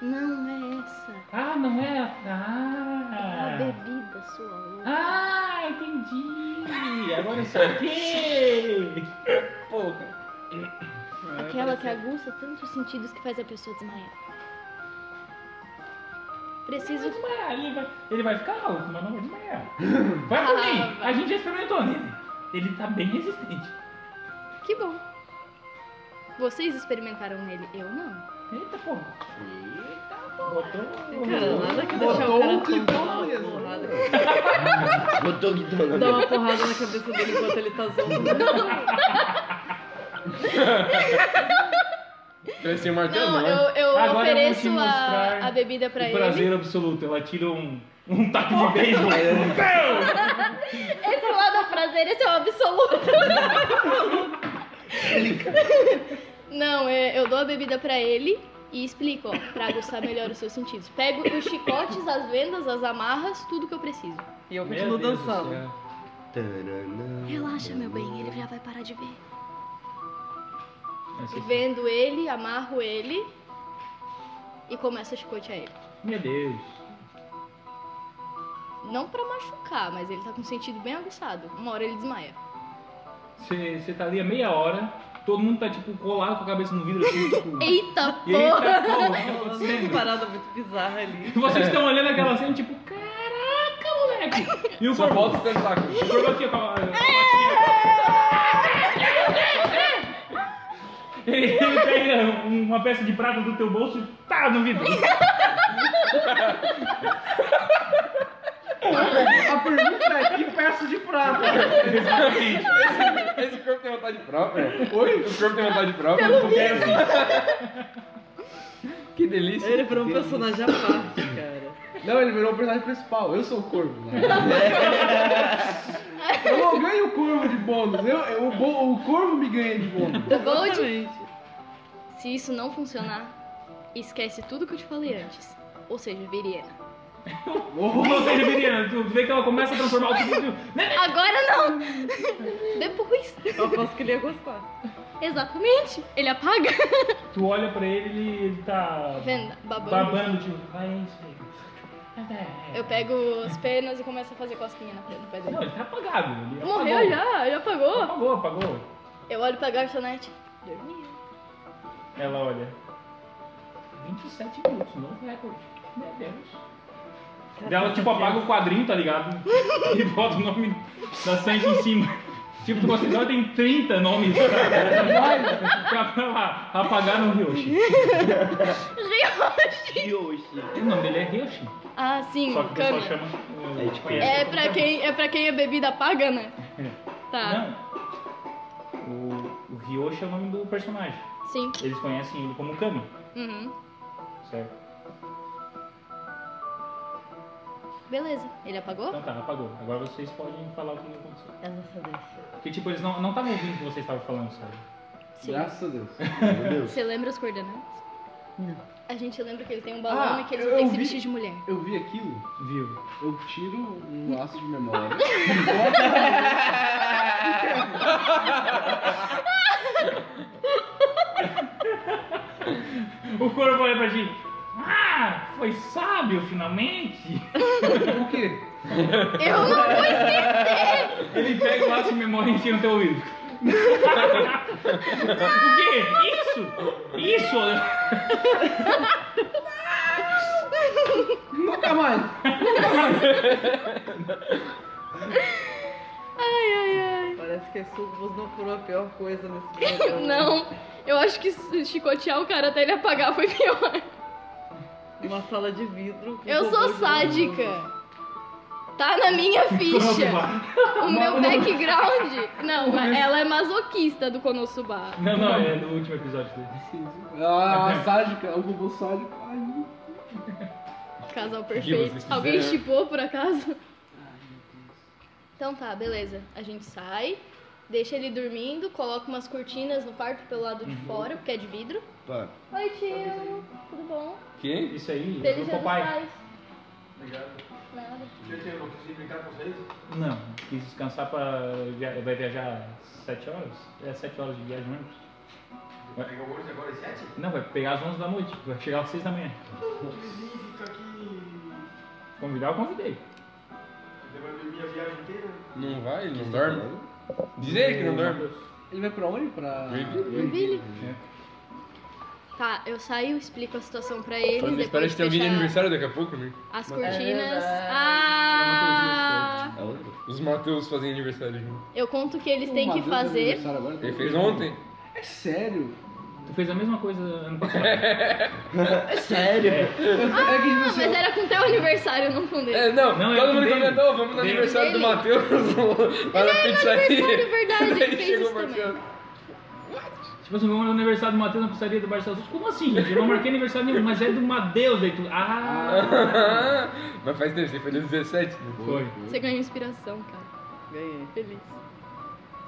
Speaker 4: Não é essa.
Speaker 1: Ah, não é?
Speaker 4: É a
Speaker 1: Ah!
Speaker 4: bebida sua louca.
Speaker 1: Ah, entendi! Agora eu saquei!
Speaker 3: Porra.
Speaker 1: É,
Speaker 4: Aquela que aguça tantos sentidos que faz a pessoa desmaiar. Preciso.
Speaker 1: desmaiar, é, ele vai, ele vai ficar alto, mas não vai desmaiar. Vai por
Speaker 4: Ah,
Speaker 1: mim,
Speaker 4: vai.
Speaker 1: a gente já experimentou nele. Ele tá bem resistente.
Speaker 4: Que bom. Vocês experimentaram nele, eu não.
Speaker 1: Eita, porra. Botou. um
Speaker 5: Cara, nada que
Speaker 6: Botou
Speaker 5: deixar
Speaker 6: um
Speaker 5: o cara
Speaker 6: clitão na
Speaker 5: tomar uma
Speaker 6: mesa.
Speaker 5: porrada.
Speaker 2: Botou guidão
Speaker 5: Dá uma porrada na cabeça dele enquanto ele tá zoando.
Speaker 3: Parece um martelo,
Speaker 4: Não,
Speaker 3: não, é?
Speaker 4: eu, eu
Speaker 1: Agora eu vou te
Speaker 4: ofereço
Speaker 1: mostrar
Speaker 4: a, a bebida pra
Speaker 1: O
Speaker 4: ele.
Speaker 1: um prazer absoluto. Ela tira um, um taco de beisebol.
Speaker 4: Esse lado é o prazer, esse é o absoluto. Não, é, eu dou a bebida pra ele e explico, ó, pra aguçar melhor os seus sentidos. Pego os chicotes, as vendas, as amarras, tudo que eu preciso.
Speaker 5: E eu
Speaker 1: Meu
Speaker 5: continuo
Speaker 1: Deus do
Speaker 5: dançando.
Speaker 3: É.
Speaker 1: céu.
Speaker 4: Relaxa, meu bem, ele já vai parar de ver.
Speaker 1: Mas, assim,
Speaker 4: Vendo ele, amarro ele e começo a chicotear ele.
Speaker 1: Meu Deus.
Speaker 4: Não pra machucar, mas ele tá com o sentido bem aguçado. Uma hora ele desmaia.
Speaker 1: Você você tá ali a meia hora, todo mundo tá tipo colado com a cabeça no vidro assim, tipo.
Speaker 4: Eita
Speaker 1: E aí,
Speaker 4: porra!
Speaker 1: tá, pô, o que tá
Speaker 5: Uma
Speaker 1: acontecendo?
Speaker 5: parada muito bizarra ali.
Speaker 1: E vocês estão olhando aquela cena, tipo, caraca, moleque! E o
Speaker 3: Só
Speaker 1: corpo,
Speaker 3: falta os tentáculos.
Speaker 1: o corpo aqui, ó, com a- com a patinha. Ele ele pega uma peça de prata do teu bolso e tá no vidro.
Speaker 6: A pergunta é que peça de prata.
Speaker 3: Esse corpo tem vontade própria?
Speaker 6: Oi?
Speaker 3: Esse corpo tem vontade própria? Porque é assim. Que delícia.
Speaker 5: Ele virou um personagem à parte, cara.
Speaker 6: Não, ele virou o personagem principal. Eu sou o corvo. Né? Eu não ganho o corvo de bônus. Eu, eu- o, bo- o corvo me ganha de bônus.
Speaker 4: Gold,
Speaker 5: Exatamente.
Speaker 4: se isso não funcionar, esquece tudo que eu te falei antes. Ou seja, Viriena.
Speaker 1: Ou seja, menina, tu vê que ela começa a transformar o vidro.
Speaker 4: Agora não! Depois.
Speaker 5: Eu aposto que ele ia gostar.
Speaker 4: Exatamente. Ele apaga.
Speaker 1: Tu olha pra ele e ele tá
Speaker 4: Venda, babando.
Speaker 1: babando, tipo, vai, é isso aí.
Speaker 4: Eu pego as penas e começo a fazer cosquinha na frente do pé
Speaker 1: Não,
Speaker 4: dele.
Speaker 1: ele tá apagado. Ele
Speaker 4: Morreu
Speaker 1: apagou.
Speaker 4: já, já apagou.
Speaker 1: Apagou, apagou.
Speaker 4: Eu olho pra garçonete. Dormiu.
Speaker 1: Ela olha. 27 minutos, novo recorde. Meu Deus. Ela tipo apaga o quadrinho, tá ligado? E bota o nome da Sanji em cima. Tipo, tu considera que tem 30 nomes pra, pra lá, apagar no Ryoshi.
Speaker 2: de hoje.
Speaker 1: O nome dele é Ryoshi.
Speaker 4: Ah, sim,
Speaker 1: Só que o pessoal
Speaker 4: Kami.
Speaker 1: chama.
Speaker 2: É, tipo,
Speaker 4: É pra, quem, é pra quem a bebida apaga, né?
Speaker 1: É.
Speaker 4: Tá.
Speaker 1: Não. O, o Ryoshi é o nome do personagem.
Speaker 4: Sim.
Speaker 1: Eles conhecem ele como Kami,
Speaker 4: Uhum.
Speaker 1: certo?
Speaker 4: Beleza. Ele apagou?
Speaker 1: Então tá, apagou. Agora vocês podem falar o que aconteceu.
Speaker 5: É nossa dessa.
Speaker 1: Porque, tipo, eles não não estavam ouvindo o que vocês estavam falando, sabe?
Speaker 4: Sim.
Speaker 6: Graças a Deus.
Speaker 2: Meu Deus.
Speaker 4: Você lembra os coordenadas?
Speaker 5: Não.
Speaker 4: A gente lembra que ele tem um balão
Speaker 6: Ah,
Speaker 4: e que ele
Speaker 6: eu
Speaker 4: tem que se
Speaker 6: vi.
Speaker 4: vestir de mulher.
Speaker 6: Eu vi aquilo,
Speaker 1: Viu?
Speaker 6: eu tiro um laço de memória.
Speaker 1: O corpo olha pra gente. Ah, foi sábio finalmente.
Speaker 6: o quê?
Speaker 4: Eu não vou
Speaker 1: Ele pega o laço de memória e enfia no teu ouvido. o quê? Isso? Isso?
Speaker 6: Nunca mais!
Speaker 5: Parece que a Sucubus não furou a pior coisa nesse programa.
Speaker 4: Não, eu acho que se chicotear o cara até ele apagar foi pior.
Speaker 5: Uma sala de vidro. com
Speaker 4: Eu
Speaker 5: robô
Speaker 4: sou
Speaker 5: de
Speaker 4: sádica. Tá na minha
Speaker 1: é
Speaker 4: ficha. O meu background. Não, ela é masoquista do Konosuba.
Speaker 1: Não, não, é do último episódio dele.
Speaker 6: Ah, a sádica, o robô sádico. Ai,
Speaker 4: Casal
Speaker 3: vocês
Speaker 4: perfeito.
Speaker 3: quiserem.
Speaker 4: Alguém chipou por acaso? Então tá, beleza. A gente sai, deixa ele dormindo, coloca umas cortinas no quarto pelo lado de fora, porque é de vidro.
Speaker 2: Pá,
Speaker 4: Oi, tio. Tudo bom?
Speaker 3: Quem?
Speaker 1: Isso aí,
Speaker 4: Feliz
Speaker 1: do
Speaker 4: dia dos
Speaker 1: papai.
Speaker 4: pais. Nada.
Speaker 1: Não, quis descansar pra. via- Vai viajar 7 horas? É 7 horas de viagem mesmo? Vai pegar o agora às 7? Não, vai pegar às 11 da noite, vai chegar às 6 da manhã. Convidar, eu convidei.
Speaker 3: Não vai? Ele não dorme? Diz ele que não dorme.
Speaker 6: Ele vai pra onde? Pra.
Speaker 3: Joinville?
Speaker 4: Joinville.
Speaker 3: né?
Speaker 4: Tá, eu saio, explico a situação pra eles,
Speaker 3: Mas
Speaker 4: depois
Speaker 3: parece que tem alguém um de
Speaker 4: fechar
Speaker 3: aniversário daqui a pouco, né?
Speaker 4: as
Speaker 5: É
Speaker 4: cortinas.
Speaker 5: verdade.
Speaker 4: ah!
Speaker 3: né?
Speaker 2: é outro?
Speaker 3: Os Matheus fazem aniversário junto.
Speaker 4: Eu conto o que eles têm
Speaker 6: O
Speaker 4: que
Speaker 6: Matheus fez
Speaker 4: fazer.
Speaker 6: aniversário agora?
Speaker 3: Ele fez ontem.
Speaker 6: É sério?
Speaker 1: Tu fez a mesma coisa ano passado.
Speaker 2: Sério?
Speaker 6: é que, tipo,
Speaker 4: Ah,
Speaker 6: assim,
Speaker 4: mas era com teu aniversário, não com dele.
Speaker 3: É, não,
Speaker 1: Não, é
Speaker 3: todo
Speaker 1: com
Speaker 3: mundo
Speaker 1: dele.
Speaker 3: comentou, vamos no
Speaker 1: Dele.
Speaker 3: aniversário do
Speaker 4: Dele. é
Speaker 3: Matheus, lá na
Speaker 4: aniversário,
Speaker 3: pizzaria.
Speaker 4: é verdade, ele
Speaker 3: Aí
Speaker 4: fez
Speaker 3: chegou
Speaker 4: isso
Speaker 3: o
Speaker 4: também.
Speaker 3: Matheus.
Speaker 1: Tipo assim, vamos no aniversário do Matheus na pizzaria do Barcelos. Como assim, gente? Eu não marquei aniversário nenhum, mas é do Madeus. Aí tu... Ah!
Speaker 3: Mas faz tempo, você foi no 17, né?
Speaker 1: Foi.
Speaker 4: Você ganhou inspiração, cara.
Speaker 6: Ganhei.
Speaker 4: Feliz.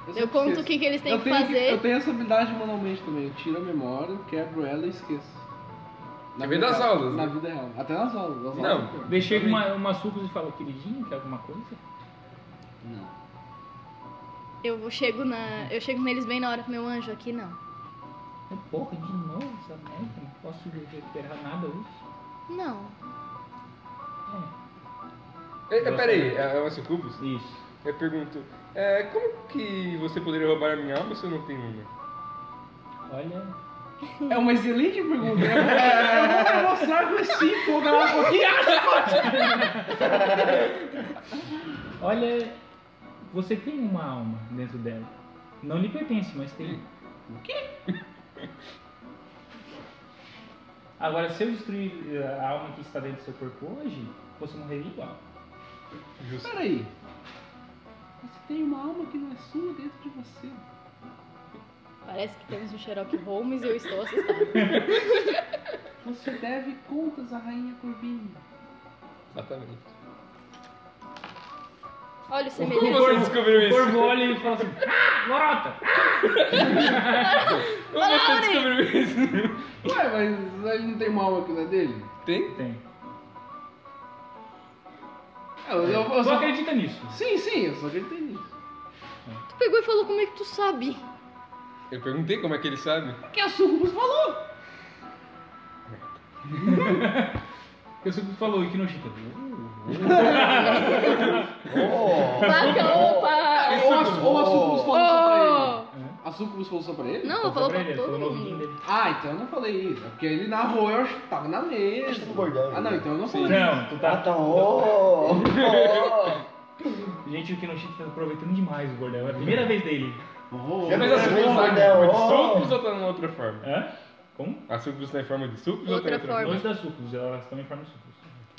Speaker 4: Eu,
Speaker 6: só
Speaker 4: conto
Speaker 6: preciso.
Speaker 4: o que, que eles têm
Speaker 6: eu
Speaker 4: que
Speaker 6: tenho
Speaker 4: fazer.
Speaker 6: eu tenho essa habilidade manualmente também. Eu tiro a memória, quebro ela e esqueço.
Speaker 3: Na vida das
Speaker 6: real.
Speaker 3: aulas,
Speaker 6: Na
Speaker 3: né?
Speaker 6: vida real. Até nas aulas. Nas
Speaker 3: Não.
Speaker 6: aulas eu
Speaker 1: Deixei uma, uma sucos e falou, queridinho, quer alguma coisa?
Speaker 6: quebro. Não.
Speaker 4: Eu vou- chego na. Eu chego neles bem na hora, meu anjo, aqui não.
Speaker 1: Eu, Porra, de novo essa merda? Não posso recuperar nada hoje.
Speaker 4: Não.
Speaker 3: É, é, Peraí, é é uma sucubus?
Speaker 1: É, isso.
Speaker 3: Eu pergunto, é, como que você poderia roubar a minha alma se eu não tenho uma?
Speaker 1: Olha...
Speaker 6: É uma excelente pergunta. Eu vou mostrar é com esse fogo lá um pouquinho.
Speaker 1: Olha, você tem uma alma dentro dela. Não lhe pertence, mas tem. O quê? Agora, se eu destruir eh, a alma que está dentro do seu corpo hoje, você morreria igual.
Speaker 3: Justo.
Speaker 6: Peraí. Você tem uma alma que não é sua dentro de você.
Speaker 4: Parece que temos um Sherlock Holmes e eu estou assustada.
Speaker 6: Você deve contas à rainha Corvina.
Speaker 3: Exatamente.
Speaker 4: Olha o
Speaker 3: Como
Speaker 4: semelhante.
Speaker 3: você descobriu
Speaker 1: O
Speaker 3: isso?
Speaker 1: corvo olha e fala assim: Ah, lorota!
Speaker 3: Como você descobriu isso?
Speaker 6: Ué, mas ele não tem uma alma que não é dele?
Speaker 3: Tem?
Speaker 1: Tem.
Speaker 6: É, Eu, eu- eu
Speaker 1: Só
Speaker 6: só...
Speaker 1: acredita nisso.
Speaker 6: Sim, sim, eu só acreditei nisso.
Speaker 4: Tu pegou e falou como é que tu sabe.
Speaker 3: Eu perguntei como é que ele sabe.
Speaker 6: Que a Sucubus falou!
Speaker 1: Porque o Suco falou e que não chita. "Uh,
Speaker 2: Oh.
Speaker 1: Tá.
Speaker 4: Paca, opa!
Speaker 6: Ou a, ou a Sucubus falou só pra ele.
Speaker 4: Oh!
Speaker 6: A Sucubus falou só pra ele?
Speaker 4: Não, eu
Speaker 1: falou
Speaker 4: falo
Speaker 1: pra
Speaker 4: pra
Speaker 1: ele, falou
Speaker 4: todo
Speaker 1: no ouvidinho
Speaker 4: mundo.
Speaker 1: dele.
Speaker 6: Ah, então eu não falei isso. É porque ele narrou, eu ach- tava na mesa.
Speaker 2: Acho que bordão,
Speaker 6: Ah, não,
Speaker 2: né?
Speaker 6: então eu não falei isso.
Speaker 1: Não, tu
Speaker 2: Ah,
Speaker 1: tá.
Speaker 2: tá. Oh.
Speaker 1: Gente, o Kinoshita tá aproveitando demais o bordel. É a primeira vez dele.
Speaker 6: Oh,
Speaker 2: Eu
Speaker 3: Mas
Speaker 2: não
Speaker 3: a
Speaker 2: sei se
Speaker 3: sucubus tá em
Speaker 2: ainda é
Speaker 3: forma de
Speaker 2: ovo.
Speaker 3: sucubus ou tá em outra forma?
Speaker 1: Hã? Como?
Speaker 3: A sucubus tá em forma de sucubus ou tá
Speaker 4: Outra
Speaker 3: em outra
Speaker 4: forma.
Speaker 1: Longe das sucos, elas estão em forma de sucos.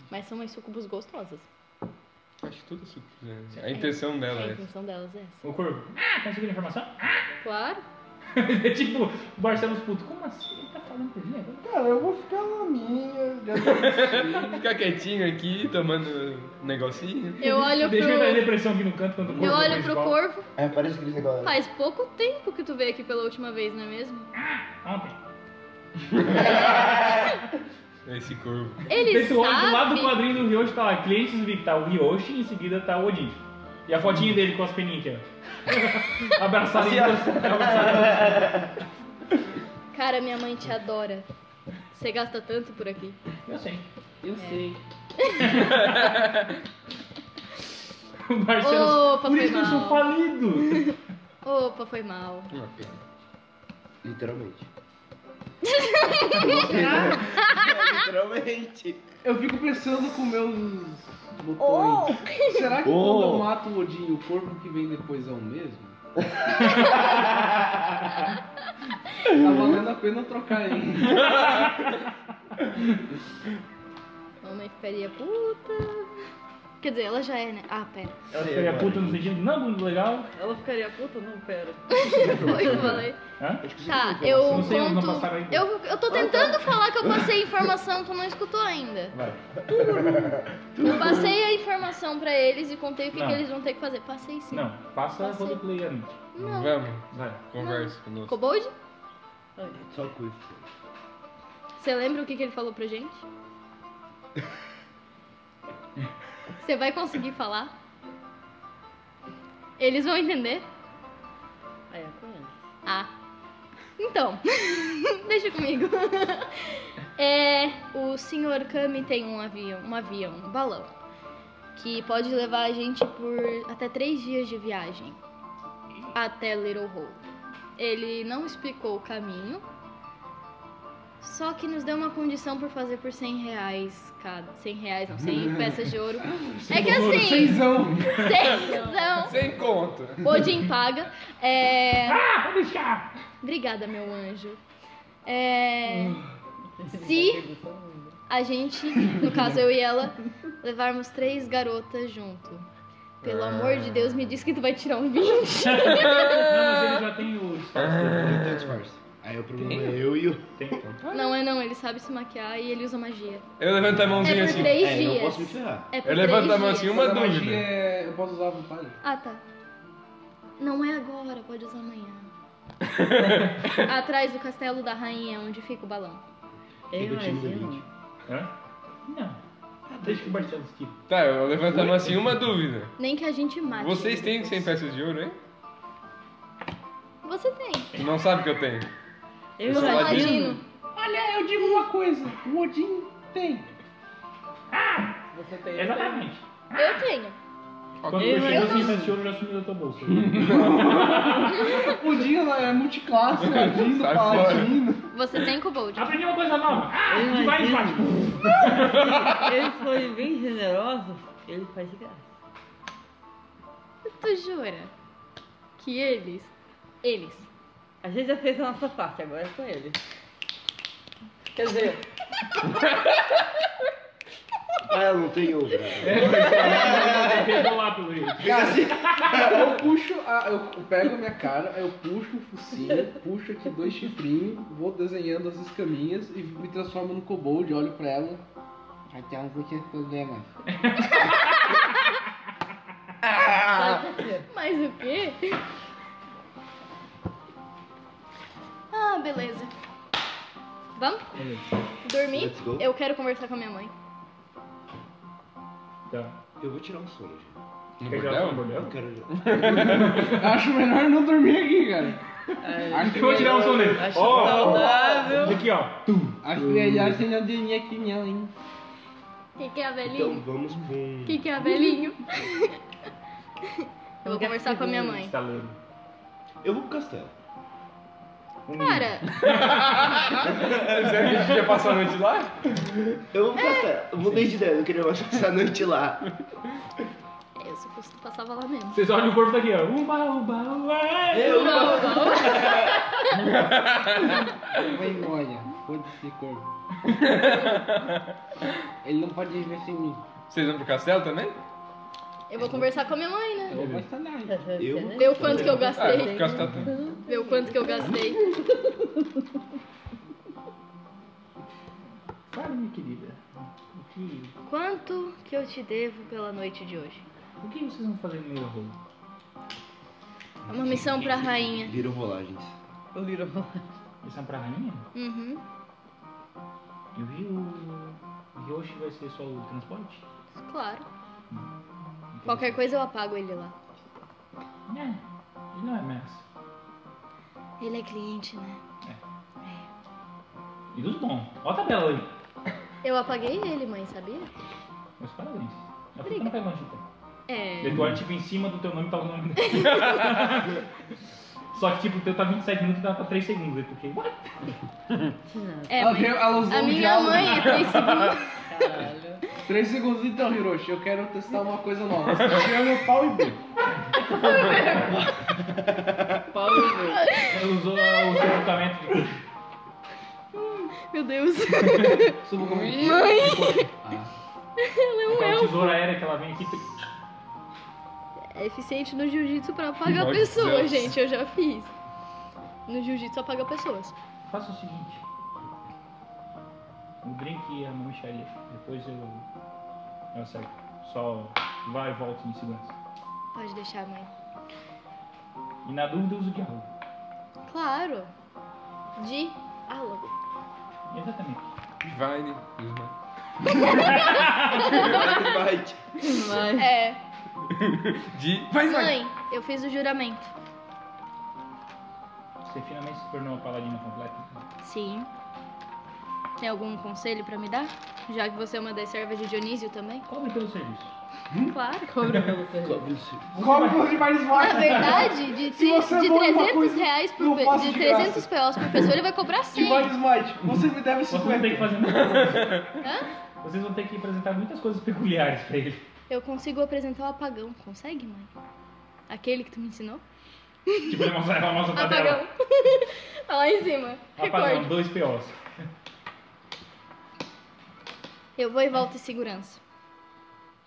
Speaker 4: Mas são umas sucubus gostosas.
Speaker 3: Acho que tudo é sucubus. né? A intenção dela
Speaker 4: A
Speaker 3: é essa.
Speaker 4: intenção delas é essa.
Speaker 1: O corvo, ah, conseguiu a informação?
Speaker 4: Claro.
Speaker 1: É tipo, o Barcelos puto, como assim? Ele tá falando por mim agora?
Speaker 2: Cara, eu vou ficar na minha.
Speaker 3: Ficar quietinho aqui, tomando um negocinho.
Speaker 4: Eu olho
Speaker 1: Deixa eu entrar em
Speaker 4: pro.
Speaker 1: depressão aqui no canto quando o corvo
Speaker 4: Eu olho
Speaker 1: faz
Speaker 4: pro
Speaker 1: igual.
Speaker 4: corvo.
Speaker 2: É, parece aqueles negócios.
Speaker 4: Faz pouco tempo que tu veio aqui pela última vez, não é mesmo?
Speaker 1: Ontem.
Speaker 3: É Esse corvo.
Speaker 4: Ele
Speaker 1: Daí tu olha do lado do
Speaker 4: sabe.
Speaker 1: quadrinho do Ryoshi, tá lá, clientes VIP, tá o Ryoshi, em seguida tá o Odin. E a fotinha dele com as peninhas aqui, ó. Abraçado em duas- abraçado.
Speaker 4: Cara, minha mãe te adora. Você gasta tanto por aqui.
Speaker 1: Eu sei.
Speaker 6: eu sei.
Speaker 1: O Barcelos.
Speaker 4: Opa,
Speaker 1: por
Speaker 4: foi
Speaker 1: isso que eu sou
Speaker 4: mal.
Speaker 1: falido.
Speaker 4: Opa, foi mal.
Speaker 3: Uma pena.
Speaker 2: Literalmente.
Speaker 6: Será?
Speaker 2: Literalmente.
Speaker 6: Eu fico pensando com meus
Speaker 5: Oh.
Speaker 6: botões. Será que quando eu
Speaker 2: Oh.
Speaker 6: mato o Odin, o corpo que vem depois é o mesmo? tá valendo a pena eu trocar ele.
Speaker 4: Mamãe ficaria puta. Quer dizer, ela já é, né? Ah, pera.
Speaker 1: Ela ficaria é puta no sentido, não, muito legal.
Speaker 5: Ela ficaria puta? Não, pera.
Speaker 4: Foi o que eu falei.
Speaker 1: Hã?
Speaker 4: Tá, eu
Speaker 1: Eu não sei, eu não
Speaker 4: conto.
Speaker 1: passaram ainda.
Speaker 4: Eu, eu tô tentando falar que eu passei a informação, tu não escutou ainda.
Speaker 1: Vai.
Speaker 4: Eu passei a informação pra eles e contei o que,
Speaker 1: Não.
Speaker 4: que eles vão ter que fazer. Passei sim.
Speaker 1: Não, passa a
Speaker 4: Passei.
Speaker 1: roleplay antes.
Speaker 4: Não.
Speaker 3: Vamos,
Speaker 1: Vai.
Speaker 3: conversa conosco.
Speaker 4: Kobold,
Speaker 2: assim. Só cuido.
Speaker 4: você lembra o que, que ele falou pra gente? Você vai conseguir falar? Eles vão entender?
Speaker 5: Aí, a conhece.
Speaker 4: Ah. Então, deixa comigo. É, o Sr. Kami tem um avião, um avião, um balão, que pode levar a gente por até três dias de viagem até Little Hole. Ele não explicou o caminho, só que nos deu uma condição por fazer por 100 reais cada. 100 reais, não, 100 peças de ouro. É que assim,
Speaker 6: Seisão.
Speaker 4: 100
Speaker 3: Sem conta.
Speaker 4: Odin paga. É...
Speaker 1: Ah, vou deixar!
Speaker 4: Obrigada, meu anjo. É, Se a gente, no caso eu e ela, levarmos três garotas junto.
Speaker 3: Ah.
Speaker 4: Pelo amor de Deus, me diz que tu vai tirar um 20.
Speaker 1: Não, mas ele já tem o né? disfarce.
Speaker 2: Ele tem disfarce. Aí o problema é eu e o.
Speaker 1: Tem, então.
Speaker 4: Não é não, ele sabe se maquiar e ele usa magia.
Speaker 3: Eu levanto a
Speaker 4: É
Speaker 3: mãozinha
Speaker 4: por
Speaker 3: assim.
Speaker 4: três
Speaker 2: É, eu não
Speaker 4: dias.
Speaker 2: posso me ferrar.
Speaker 4: É por
Speaker 3: Eu
Speaker 4: três
Speaker 3: levanto a mão assim,
Speaker 4: dias.
Speaker 3: uma
Speaker 6: Mas a magia
Speaker 3: dúvida.
Speaker 6: é. Eu posso usar à vontade.
Speaker 4: Ah, tá. Não é agora, pode usar amanhã. Atrás do castelo da rainha, onde fica o balão.
Speaker 5: Eu
Speaker 2: Fica o time do
Speaker 5: imagino.
Speaker 2: 20.
Speaker 1: Hã? Não. Deixa que o Barcelos aqui.
Speaker 3: Tá, eu levanto a mão assim, uma dúvida.
Speaker 4: Nem que a gente mate.
Speaker 3: Vocês têm 100 peças de ouro, hein?
Speaker 4: Você tem.
Speaker 3: Tu não sabe que eu tenho.
Speaker 5: Eu
Speaker 3: sou
Speaker 4: Você é um
Speaker 3: ladino.
Speaker 4: ladino.
Speaker 6: É,
Speaker 7: Olha, eu digo uma coisa. O Odin tem.
Speaker 5: Ah! Você tem.
Speaker 1: Exatamente.
Speaker 4: Eu tenho.
Speaker 1: Quando
Speaker 5: Eu
Speaker 1: eu chego
Speaker 4: não-
Speaker 1: assim, esse ouro já sumiu da tua bolsa. né?
Speaker 6: O Dinho ela é multiclasse, ladino,
Speaker 3: Sai fora.
Speaker 6: paladino.
Speaker 4: Você tem Kobold.
Speaker 1: Aprendi uma coisa nova. Ah,
Speaker 5: Eu
Speaker 1: que vai,
Speaker 5: imagino.
Speaker 1: Batman.
Speaker 5: Ele foi bem generoso, ele faz de graça.
Speaker 4: Tu jura que eles. Eles.
Speaker 5: A gente já fez a nossa parte, agora é com ele. Quer dizer,
Speaker 2: Ah, eu não tenho ouro.
Speaker 1: Pegou lá pelo jeito.
Speaker 6: Eu puxo, a, eu pego a minha cara, aí eu puxo o focinho, puxo aqui dois chifrinhos, vou desenhando as escaminhas e me transformo no kobold, olho pra ela. Vai ter um pequeno problema.
Speaker 4: Mas o quê? Ah, beleza. Vamos? Dormir?
Speaker 2: Let's go.
Speaker 4: Eu quero conversar com a minha mãe.
Speaker 1: Tá.
Speaker 2: Eu vou tirar um sono, gente.
Speaker 3: No
Speaker 1: Quer jogar um
Speaker 3: bordel?
Speaker 2: Eu
Speaker 1: bordel?
Speaker 2: quero.
Speaker 6: Acho melhor não dormir aqui, cara. Acho
Speaker 1: Eu vou tirar um som dele.
Speaker 5: acho
Speaker 1: Ó,
Speaker 5: saudável.
Speaker 1: Aqui, ó. Tum.
Speaker 6: é- Acho melhor você não dormir aqui não, hein?
Speaker 4: O que, que é,
Speaker 2: Então
Speaker 4: velhinho?
Speaker 2: vamos
Speaker 4: O
Speaker 2: com.
Speaker 4: que, que é, velhinho? Eu vou conversar com a minha mãe.
Speaker 1: Está Tá lendo.
Speaker 2: Eu vou pro castelo.
Speaker 1: Um
Speaker 4: Cara,
Speaker 3: Será que a gente ia passar a noite lá?
Speaker 2: Eu vou pro castelo. Eu mudei de ideia, eu não queria mais passar a noite lá.
Speaker 4: é, eu se fosse tu passava lá mesmo.
Speaker 1: Vocês olham o corpo daqui, ó. Uba, uba, uba.
Speaker 2: Eu não.
Speaker 6: Vai embora, foda-se corvo. Ele não pode viver sem mim.
Speaker 3: Vocês vão pro castelo também?
Speaker 4: Eu vou conversar com a minha mãe, né?
Speaker 6: Eu gosto nada.
Speaker 2: Eu-
Speaker 4: Ver o quanto que eu
Speaker 3: Ah, eu vou pro
Speaker 4: gastei.
Speaker 3: castelo também.
Speaker 4: Ver o quanto que eu gastei.
Speaker 1: Claro, minha querida. O que,
Speaker 4: Quanto que eu te devo pela noite de hoje?
Speaker 1: o que vocês vão fazer no meu rolo?
Speaker 4: É uma missão pra rainha.
Speaker 2: Viram rolagens.
Speaker 5: O Little
Speaker 1: Missão pra rainha?
Speaker 4: Uhum.
Speaker 1: Eu vi o. Yoshi vai ser só o transporte?
Speaker 4: Claro. Qualquer coisa eu apago ele lá.
Speaker 1: É, ele não é massa.
Speaker 4: Ele é cliente, né?
Speaker 1: E dos bons. Ó a tabela ali.
Speaker 4: Eu apaguei ele, mãe, sabia?
Speaker 1: Meus parabéns. Eu tô ficando pegando, tipo.
Speaker 4: É.
Speaker 1: Daí tu olha, tipo, em cima do teu nome tá o nome dele. Só que, tipo, o teu tá 27 minutos e dá pra 3 segundos. Aí tu fica, what?
Speaker 4: É,
Speaker 6: ela,
Speaker 4: mãe.
Speaker 6: veio- ela usou
Speaker 4: A
Speaker 6: um
Speaker 4: minha
Speaker 6: diálogo.
Speaker 4: mãe é três segundos.
Speaker 6: Três segundos então, Hiroshi. Eu quero testar uma coisa nova. Você tira meu pau e bem.
Speaker 5: Paulo veio.
Speaker 1: Ela usou lá o seu equipamento de coxa.
Speaker 4: Meu Deus.
Speaker 6: Subo como
Speaker 1: Aquela tesoura aérea que ela vem aqui. tu-
Speaker 4: É eficiente no jiu-jitsu pra apagar
Speaker 3: Meu
Speaker 4: pessoas,
Speaker 3: Deus.
Speaker 4: gente. Eu já fiz. No jiu-jitsu apaga pessoas.
Speaker 1: Faça o seguinte. Um drink e a mamicharia. Depois eu. Eu acerto. Só vai e volta em segurança.
Speaker 4: Pode deixar, mãe.
Speaker 1: E na dúvida usa o diálogo.
Speaker 4: Claro. Diálogo.
Speaker 1: Exatamente.
Speaker 3: Divine. Guzman.
Speaker 2: Bate.
Speaker 5: Mas
Speaker 4: É.
Speaker 3: Di... Vai, vai!
Speaker 4: Mãe, eu fiz o juramento.
Speaker 1: Você finalmente se tornou um uma paladina completa.
Speaker 4: Sim. Tem algum conselho pra me dar? Já que você é uma das servas de Dionísio também?
Speaker 1: Cobre pelo serviço.
Speaker 6: Hum?
Speaker 4: Claro.
Speaker 5: cobra pelo serviço.
Speaker 2: Cobre o seu.
Speaker 6: Come de mais
Speaker 4: Na
Speaker 6: morte.
Speaker 4: verdade, de,
Speaker 6: Se você
Speaker 4: de
Speaker 6: é bom em uma
Speaker 4: 300
Speaker 6: coisa,
Speaker 4: reais por
Speaker 6: eu
Speaker 4: pe-
Speaker 6: faço
Speaker 4: de
Speaker 6: de
Speaker 4: 300 POs por pessoa, ele vai cobrar 100.
Speaker 6: Divine Smite, você me deve
Speaker 1: Vocês vão ter que
Speaker 6: 50.
Speaker 1: fazer muitas coisas. Vocês vão ter que apresentar muitas coisas peculiares pra ele.
Speaker 4: Eu consigo apresentar o apagão, consegue, mãe? Aquele que tu me ensinou?
Speaker 1: Tipo, ele mostra ela mostra pra tela.
Speaker 4: Apagão. tá lá em cima.
Speaker 1: Apagão,
Speaker 4: Recorde.
Speaker 1: dois POs.
Speaker 4: Eu vou e volto em segurança.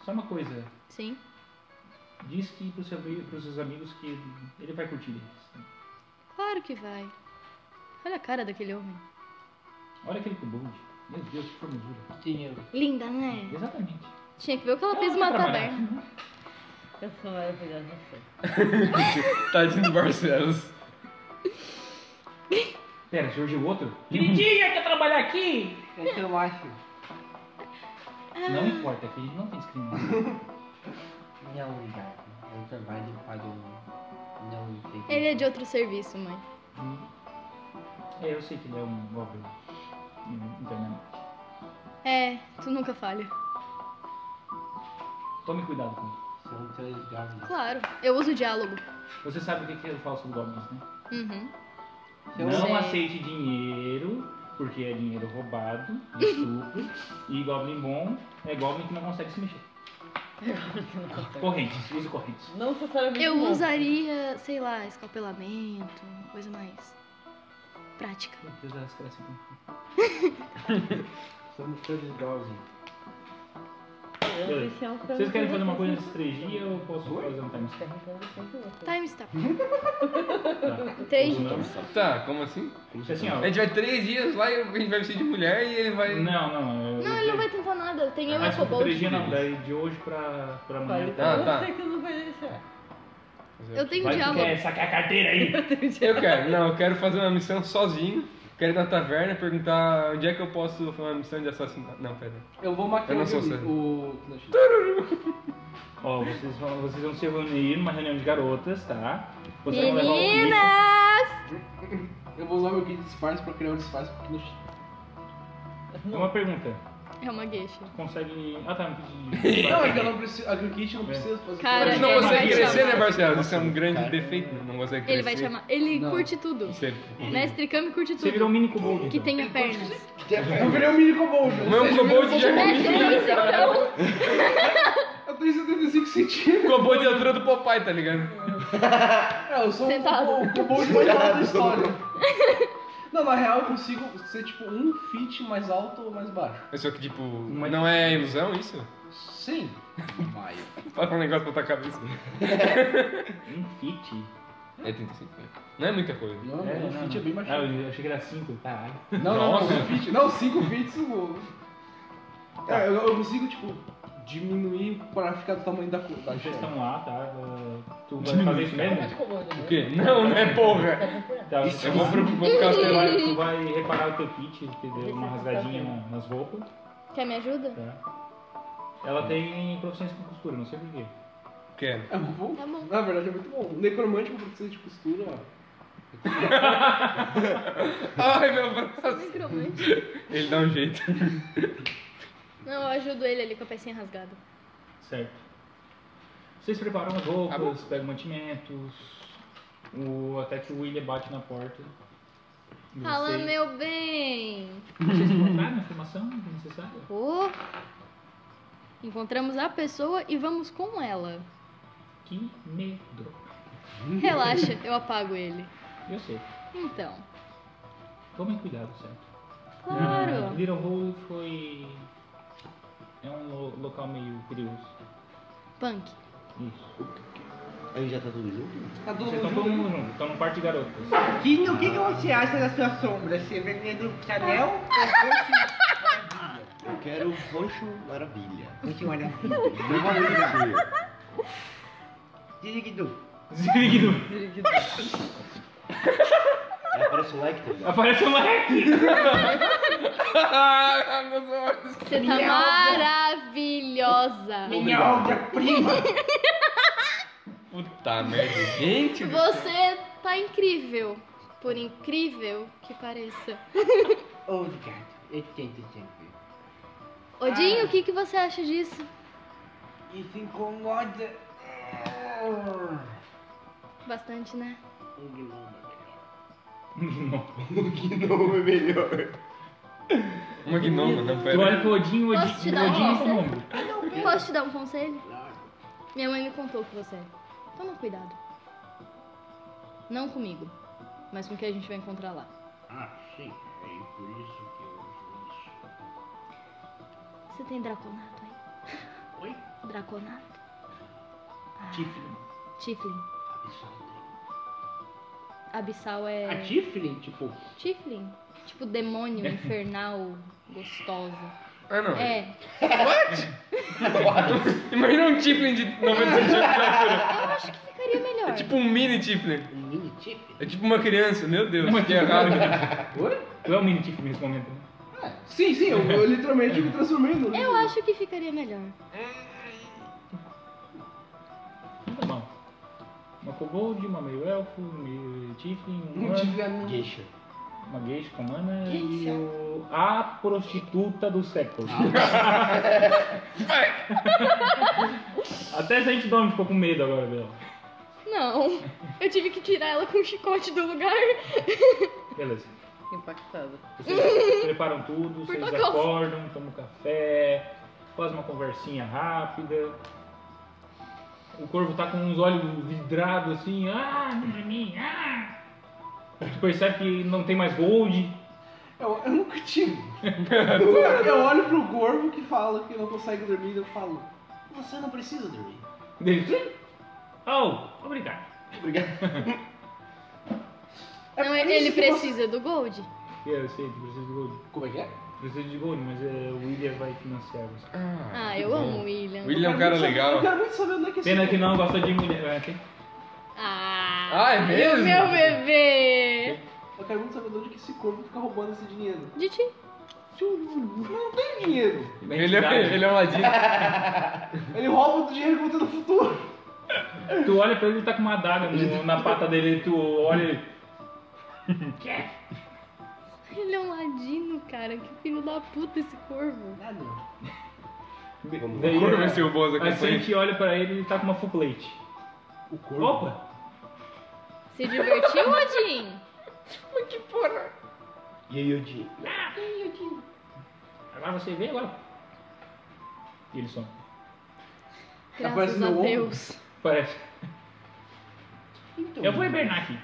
Speaker 1: Só uma coisa.
Speaker 4: Sim.
Speaker 1: Diz que pros, seu, pros seus amigos que ele vai curtir eles.
Speaker 4: Claro que vai. Olha a cara daquele homem.
Speaker 1: Olha aquele cubude. Meu Deus, que formosura.
Speaker 6: Dinheiro.
Speaker 4: Linda, né?
Speaker 1: Exatamente.
Speaker 4: Tinha que ver o que ela fez
Speaker 1: Ela
Speaker 4: uma
Speaker 1: vai trabalhar.
Speaker 4: taberna.
Speaker 5: é
Speaker 8: Eu sou maravilhosa, eu sei.
Speaker 3: Tadinho do Tá Barcelos.
Speaker 1: Pera, surgiu outro? um-
Speaker 7: Queridinha, quer trabalhar aqui?
Speaker 6: É que eu acho.
Speaker 1: Não importa, aqui a gente não tem discriminação.
Speaker 8: Não, obrigado. Eu trabalho para o. Não sei.
Speaker 4: Ele é de outro serviço, mãe.
Speaker 1: É, eu sei que ele é um goblin. Hum, internamente.
Speaker 4: É, tu nunca falha.
Speaker 1: Tome cuidado com isso.
Speaker 8: São três gatos.
Speaker 4: Claro, eu uso o diálogo.
Speaker 1: Você sabe o que que eu falo sobre goblins, né?
Speaker 4: Uhum.
Speaker 1: Não
Speaker 4: sei.
Speaker 1: aceite dinheiro, porque é dinheiro roubado, de estupro. e goblin bom é goblin que não consegue se mexer.
Speaker 4: É
Speaker 1: Correntes, use correntes.
Speaker 8: Não necessariamente.
Speaker 4: Eu
Speaker 8: bom.
Speaker 4: usaria, sei lá, escapelamento, coisa mais prática.
Speaker 1: Meu Deus, elas crescem com-
Speaker 8: Somos todos idosos.
Speaker 1: Beleza.
Speaker 4: Então,
Speaker 1: Vocês querem fazer uma coisa nesses três dias ou eu posso fazer um time skip?
Speaker 4: Time stop.
Speaker 1: Tá.
Speaker 4: Três
Speaker 1: Ou não?
Speaker 4: dias.
Speaker 3: Tá, como assim?
Speaker 1: Assim, ó.
Speaker 3: A gente vai três dias lá e a gente vai vestir de mulher e ele vai.
Speaker 1: Não, não. eu-
Speaker 4: Não, ele não vai tentar nada. Tem eu é e
Speaker 1: Mas
Speaker 4: o
Speaker 1: tipo, três
Speaker 4: Kobold.
Speaker 1: dias não, daí de hoje pra, pra amanhã.
Speaker 3: Tá,
Speaker 8: eu
Speaker 3: tá.
Speaker 8: sei que eu não vou deixar.
Speaker 4: Eu tenho
Speaker 1: Vai que
Speaker 4: diálogo.
Speaker 1: quer sacar a carteira aí.
Speaker 3: Eu quero, não, eu quero fazer uma missão sozinho. Quero ir na taverna perguntar onde é que eu posso fazer uma missão de assassinato. Não, pera.
Speaker 6: Eu vou maquiar
Speaker 3: Eu não
Speaker 6: o
Speaker 3: sou sério.
Speaker 6: o.
Speaker 1: Ó, vocês vão, vocês vão se reunir numa reunião de garotas, tá? Vocês vão levar o Mickey.
Speaker 4: Meninas!
Speaker 6: Eu vou usar meu kit de disfarce pra criar um disfarce pro Knushi.
Speaker 1: Uma pergunta.
Speaker 4: É uma gueixa.
Speaker 1: Consegue. Ah, tá. não
Speaker 6: Não, é que eu
Speaker 1: pedi-
Speaker 6: não preciso. A o
Speaker 8: É.
Speaker 6: kit não precisa fazer.
Speaker 4: Cara,
Speaker 3: A gente não
Speaker 4: ele
Speaker 3: consegue
Speaker 4: vai
Speaker 3: crescer,
Speaker 4: chamar.
Speaker 3: né, Barcelos? Isso é um
Speaker 2: Nossa,
Speaker 3: grande
Speaker 2: cara.
Speaker 3: defeito, né? não consegue crescer.
Speaker 4: Ele vai chamar. Ele
Speaker 6: Não.
Speaker 4: curte tudo.
Speaker 3: Isso é-
Speaker 4: Mestre Kami curte
Speaker 1: Você virou um
Speaker 4: tudo.
Speaker 1: mini kobold.
Speaker 4: Que
Speaker 1: então.
Speaker 4: tenha pernas.
Speaker 6: Eu virei um mini kobold.
Speaker 3: Não é um kobold de
Speaker 4: É três, então.
Speaker 6: Eu tenho 75 centímetros.
Speaker 3: Kobold de altura do Popeye, tá ligado?
Speaker 6: É, eu sou
Speaker 4: Sentado.
Speaker 6: um kobold- kobold mais alto da história. Não, na real eu consigo ser tipo um feet mais alto ou mais baixo.
Speaker 3: Só que, tipo, não é ilusão isso?
Speaker 6: Sim. Vai.
Speaker 3: Fala um negócio pra tua cabeça.
Speaker 1: Um fit.
Speaker 3: É 35, né? Não é muita coisa.
Speaker 6: Não, não, um feet é bem mais
Speaker 1: Ah,
Speaker 6: alto.
Speaker 1: eu achei que era 5, caralho.
Speaker 6: Não, não,
Speaker 3: Nossa.
Speaker 6: não, um feet. Não, 5 feet eu É, eu, eu consigo, tipo, diminuir pra ficar do tamanho da cor. Da
Speaker 1: Vocês
Speaker 6: chave.
Speaker 1: estão lá, tá? Ah, Tu vai fazer isso mesmo?
Speaker 3: O quê? Não, não é porra!
Speaker 1: Tá,
Speaker 3: Eu vou pro, vou pro
Speaker 1: Tu
Speaker 3: castelo.
Speaker 1: vai, tu vai reparar o teu kit, que deu uma rasgadinha
Speaker 4: Tá
Speaker 1: na- nas roupas,
Speaker 4: Quer me ajuda?
Speaker 1: tá? Ela tem profissões com costura, não sei porquê.
Speaker 3: Quero.
Speaker 6: É bom?
Speaker 4: Tá bom.
Speaker 6: Na verdade é muito bom. Necromante com precisa de costura, ó.
Speaker 3: Ai, meu braço!
Speaker 4: Micromante.
Speaker 3: Ele dá um jeito.
Speaker 4: Não, eu ajudo ele ali com a pecinha rasgada.
Speaker 1: Certo. Vocês preparam as
Speaker 3: Tá bom.
Speaker 1: roupas, pegam mantimentos, o, até que o William bate na porta. E
Speaker 4: Fala,
Speaker 1: vocês-
Speaker 4: meu bem.
Speaker 1: Vocês encontraram a informação necessária?
Speaker 4: Ô. Encontramos a pessoa e vamos com ela.
Speaker 1: Que medo.
Speaker 4: Relaxa, eu apago ele.
Speaker 1: Eu sei.
Speaker 4: Então,
Speaker 1: Tomem cuidado, certo? Ah,
Speaker 4: claro.
Speaker 1: Little Hole foi... É um lo- local meio perigoso.
Speaker 4: Punk.
Speaker 1: Isso.
Speaker 2: Aí já tá tudo junto?
Speaker 6: Tá todo
Speaker 1: Vocês estão
Speaker 6: mundo
Speaker 1: todo
Speaker 6: junto.
Speaker 1: mundo junto. Estão no parque de garotas.
Speaker 7: Quinho, o que, que você acha da sua sombra? Você vem do Chanel
Speaker 2: Eu quero o Rancho Maravilha.
Speaker 7: ou você olha?
Speaker 2: Eu vou ver
Speaker 7: Dirigdu.
Speaker 1: Ziriguido.
Speaker 2: se- Aparece o like tá também.
Speaker 1: Aparece um moleque!
Speaker 3: Ah, meus olhos!
Speaker 4: Você tá maravilhosa.
Speaker 7: Minha obra-prima.
Speaker 3: Puta merda, gente!
Speaker 4: Você tá incrível. Por incrível que pareça.
Speaker 7: Obrigado. Eu tento sempre.
Speaker 4: Odinho, o que, que você acha disso?
Speaker 7: Isso incomoda.
Speaker 4: Bastante, né?
Speaker 2: Gnome é melhor.
Speaker 3: Uma gnoma, não,
Speaker 1: Tu olha
Speaker 3: pera.
Speaker 1: pro Odin, o Odin,
Speaker 4: Posso te dar
Speaker 1: o
Speaker 4: um
Speaker 1: Odin
Speaker 4: conselho?
Speaker 1: incomodou.
Speaker 4: Posso te dar um conselho? Minha mãe me contou que você é. Toma cuidado. Não comigo, mas com o que a gente vai encontrar lá.
Speaker 2: Ah, sim. É por isso que eu uso isso.
Speaker 4: Você tem draconato aí?
Speaker 2: Oi?
Speaker 4: Draconato? Ah.
Speaker 2: Tiflin.
Speaker 4: Tiflin.
Speaker 2: Absurdo.
Speaker 4: Abissal é.
Speaker 2: A Tiflin, tipo,
Speaker 4: Tiflin? Tipo demônio infernal gostosa.
Speaker 3: Ah, não.
Speaker 4: É,
Speaker 3: Imagina um Tiflin de 90 centímetros de altura.
Speaker 4: eu acho que ficaria melhor.
Speaker 3: É tipo um mini Tiflin.
Speaker 2: um mini Tiflin.
Speaker 3: É tipo uma criança. Meu Deus,
Speaker 1: Não, é
Speaker 3: que
Speaker 1: tipo-
Speaker 3: errado.
Speaker 1: Tu é o mini Tiff nesse momento. né?
Speaker 6: Sim, sim, eu, eu literalmente me transformei no.
Speaker 4: Eu acho que ficaria melhor.
Speaker 1: Tá bom. Uma kobold, uma meio elfo, um meio Tiflin, um
Speaker 6: Não
Speaker 1: humano,
Speaker 6: tive a
Speaker 2: Geisha.
Speaker 1: uma geisha com mana e o... a prostituta do século. Ah. Até a gente dorme ficou com medo agora, Bela.
Speaker 4: Não, eu tive que tirar ela com o chicote do lugar.
Speaker 1: Beleza.
Speaker 5: Impactada.
Speaker 1: Vocês preparam tudo, vocês
Speaker 4: Protocolo.
Speaker 1: acordam, tomam café, faz uma conversinha rápida. O corvo tá com uns olhos vidrados assim, ah, não é mim, ah. Tu percebe que não tem mais gold.
Speaker 6: Eu, eu nunca tive. eu, eu olho pro Gorbo que fala que não consegue dormir e eu falo.
Speaker 2: Você não precisa dormir.
Speaker 1: Dele, "Sim." Oh, obrigado.
Speaker 4: Não,
Speaker 6: É por isso
Speaker 4: ele
Speaker 6: que
Speaker 4: precisa do gold.
Speaker 1: É, Eu sei, tu precisa de gold.
Speaker 6: você- Como é que é?
Speaker 1: Precisa de gold, mas é, o William vai financiar você.
Speaker 4: Ah, eu amo o William.
Speaker 3: William é um cara
Speaker 6: Eu quero muito saber- Eu
Speaker 3: legal.
Speaker 6: quero muito saber onde é que esse.
Speaker 1: Pena que não gosta de mulher. ah, tem-
Speaker 4: Ah,
Speaker 3: Ah, é mesmo?
Speaker 4: Meu bebê.
Speaker 6: Eu quero muito saber de onde é que esse corpo fica roubando esse dinheiro.
Speaker 4: De ti.
Speaker 6: Tio, Não tem dinheiro.
Speaker 3: Ele é, ele é um ladino.
Speaker 6: Ele rouba o dinheiro que eu vou ter no futuro.
Speaker 1: Tu olha pra ele ele tá com uma adaga no- na pata dele, tu olha ele.
Speaker 4: Ele é um ladino, cara. Que filho da puta esse corvo.
Speaker 2: Vamos lá.
Speaker 1: Daí,
Speaker 3: Quando vai ser o boss da
Speaker 1: Aí a
Speaker 3: campanha?
Speaker 1: gente olha pra ele e ele tá com uma full plate.
Speaker 6: O corpo?
Speaker 1: Opa!
Speaker 4: Se divertiu, Odin?
Speaker 2: E aí, Yodi?
Speaker 1: Agora você vê agora. E ele some.
Speaker 4: Graças
Speaker 6: Aparece
Speaker 4: a
Speaker 6: no ombro.
Speaker 4: Deus.
Speaker 1: Parece.
Speaker 2: Então,
Speaker 1: Eu vou hibernar aqui.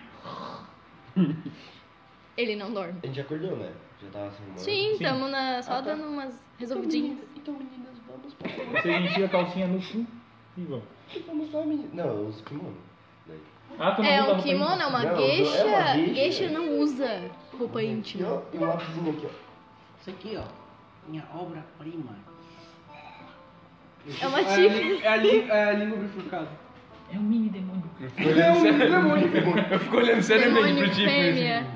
Speaker 4: Ele não dorme. Ah, tá.
Speaker 2: A gente acordou, né? Já tava sem morte.
Speaker 4: Sim,
Speaker 1: Sim.
Speaker 4: tamo na, só dando umas resolvidinhas.
Speaker 2: Então, meninas, vamos pra
Speaker 1: Vocês enfiam a calcinha no cu e vão.
Speaker 2: Vamos lá, meninas. Tipo, Não, né? eu uso kimono. Daí.
Speaker 1: Ah, tu não
Speaker 4: É
Speaker 1: muda a
Speaker 4: um
Speaker 1: roupa
Speaker 4: kimono, é uma
Speaker 2: Não,
Speaker 4: geisha.
Speaker 2: é uma geisha.
Speaker 4: Geisha não usa roupa
Speaker 2: E
Speaker 4: íntima.
Speaker 2: ó, tem um lápisinho aqui, ó.
Speaker 8: Isso aqui, ó. Minha obra-prima.
Speaker 4: É uma
Speaker 6: É a
Speaker 4: tiflin.
Speaker 6: lí- É a, lí- é a língua bifurcada.
Speaker 1: ainda. É um mini demônio.
Speaker 3: Eu fico
Speaker 6: Ele é
Speaker 3: olhando
Speaker 6: um
Speaker 3: sério-
Speaker 6: demônio.
Speaker 3: Eu fico olhando seriamente
Speaker 4: Demônio
Speaker 3: pro Tiflin. assim.
Speaker 4: fêmea.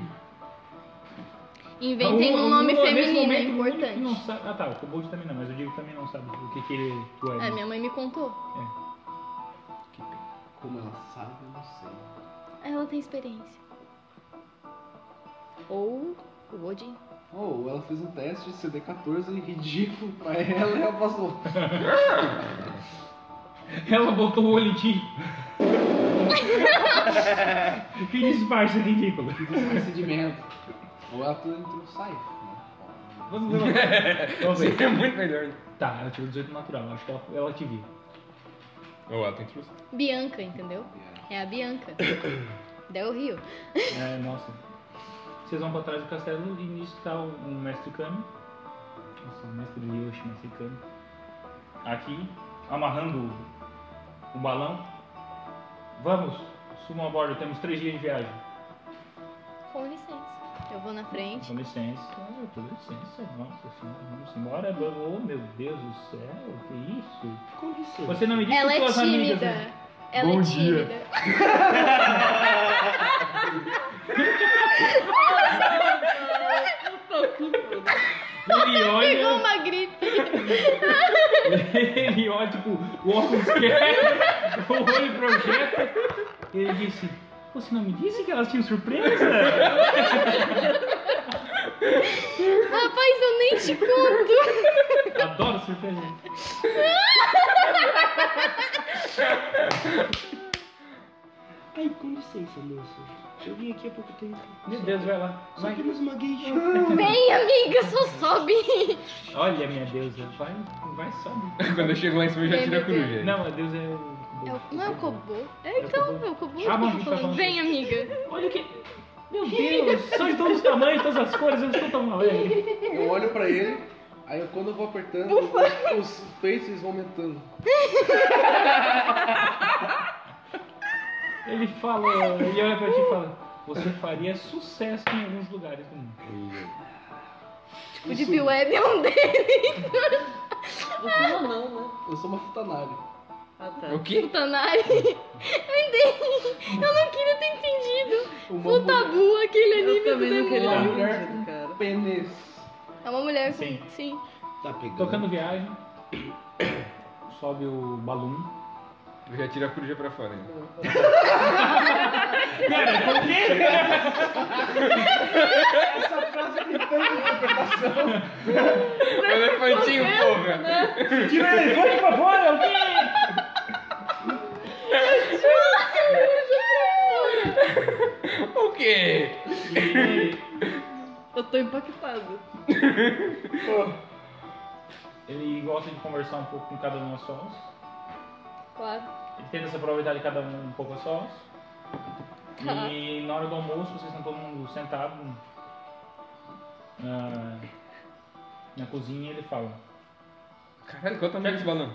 Speaker 4: Inventem um nome
Speaker 1: Nesse
Speaker 4: feminino, é
Speaker 1: momento, o único que Não
Speaker 4: importante.
Speaker 1: sabe... Ah tá, o Kobold também não, mas o Diego também não sabe o que, que ele tu é.
Speaker 4: É, minha mãe me contou.
Speaker 2: É. Como ela sabe, eu não sei.
Speaker 4: Ela tem experiência. Ou o Odin.
Speaker 6: Oh, ela fez um teste de CD14 ridículo pra ela e ela passou.
Speaker 1: Ela botou o olho em ti. que disfarce ridículo.
Speaker 6: Esse de merda. Ou ela tudo entrou sai. né?
Speaker 1: Vamos ver. Vamos ver.
Speaker 3: É muito melhor.
Speaker 1: Tá, ela tirou 18 natural, acho que ela, ela te viu.
Speaker 3: Ó, lá, tem truce.
Speaker 4: Bianca, entendeu? É a Bianca. Del Rio.
Speaker 1: É, nossa. Vocês vão pra trás do castelo e nisso tá o- um mestre Kami. Nossa, o mestre Yoshi, mestre Kami. Aqui, amarrando o- o balão. Vamos, subam a bordo, temos três dias de viagem.
Speaker 4: Com licença. Eu vou na frente.
Speaker 1: Com licença, ah, com licença, nossa senhora, vamos embora. Oh meu Deus do céu, que é isso?
Speaker 2: Aconteceu.
Speaker 1: Você não me disse
Speaker 4: Ela
Speaker 1: que
Speaker 4: é
Speaker 1: suas amigas. né?
Speaker 4: tímida. Ela
Speaker 3: Bom
Speaker 4: é
Speaker 3: dia.
Speaker 4: tímida.
Speaker 1: Ele
Speaker 4: Pegou
Speaker 1: olha,
Speaker 4: uma gripe.
Speaker 1: ele olha, tipo, o óculos quebra, o olho projeta. Ele disse, você não me disse que elas tinham surpresa?
Speaker 4: Rapaz, eu nem te conto.
Speaker 1: Adoro surpresa.
Speaker 2: Ai, com licença, moço. Eu vim aqui há pouco tempo.
Speaker 1: Meu
Speaker 2: Só-
Speaker 1: Deus, vai lá.
Speaker 2: Só
Speaker 1: Vai.
Speaker 2: queremos uma gueixa.
Speaker 4: Vem, amiga, só sobe.
Speaker 1: Olha, minha deusa. Vai, vai, sobe.
Speaker 3: Quando eu chego lá em cima, eu já
Speaker 4: Vem,
Speaker 3: tiro a
Speaker 4: bebê.
Speaker 3: coruja.
Speaker 1: Não, a deusa é o.
Speaker 4: É o- não é o Kobo? É,
Speaker 1: É o
Speaker 4: então,
Speaker 1: Kobo.
Speaker 4: é o Kobo.
Speaker 1: Ah, bom,
Speaker 4: que eu tô
Speaker 1: a gente tá
Speaker 4: falando.
Speaker 1: falando
Speaker 4: Vem, amiga.
Speaker 1: Olha que. Meu Deus, são de todos os tamanhos, todas as cores, eu não estou tão alegre.
Speaker 6: Eu olho pra ele, aí eu- quando eu vou apertando, os, os peitos eles vão aumentando.
Speaker 1: Ele fala, ele olha pra ti e fala: Você faria sucesso em alguns lugares do mundo.
Speaker 4: O Deep Web é um deles.
Speaker 5: Você não, não, né?
Speaker 6: Eu sou uma futanária.
Speaker 5: Ah, tá.
Speaker 3: O quê?
Speaker 4: Tanari. Eu entendi. Eu não queria ter entendido. O tabu, aquele
Speaker 5: Eu
Speaker 4: anime do
Speaker 5: também não queria
Speaker 4: demônio.
Speaker 5: ter entendido, cara.
Speaker 6: Pênis.
Speaker 4: É uma mulher com...
Speaker 1: Sim.
Speaker 4: Sim.
Speaker 2: Tá pegando.
Speaker 1: Tocando viagem, sobe o balão.
Speaker 3: Eu já tiro a coruja pra fora. né?
Speaker 1: Cara, por quê?
Speaker 6: Essa frase tem tanta interpretação.
Speaker 3: O elefantinho, porra!
Speaker 1: Tira o elefante pra fora, o quê?
Speaker 3: O quê?
Speaker 1: E Tá.
Speaker 5: Eu tô impactada.
Speaker 1: ele gosta de conversar um pouco com cada um a sós.
Speaker 4: Claro.
Speaker 1: Ele tenta se aproveitar de cada um um pouco a sós.
Speaker 4: Tá.
Speaker 1: E na hora do almoço, vocês estão todo mundo sentado na, na cozinha e ele fala.
Speaker 3: Caralho, quanto tamanho é esse balão?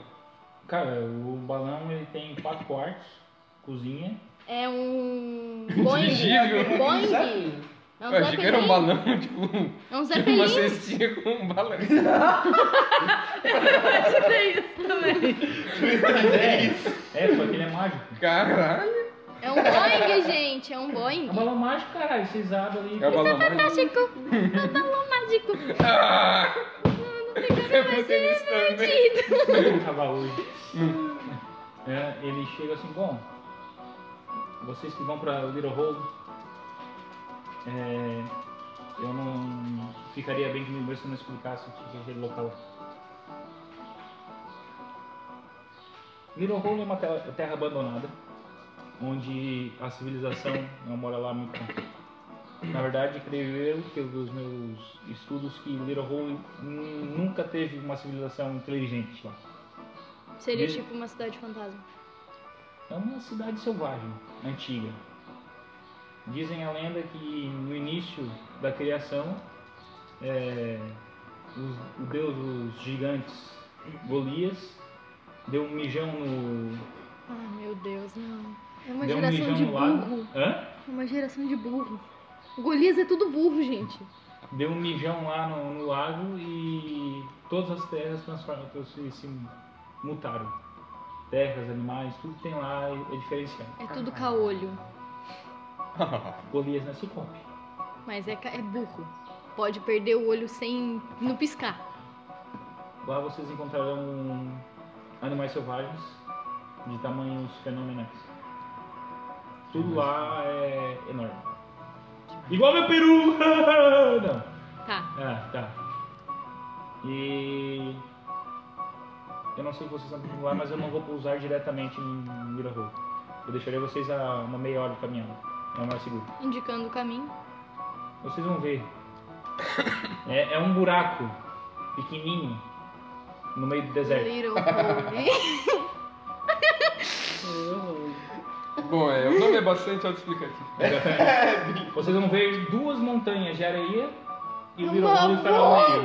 Speaker 1: Cara, o balão ele tem quatro quartos, cozinha.
Speaker 4: É um... Boing.
Speaker 3: Dirigível.
Speaker 4: Boing. É um
Speaker 3: Eu achei que era um
Speaker 4: Zeppelin.
Speaker 3: balão, tipo, um-
Speaker 4: É um
Speaker 3: tipo uma
Speaker 4: Zeppelin.
Speaker 3: cestinha com um balão.
Speaker 5: É isso também.
Speaker 1: É, só que ele é mágico.
Speaker 3: Caralho!
Speaker 4: É um Boing, gente. É um Boing.
Speaker 1: É um balão mágico, caralho. Vocês abrem ali.
Speaker 3: É o balão mais...
Speaker 4: Mágico. Não tá bom, mágico.
Speaker 3: Ah!
Speaker 4: Não tem como
Speaker 3: Eu pensei nisso também.
Speaker 1: Vou acabar hoje. É, ele chega assim, bom, vocês que vão pra Little Hole, é, eu não ficaria bem comigo se eu não explicasse o que é aquele local. Little Hole é uma terra, terra abandonada, onde a civilização não mora lá há muito tempo. Na verdade, creio eu, pelos meus estudos, que Little Hole nu- nunca teve uma civilização inteligente lá.
Speaker 4: Seria
Speaker 1: Mesmo?
Speaker 4: tipo uma cidade fantasma.
Speaker 1: É uma cidade selvagem, antiga. Dizem a lenda que no início da criação, é, os- o deus dos gigantes, Golias, deu um mijão no.
Speaker 4: Ah, meu Deus, não. É uma
Speaker 1: deu um
Speaker 4: geração
Speaker 1: mijão
Speaker 4: de
Speaker 1: no lago.
Speaker 4: burro.
Speaker 1: Hã?
Speaker 4: É uma geração de burro. O Golias é tudo burro, gente.
Speaker 1: Deu um mijão lá no, no lago e todas as terras transform- se, se mutaram. Terras, animais, tudo que tem lá é, é diferenciado.
Speaker 4: É tudo caolho.
Speaker 1: Golias nasce copo.
Speaker 4: Mas é, ca- é burro. Pode perder o olho sem não piscar.
Speaker 1: Lá vocês encontrarão animais selvagens de tamanhos fenomenais. Tudo lá é enorme. Igual meu peru! Não.
Speaker 4: Tá.
Speaker 1: Ah, tá. E. Eu não sei o que vocês estão lá, mas eu não vou pousar diretamente em Mirahoe. Eu deixaria vocês a uma meia hora de caminhada. É o mais seguro.
Speaker 4: Indicando o caminho.
Speaker 1: Vocês vão ver. É, é um buraco pequenininho no meio do deserto.
Speaker 4: Little Holy.
Speaker 3: Bom, é, o nome é bastante autoexplicativo.
Speaker 1: Vocês vão ver duas montanhas de areia e o
Speaker 4: Uma
Speaker 1: Little tá estará lá no meio.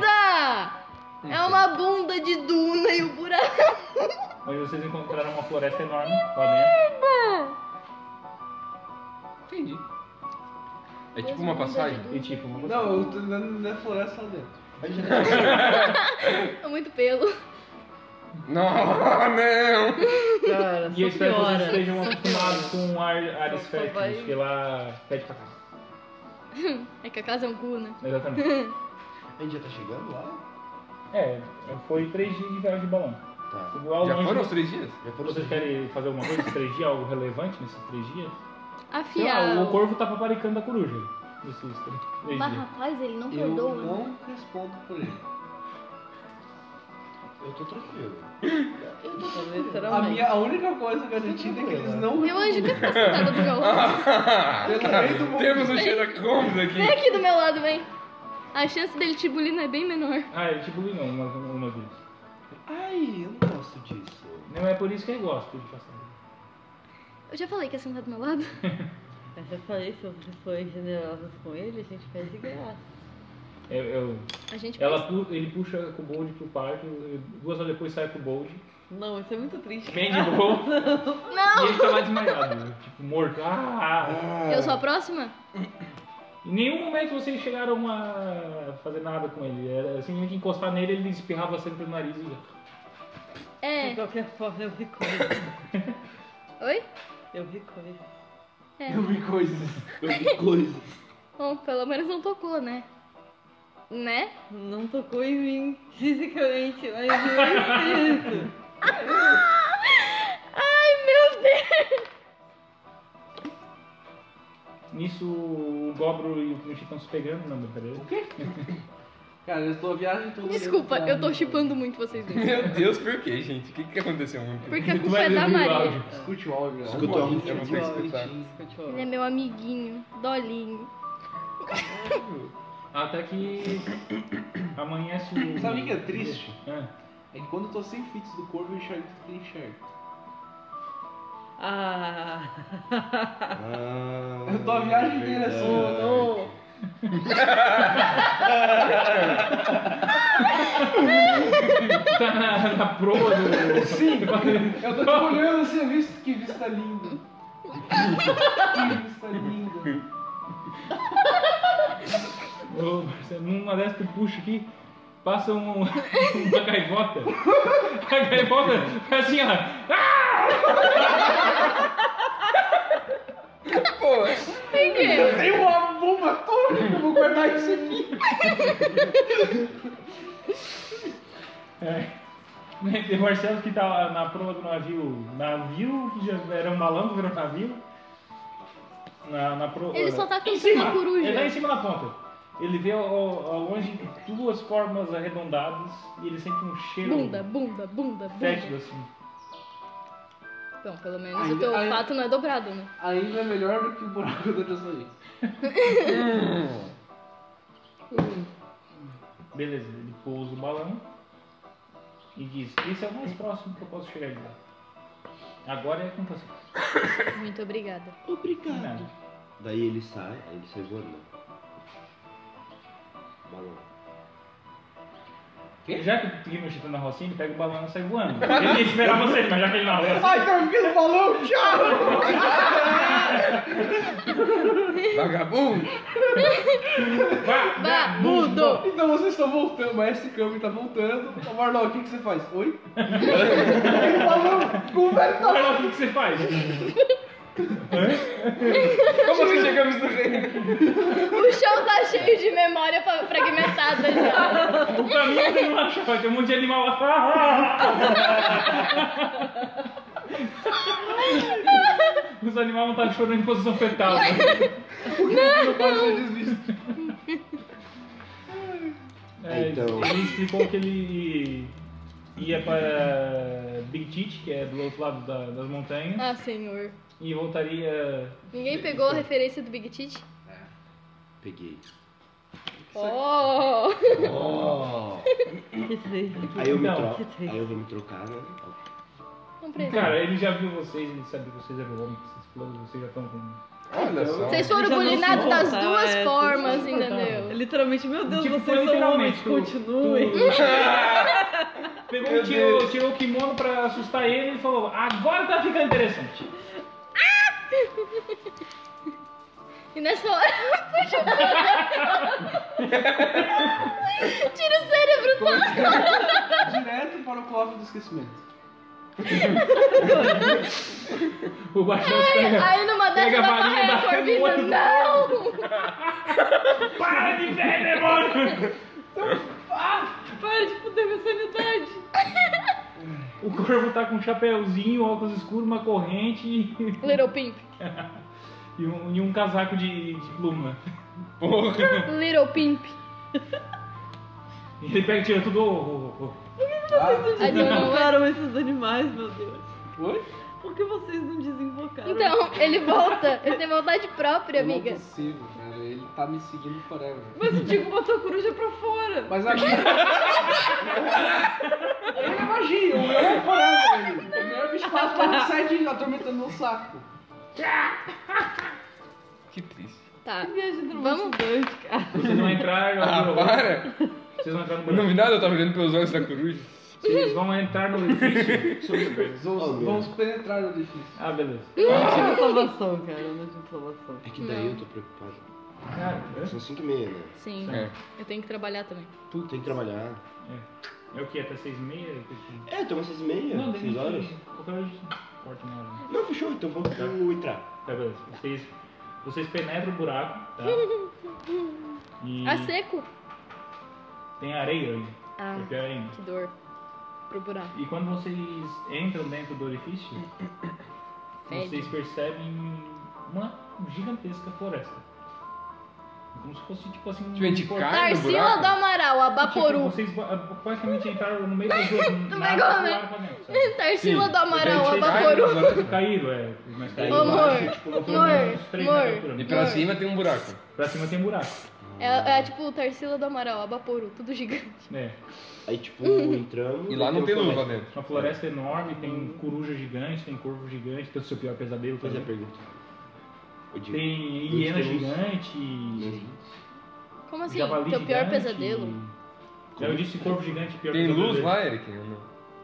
Speaker 4: bunda! É uma bunda de duna e o buraco.
Speaker 1: Mas vocês encontraram uma floresta enorme lá dentro.
Speaker 3: Entendi. É tipo uma passagem?
Speaker 1: E tipo, uma
Speaker 6: Não, eu tô na, na floresta lá dentro.
Speaker 2: tá,
Speaker 4: É muito pelo.
Speaker 3: Não, não!
Speaker 5: Cara,
Speaker 1: E eu
Speaker 5: só
Speaker 1: espero que vocês
Speaker 5: piora.
Speaker 1: estejam acostumados com um ar, ares
Speaker 5: Só
Speaker 1: fétidos,
Speaker 5: vai-
Speaker 1: porque lá fede pra casa.
Speaker 4: É que a casa é um cu, né?
Speaker 1: Exatamente.
Speaker 2: A gente já tá chegando lá?
Speaker 1: É, foi três dias de viagem de balão.
Speaker 2: Tá.
Speaker 1: Igual
Speaker 3: Já
Speaker 1: longe-
Speaker 3: foram os três dias?
Speaker 2: Já foram
Speaker 1: Vocês querem fazer alguma coisa nesses três dias? Algo relevante nesses três dias? Sei lá,
Speaker 4: Afiar.
Speaker 1: o é corvo tá paparicando a coruja. Nesses três- três
Speaker 4: Mas
Speaker 1: dias.
Speaker 4: rapaz, ele não
Speaker 6: Eu
Speaker 4: perdoa.
Speaker 6: não respondo por ele.
Speaker 2: Eu tô tranquilo.
Speaker 6: A,
Speaker 5: Literalmente.
Speaker 6: minha, a única coisa garantida é que eles não
Speaker 4: Meu anjo, quer ficar sentado do meu lado?
Speaker 6: Pelo meio do mundo.
Speaker 3: Temos o Sherlock Holmes
Speaker 4: Vem
Speaker 3: aqui.
Speaker 4: aqui do meu lado, vem. A chance dele te bulir não é bem menor.
Speaker 1: Ah, ele te bulinou uma, uma vez.
Speaker 2: Ai, eu não gosto disso.
Speaker 1: Não é por isso que eu gosto de passar.
Speaker 4: Eu já falei que é sentar do meu lado.
Speaker 5: Eu já falei, se você for generosa com ele, a gente faz de graça.
Speaker 1: Eu, eu-
Speaker 4: A gente
Speaker 1: ela, pu- ele puxa com o Bold pro quarto, e duas horas depois sai com o Bold,
Speaker 5: Não, isso é muito triste.
Speaker 1: bem de boa, e ele tá lá desmaiado, tipo, morto. Ah!
Speaker 4: Eu sou a próxima?
Speaker 1: Em nenhum momento vocês chegaram a fazer nada com ele, era simplesmente encostar nele, ele espirrava sempre no nariz e já.
Speaker 5: De
Speaker 4: É.
Speaker 5: qualquer forma, eu vi coisa.
Speaker 4: Oi?
Speaker 5: Eu vi coisa.
Speaker 4: É.
Speaker 6: Eu vi coisas.
Speaker 2: Eu vi coisas.
Speaker 4: Bom, pelo menos não tocou, né? Né?
Speaker 5: Não tocou em mim, fisicamente, mas eu espírito.
Speaker 4: Ai, meu Deus!
Speaker 1: Nisso o Gobro e o Knut estão se pegando na brincadeira.
Speaker 6: Cara, eu estou a viagem toda.
Speaker 4: Desculpa, eu tô chipando muito vocês dois.
Speaker 3: Meu Deus, por quê, gente? O que, que aconteceu ontem?
Speaker 4: Porque a
Speaker 1: Tu
Speaker 4: culpa
Speaker 1: vai
Speaker 4: é da
Speaker 1: ouvir o
Speaker 4: Maria.
Speaker 1: áudio.
Speaker 6: Escute o áudio. né?
Speaker 2: Escuta o
Speaker 6: Vamos
Speaker 2: áudio,
Speaker 6: lá,
Speaker 3: eu vou ter que
Speaker 6: escute o
Speaker 3: escutar.
Speaker 6: áudio.
Speaker 4: Ele é meu amiguinho, dolinho.
Speaker 1: Até que amanhece o...
Speaker 6: Sabe o que é triste?
Speaker 1: É.
Speaker 6: É que quando eu tô sem fits do corpo, eu enxergo tudo que eu enxergo.
Speaker 5: Ah!
Speaker 2: Ah,
Speaker 6: Eu tô a viagem inteira
Speaker 2: verdade.
Speaker 6: assim,
Speaker 5: Oh,
Speaker 1: Tá na, na proa do...
Speaker 6: Sim! Eu tô tipo olhando assim, eu visto que vista linda. Que vista linda.
Speaker 1: Ô, Marcelo, numa dessas tu puxa aqui, passa um, uma gaivota. A gaivota faz assim, ó. Ah!
Speaker 3: Pô,
Speaker 4: Por quê?
Speaker 6: Tem uma bomba atômica, eu vou guardar isso aqui.
Speaker 1: É. Tem Marcelo que tá lá na proa do navio. Navio, que já era um malandro, virou navio. Na, na proa. né?
Speaker 4: Ele só tá com
Speaker 1: Em
Speaker 4: uma coruja.
Speaker 1: Ele tá em cima da ponta. Ele vê ao, ao longe duas formas arredondadas e ele sente um cheiro
Speaker 4: Bunda, bunda, bunda,
Speaker 1: fétido
Speaker 4: bunda.
Speaker 1: assim.
Speaker 4: Bom, pelo menos o
Speaker 6: Ai,
Speaker 4: teu
Speaker 6: ai.
Speaker 4: fato não é dobrado, né?
Speaker 6: Ainda é melhor do que o buraco da Jasmine.
Speaker 1: Beleza, ele pousa o balão e diz: Esse é o mais próximo que eu posso chegar de lá. Agora é com você.
Speaker 4: Muito obrigada.
Speaker 1: De nada.
Speaker 2: Daí ele sai, aí ele sai voando. Balão.
Speaker 1: Já que o Pino tá chutando na rocinha, ele pega o balão e sai voando. Ele ia esperar vocês, mas já que ele não é.
Speaker 6: Ai, tá vindo o balão, tchau!
Speaker 3: vagabundo!
Speaker 1: Vá!
Speaker 4: Babudo!
Speaker 6: Então vocês estão voltando, o Maestro Kami tá voltando. Ô Marlon, o que, que você faz? Oi? Ele falou, conversa
Speaker 1: Vai lá, o que que você faz?
Speaker 3: Como assim chegamos no reino?
Speaker 4: O chão tá cheio de memória fa- fragmentada já.
Speaker 1: O caminho tem uma chave, tem um monte de animal lá. Os animais vão estar chorando em posição fetal.
Speaker 6: Eu faço eu desvisto.
Speaker 1: É,
Speaker 2: Então.
Speaker 1: Ele explicou que ele ia para Big Tit, que é do outro lado da- das montanhas,
Speaker 4: Ah, senhor.
Speaker 1: e voltaria.
Speaker 4: Ninguém pegou a referência do Big Tit?
Speaker 2: Peguei.
Speaker 4: Oh!
Speaker 5: que triste.
Speaker 2: Aí eu me
Speaker 1: Não.
Speaker 2: troco.
Speaker 5: Que triste.
Speaker 2: Aí eu vou me trocar, né?
Speaker 4: Comprei.
Speaker 1: Cara, ele já viu vocês, ele sabe que vocês eram homens, vocês planos, vocês já estão com.
Speaker 3: Olha só.
Speaker 4: Vocês foram
Speaker 5: Eles já não
Speaker 4: bulinados
Speaker 5: se
Speaker 4: das
Speaker 5: voltaram,
Speaker 4: duas
Speaker 5: é,
Speaker 4: formas,
Speaker 1: eles já não se
Speaker 4: entendeu?
Speaker 5: Literalmente, meu Deus,
Speaker 1: Tipo,
Speaker 5: vocês são homens, continuem.
Speaker 1: tu- Pegou, tirou,
Speaker 3: Deus.
Speaker 1: tirou o kimono pra assustar ele e falou: Agora tá ficando interessante.
Speaker 4: E nessa hora, puxa o cabelo. Tira o cérebro tá? todo.
Speaker 6: Direto para o cofre do esquecimento.
Speaker 1: O baixão espera.
Speaker 4: Aí numa
Speaker 1: Pega a
Speaker 4: dessa dá pra
Speaker 1: varinha e dá no
Speaker 4: recorvina.
Speaker 1: olho do
Speaker 4: Não!
Speaker 1: Para de ver, demônio!
Speaker 5: Para de fuder minha sanidade.
Speaker 1: O corvo tá com um chapéuzinho, óculos escuros, uma corrente e,
Speaker 4: Little Pimp.
Speaker 1: e um, e um casaco de- de pluma.
Speaker 3: Porra.
Speaker 4: Little Pimp.
Speaker 1: Ele pega e tira tudo. ô, ô, ô, ô.
Speaker 6: Ah,
Speaker 4: A Joana
Speaker 5: Desenvolveram esses animais, meu Deus.
Speaker 6: Oi?
Speaker 5: Por que vocês não desinvocaram?
Speaker 4: Então, ele volta. Ele tem vontade própria,
Speaker 6: eu não
Speaker 4: amiga.
Speaker 6: consigo, cara. Ele tá me seguindo forever.
Speaker 5: Mas o Diego botou a coruja pra fora.
Speaker 6: Mas a minha. Ele é magia, o meu é forever. ele. O meu é 24 horas sai de atormentando meu saco.
Speaker 3: Que triste.
Speaker 4: Tá.
Speaker 5: Que Viagem do
Speaker 4: Vamos-
Speaker 5: cara.
Speaker 1: Vocês vão entrar.
Speaker 3: Ah, para!
Speaker 1: Vocês vão entrar no
Speaker 3: Eu não
Speaker 1: buraco.
Speaker 3: vi nada, eu tava olhando pelos olhos da coruja.
Speaker 1: Vocês vão entrar no edifício. sobre-
Speaker 6: Vamos,
Speaker 2: Oh, meu.
Speaker 6: vamos penetrar no edifício.
Speaker 1: Ah, beleza.
Speaker 5: Não tive é salvação, cara. Não tive salvação.
Speaker 2: É que daí eu tô preocupado.
Speaker 1: Cara,
Speaker 2: São 5 e meia, né?
Speaker 4: Sim.
Speaker 3: É.
Speaker 4: Eu tenho que trabalhar também.
Speaker 2: Tu tem que trabalhar.
Speaker 1: é o que? Até seis e meia?
Speaker 2: É, então seis e meia,
Speaker 1: Não,
Speaker 2: seis
Speaker 1: desde
Speaker 2: horas.
Speaker 1: Qualquer hora a gente corta uma hora. né?
Speaker 2: Não, fechou, então vamos vamos entrar.
Speaker 1: Tá, beleza. Vocês, vocês penetram o buraco, tá? E
Speaker 4: A Ah, seco.
Speaker 1: tem areia ali.
Speaker 4: Ah,
Speaker 1: É pior ainda.
Speaker 4: que dor. Pro buraco.
Speaker 1: E quando vocês entram dentro do orifício,
Speaker 4: Fede.
Speaker 1: vocês percebem uma gigantesca floresta. Como se fosse tipo assim. um
Speaker 3: Gente,
Speaker 1: portal.
Speaker 3: cai no
Speaker 4: Tarsila
Speaker 3: buraco.
Speaker 4: do Amaral,
Speaker 1: Tipo,
Speaker 4: Abaporu.
Speaker 1: vocês ba- basicamente entraram no meio das duas
Speaker 4: Tu
Speaker 1: naves
Speaker 4: pegou,
Speaker 1: e
Speaker 4: né?
Speaker 1: pularam pra dentro, sabe?
Speaker 4: Tarsila
Speaker 3: Sim.
Speaker 4: do Amaral,
Speaker 1: Vocês
Speaker 4: Abaporu.
Speaker 1: caíram, vocês
Speaker 3: né?
Speaker 1: Caíram, é. Mas caíram
Speaker 4: Ô,
Speaker 1: embaixo,
Speaker 4: amor,
Speaker 1: tipo, não foi
Speaker 4: amor,
Speaker 1: uns três
Speaker 4: amor.
Speaker 1: metros por ano.
Speaker 3: E pra
Speaker 4: Ai.
Speaker 3: cima tem um buraco.
Speaker 1: Pra cima tem buraco.
Speaker 4: É, é tipo Tarsila do Amaral, Abaporu. Tudo gigante.
Speaker 1: É.
Speaker 2: Aí, tipo, entramos.
Speaker 3: E lá não tem
Speaker 2: o
Speaker 3: luz lá
Speaker 2: floresta.
Speaker 3: dentro.
Speaker 1: Uma floresta enorme, tem coruja gigante, tem corvo gigante, tem o seu pior pesadelo
Speaker 2: Fazer
Speaker 3: é né?
Speaker 1: também.
Speaker 2: a pergunta. O Diego.
Speaker 1: Tem hiena
Speaker 2: Dois temos.
Speaker 1: gigante,
Speaker 4: Como assim?
Speaker 1: javali
Speaker 4: Teu pior
Speaker 1: gigante.
Speaker 4: pesadelo.
Speaker 1: Eu disse corvo gigante, pior
Speaker 3: Tem
Speaker 1: pesadelo.
Speaker 3: luz lá, Eric? Ou não?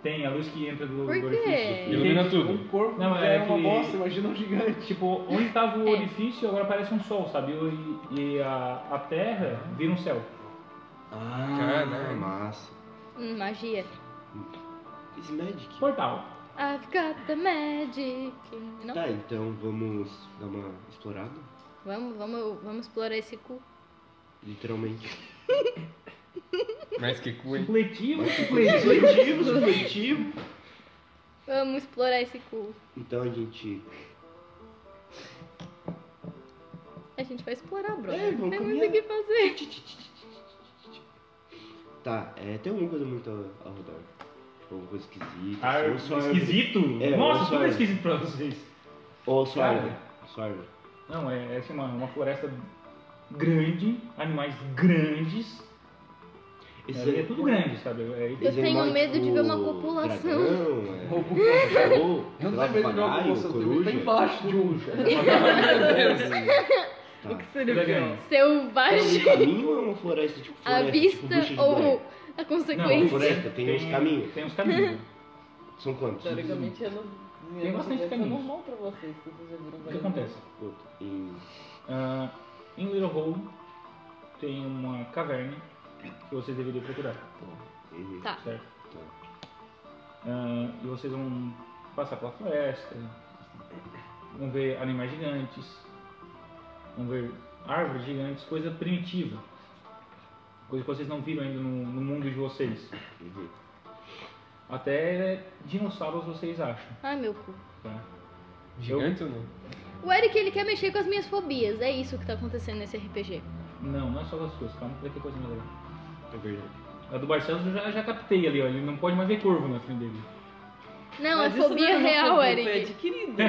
Speaker 1: Tem, a luz que entra do do
Speaker 4: Por quê?
Speaker 1: orifício. E
Speaker 3: Ilumina
Speaker 1: tem,
Speaker 3: tudo.
Speaker 6: Um corpo
Speaker 1: Não,
Speaker 6: que
Speaker 1: é
Speaker 6: é uma
Speaker 1: que-
Speaker 6: bosta, imagina um gigante.
Speaker 1: Tipo, onde tava o
Speaker 4: É.
Speaker 1: orifício, agora parece um sol, sabe? E, e a, a terra vira um céu.
Speaker 2: Ah,
Speaker 3: Caralho.
Speaker 2: massa.
Speaker 4: Hum, magia.
Speaker 2: Esse Magic.
Speaker 1: Portal.
Speaker 4: I've got the magic. Não?
Speaker 2: Tá, então vamos dar uma explorada.
Speaker 4: Vamos, vamos, vamos explorar esse cu.
Speaker 2: Literalmente.
Speaker 3: Mas que cu, hein?
Speaker 1: Supletivo,
Speaker 2: Supletivo, supletivo.
Speaker 4: Vamos explorar esse cu.
Speaker 2: Então a gente.
Speaker 4: A gente vai explorar, bro.
Speaker 2: É, vamos
Speaker 4: Tem muito
Speaker 2: caminhar.
Speaker 4: o que fazer.
Speaker 2: Tá, é, tem alguma coisa muito ao ao redor. Tipo, alguma coisa esquisita.
Speaker 1: Ah,
Speaker 2: assim, ou só árvore?
Speaker 1: esquisito?
Speaker 2: É,
Speaker 1: Nossa,
Speaker 2: eu sou
Speaker 1: tudo é
Speaker 2: eu.
Speaker 1: esquisito pra vocês.
Speaker 2: Ou só
Speaker 1: Cara.
Speaker 2: árvore. Só árvore.
Speaker 1: Não, é, é assim, uma, uma floresta grande, animais grandes.
Speaker 2: Esse
Speaker 1: é, é tudo grande, sabe? É,
Speaker 4: Eu tenho
Speaker 2: animais,
Speaker 4: medo de
Speaker 2: tipo,
Speaker 4: ver uma população.
Speaker 2: Dragão, é.
Speaker 6: Ou-
Speaker 2: Ou, sei
Speaker 6: Eu não
Speaker 2: lá,
Speaker 6: tenho medo de uma
Speaker 2: papagaio,
Speaker 6: bosta, eu tenho medo de
Speaker 2: coruja.
Speaker 6: estar embaixo de um.
Speaker 5: O que
Speaker 2: Tá.
Speaker 5: seria
Speaker 1: Tá
Speaker 5: pior?
Speaker 1: grande.
Speaker 2: Tem
Speaker 4: Selvagem,
Speaker 2: um caminho ou é uma floresta tipo
Speaker 4: à
Speaker 2: floresta? tipo
Speaker 4: vista
Speaker 2: bruxa de
Speaker 4: ou
Speaker 2: Blair?
Speaker 4: a
Speaker 1: Não,
Speaker 2: Uma
Speaker 1: a
Speaker 4: consequência.
Speaker 2: floresta tem uns caminhos.
Speaker 1: Tem uns caminhos.
Speaker 2: São quantos?
Speaker 5: Teoricamente, eu não.
Speaker 1: Tem
Speaker 5: eu não
Speaker 1: bastante
Speaker 5: sei,
Speaker 1: caminho.
Speaker 5: Eu não vou pra vocês, que vocês já viram
Speaker 1: o que
Speaker 5: várias
Speaker 1: acontece?
Speaker 2: Em-
Speaker 1: Ah, em Little Hole tem uma caverna que vocês deveriam procurar,
Speaker 2: em-
Speaker 4: Tá.
Speaker 1: certo? Ah, e vocês vão passar pela floresta, vão ver animais gigantes, vão ver árvores gigantes, coisa primitiva. Coisa que vocês não viram ainda no, no mundo de vocês.
Speaker 2: Uhum.
Speaker 1: Até dinossauros vocês acham,
Speaker 4: Ai, meu cu.
Speaker 1: tá?
Speaker 3: Gigante ou não?
Speaker 4: O Eric, ele quer mexer com as minhas fobias. É isso que tá acontecendo nesse RPG.
Speaker 1: Não, não é só das suas, calma, vai ter coisa melhor.
Speaker 2: É verdade.
Speaker 1: A do Barcelos eu já, já captei ali, ó. Ele não pode mais ver corvo na frente dele.
Speaker 4: Não,
Speaker 5: Mas
Speaker 4: é
Speaker 5: isso
Speaker 4: fobia
Speaker 5: não uma
Speaker 4: real,
Speaker 5: fobia, Foi
Speaker 4: Eric.
Speaker 5: adquirida.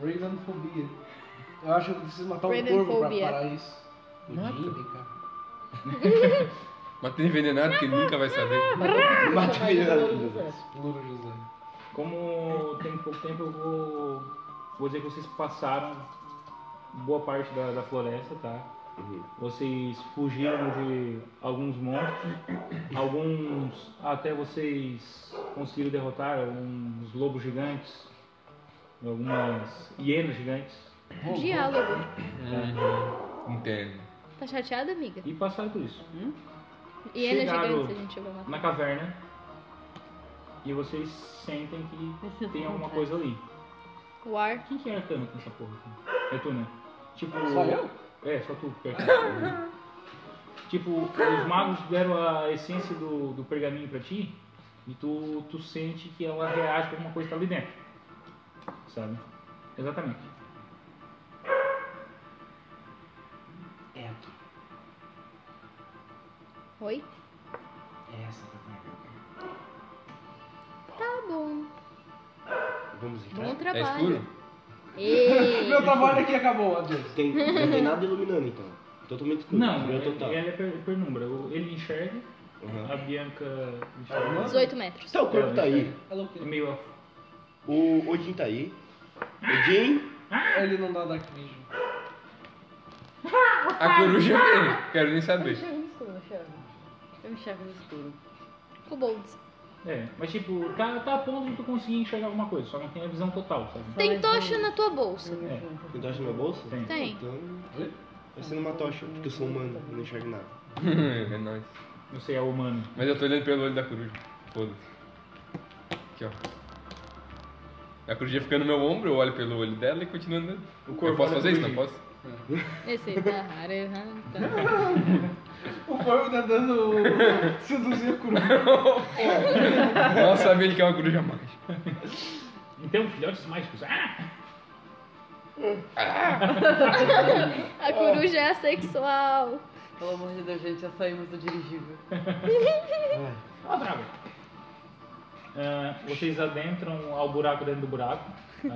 Speaker 6: Ravenfobia. Eu acho que eu preciso matar um corvo pra
Speaker 4: Ravenfobia.
Speaker 6: parar isso.
Speaker 1: Mata.
Speaker 6: Jimmy, cara.
Speaker 3: Mas tem envenenado que nunca vai saber.
Speaker 6: tá
Speaker 2: Mata a menina.
Speaker 6: Louro José.
Speaker 1: Como tem pouco tempo, eu vou, vou dizer que vocês passaram boa parte da, da floresta, tá?
Speaker 2: Uhum.
Speaker 1: Vocês fugiram de alguns monstros, alguns até vocês conseguiram derrotar alguns lobos gigantes, algumas hienas gigantes.
Speaker 4: Diálogo.
Speaker 3: Interno.
Speaker 4: Tá chateada, amiga?
Speaker 1: E passaram por isso.
Speaker 4: E ele é
Speaker 1: Chegaram.
Speaker 4: gigante, a gente vai matar.
Speaker 1: Na caverna. E vocês sentem que tem alguma coisa ali.
Speaker 4: O ar.
Speaker 1: Quem que é arcano com essa porra? aqui? É tu, né? Tipo.
Speaker 6: Só eu?
Speaker 1: É, só tu, que é arcano. tipo, os magos deram a essência do, do pergaminho pra ti e tu, tu sente que ela reage com alguma coisa que tá ali dentro. Sabe? Exatamente.
Speaker 8: É aqui.
Speaker 4: Oi?
Speaker 8: É peça pra pagar.
Speaker 4: Tá bom.
Speaker 2: Vamos
Speaker 4: Bom
Speaker 2: entrar?
Speaker 3: É
Speaker 4: trabalho.
Speaker 3: escuro?
Speaker 4: Ei.
Speaker 6: Meu trabalho aqui acabou, adeus.
Speaker 2: Tem, não tem nada iluminando então. Totalmente escuro.
Speaker 1: Não,
Speaker 2: Meu
Speaker 1: ele,
Speaker 2: total.
Speaker 1: ele é per, penumbra. O- Ele enxerga,
Speaker 2: Uhum.
Speaker 1: a Bianca
Speaker 2: Aham.
Speaker 1: enxerga.
Speaker 4: 18 metros.
Speaker 2: Tá, o corpo tá aí.
Speaker 6: Ah.
Speaker 1: É meio off.
Speaker 2: O Odin tá aí. Odin.
Speaker 6: Ele não dá Dark Vision.
Speaker 3: A coruja veio. Quero nem saber.
Speaker 5: enxergo no escuro, não enxergo. Eu enxergo no escuro.
Speaker 4: Kobolds.
Speaker 1: É, mas tipo, tá, tá a ponto de tu conseguir enxergar alguma coisa, só não tem a visão total, sabe? É,
Speaker 4: Tem tocha na tua bolsa.
Speaker 2: Tem tocha no meu bolso?
Speaker 1: Tem.
Speaker 4: Tem.
Speaker 2: Então. Vai ser numa tocha, porque eu sou humano, eu não enxergo nada.
Speaker 3: é nóis.
Speaker 1: Não sei, é humano.
Speaker 3: Mas eu tô olhando pelo olho da coruja. Foda-se. Aqui, ó. A coruja fica no meu ombro, eu olho pelo olho dela e continuo andando. Eu posso fazer isso? Não posso?
Speaker 4: Esse aí tá raro. eu- ah, tá.
Speaker 6: O corvo tá dando. seduzir a coruja.
Speaker 3: Ela sabe ele que é uma coruja mágica.
Speaker 1: Então, filhotes mágicos. Ah!
Speaker 4: A coruja é assexual.
Speaker 5: Pelo amor de Deus, gente, já saímos do dirigível.
Speaker 1: Ó, draga. Ah, vocês adentram ao buraco dentro do buraco. tá?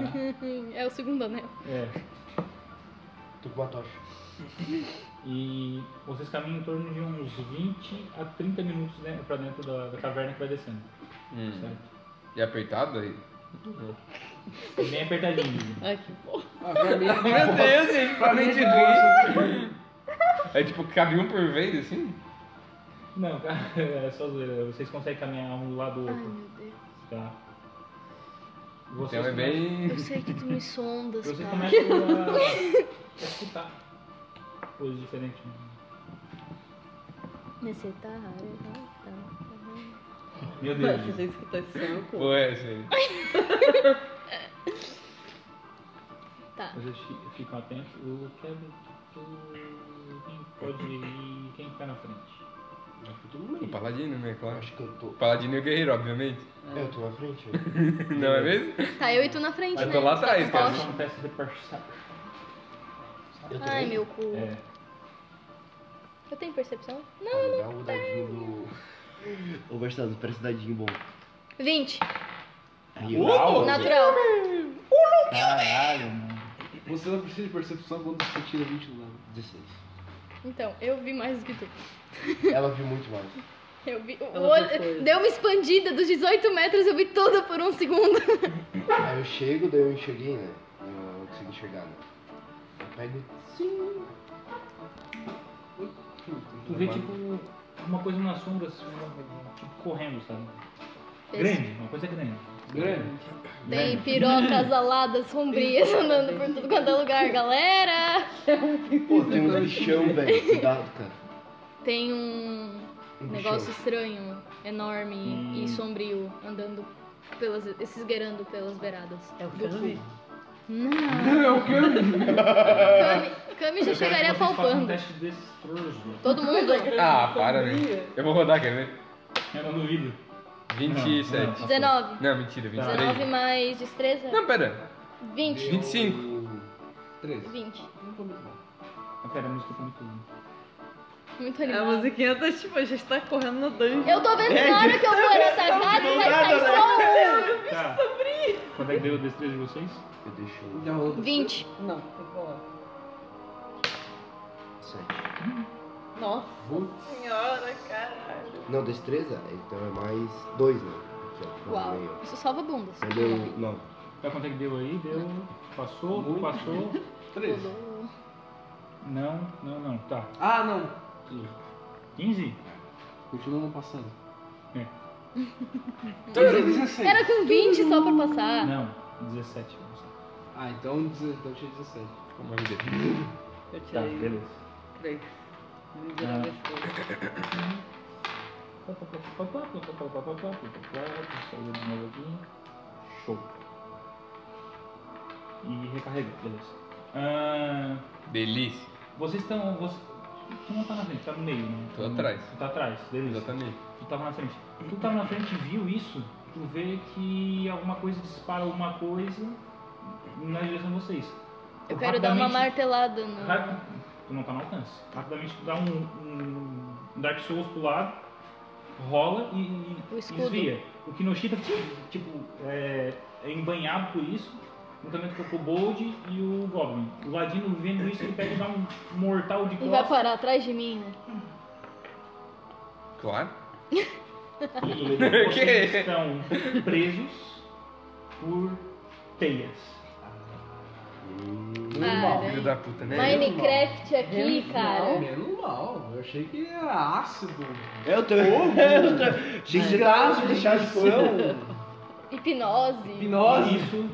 Speaker 4: É o segundo anel.
Speaker 1: É.
Speaker 2: Tô com uma tocha.
Speaker 1: E vocês caminham em torno de uns 20 a 30 minutos né, pra dentro da, da caverna que vai descendo.
Speaker 3: Hum.
Speaker 1: Certo?
Speaker 3: E apertado aí.
Speaker 1: É Bem apertadinho.
Speaker 5: Ai, que bom.
Speaker 6: Ah, pra mim,
Speaker 3: Meu Deus, ele ficou nem de rir. É tipo, cabe um por vez, assim?
Speaker 1: Não, cara, é só zoeira. Vocês conseguem caminhar um do lado do
Speaker 4: Ai,
Speaker 1: outro,
Speaker 4: meu Deus.
Speaker 1: tá?
Speaker 3: Então
Speaker 1: Vocês
Speaker 3: é bem...
Speaker 4: Eu sei que tu me sondas,
Speaker 1: Vocês
Speaker 4: cara.
Speaker 1: começam a, a escutar coisas diferentes.
Speaker 3: é.
Speaker 4: Esse aí tá raro. eu- ah, tá.
Speaker 1: Meu Deus.
Speaker 5: Essa gente que tá esse sanco.
Speaker 3: Pô, é, sei.
Speaker 4: Tá.
Speaker 1: Vocês fi- ficam atentos. Eu quero que- quem pode ir, quem fica na frente.
Speaker 2: Acho que todo mundo
Speaker 3: O
Speaker 2: aí.
Speaker 3: paladino, né? Claro.
Speaker 2: Acho que eu tô.
Speaker 3: O paladino e o guerreiro, obviamente.
Speaker 2: É, eu tô na frente.
Speaker 3: Não é mesmo?
Speaker 4: Tá, eu e tu na frente,
Speaker 3: Eu
Speaker 4: né?
Speaker 3: tô lá
Speaker 4: Tu tá
Speaker 3: atrás,
Speaker 4: com
Speaker 3: cara.
Speaker 4: tocha.
Speaker 1: Faça um teste de percepção.
Speaker 2: Eu tô
Speaker 4: Ai,
Speaker 2: bem.
Speaker 4: meu cu.
Speaker 1: É.
Speaker 3: É.
Speaker 4: Eu tenho percepção? Não.
Speaker 2: Ah, dá o dadinho do. Ô, Bastardo, parece um dadinho bom. tá
Speaker 4: 20.
Speaker 2: Aí, ó.
Speaker 4: Natural.
Speaker 1: Caralho, mano.
Speaker 6: você não precisa de percepção quando você tira 20 no dano.
Speaker 2: 16.
Speaker 4: Então, eu vi mais do que tu.
Speaker 2: Ela viu muito mais.
Speaker 4: Eu vi. O
Speaker 5: Ela viu
Speaker 4: olho
Speaker 5: coisa.
Speaker 4: deu uma expandida dos 18 metros, eu vi toda por um segundo.
Speaker 2: Aí eu chego, daí eu enxerguei, né? Eu não consegui enxergar, né? Eu pego.
Speaker 1: Tu vê tipo uma coisa nas sombras assim, tipo, correndo, sabe? Grande, uma coisa grande.
Speaker 6: Grande.
Speaker 4: Tem pirocas aladas, sombrias andando por tudo quanto é lugar, galera.
Speaker 2: Pô, tem uns bichão, velho. Cuidado, cara.
Speaker 4: Tem um
Speaker 2: Um
Speaker 4: negócio
Speaker 2: bichão.
Speaker 4: estranho, enorme
Speaker 1: Hum.
Speaker 4: e sombrio andando pelas. esgueirando pelas beiradas.
Speaker 5: É o Cami.
Speaker 4: Não.
Speaker 6: É o Kami.
Speaker 4: Cami, Cami já chegaria
Speaker 1: Faça um
Speaker 4: palpando.
Speaker 1: teste destroso.
Speaker 4: Todo mundo.
Speaker 3: Ah, para, né? Eu vou rodar, quer ver?
Speaker 1: Eu não duvido.
Speaker 3: 27.
Speaker 1: Não, não.
Speaker 4: 19.
Speaker 3: Não, mentira,
Speaker 4: 19
Speaker 3: 23.
Speaker 4: mais destreza?
Speaker 3: Não, pera. um.
Speaker 4: 20.
Speaker 3: 25.
Speaker 6: 13.
Speaker 4: 20.
Speaker 1: Ah, pera, a música tá muito linda.
Speaker 4: Muito
Speaker 5: A
Speaker 4: animado.
Speaker 5: musiquinha tá tipo, a gente tá correndo no dungeon.
Speaker 4: Eu tô vendo que na hora que eu for atacado vai sair só
Speaker 1: Tá. Quando é que deu o destreza de vocês?
Speaker 2: Eu deixo
Speaker 6: Já rolou.
Speaker 4: um. 20.
Speaker 5: Não, tem que falar.
Speaker 2: 7.
Speaker 5: Nossa senhora, caralho.
Speaker 2: Não, destreza? Então é mais 2, né? Aqui, ó, no
Speaker 4: Uau.
Speaker 2: meio.
Speaker 4: Isso salva bundas.
Speaker 2: Então deu 9.
Speaker 1: Tá quanto é que deu aí? Deu. Passou,
Speaker 6: Muito.
Speaker 1: passou.
Speaker 6: 13.
Speaker 4: Rolou.
Speaker 1: Não, não, não. Tá.
Speaker 6: Ah, não.
Speaker 1: 15?
Speaker 6: Continua não passando.
Speaker 1: É.
Speaker 6: 15 e 16.
Speaker 4: Era com 20 só pra passar.
Speaker 1: Não, 17.
Speaker 6: Ah, então, 16, então tinha 17.
Speaker 4: Ah,
Speaker 3: Como é que deu?
Speaker 5: Eu
Speaker 1: Tá,
Speaker 5: tirei
Speaker 1: beleza. Ah.
Speaker 5: três. Miserável esposa.
Speaker 1: Saiu de novo aqui. Show. E recarregou, beleza. Ah,
Speaker 3: Delícia.
Speaker 1: vocês estão. Você, tu não tá na frente, tá no meio, né?
Speaker 3: Tô atrás.
Speaker 1: Tu tá atrás, beleza.
Speaker 3: Exatamente.
Speaker 1: Tu tava na frente. Tu tava na frente e viu isso, tu vê que alguma coisa dispara alguma coisa na direção de vocês.
Speaker 4: Eu quero dar uma
Speaker 1: Rapidamente-
Speaker 4: martelada no.
Speaker 1: Ra- Tu não tá no alcance. Rapidamente tu dá um, um Dark Souls pro lado, rola e, e
Speaker 4: O escudo.
Speaker 1: desvia. O Kinoshita, tipo, é, é embanhado por isso, juntamente com o Kobold e o Goblin. O Ladino vendo isso, ele pega e dá um mortal de
Speaker 4: E vai
Speaker 1: costas.
Speaker 4: parar atrás de mim, né?
Speaker 3: Claro. Que?
Speaker 1: Vocês estão presos por teias.
Speaker 4: Ah,
Speaker 3: Filho
Speaker 4: velho.
Speaker 3: da puta, né?
Speaker 4: Minecraft aqui,
Speaker 6: Não,
Speaker 4: cara.
Speaker 6: menos mal. Eu achei que era ácido.
Speaker 2: Eu tô. Eu tô. Achei que você tava deixando de
Speaker 4: Hipnose.
Speaker 1: Por
Speaker 6: Hipnose.
Speaker 1: Isso.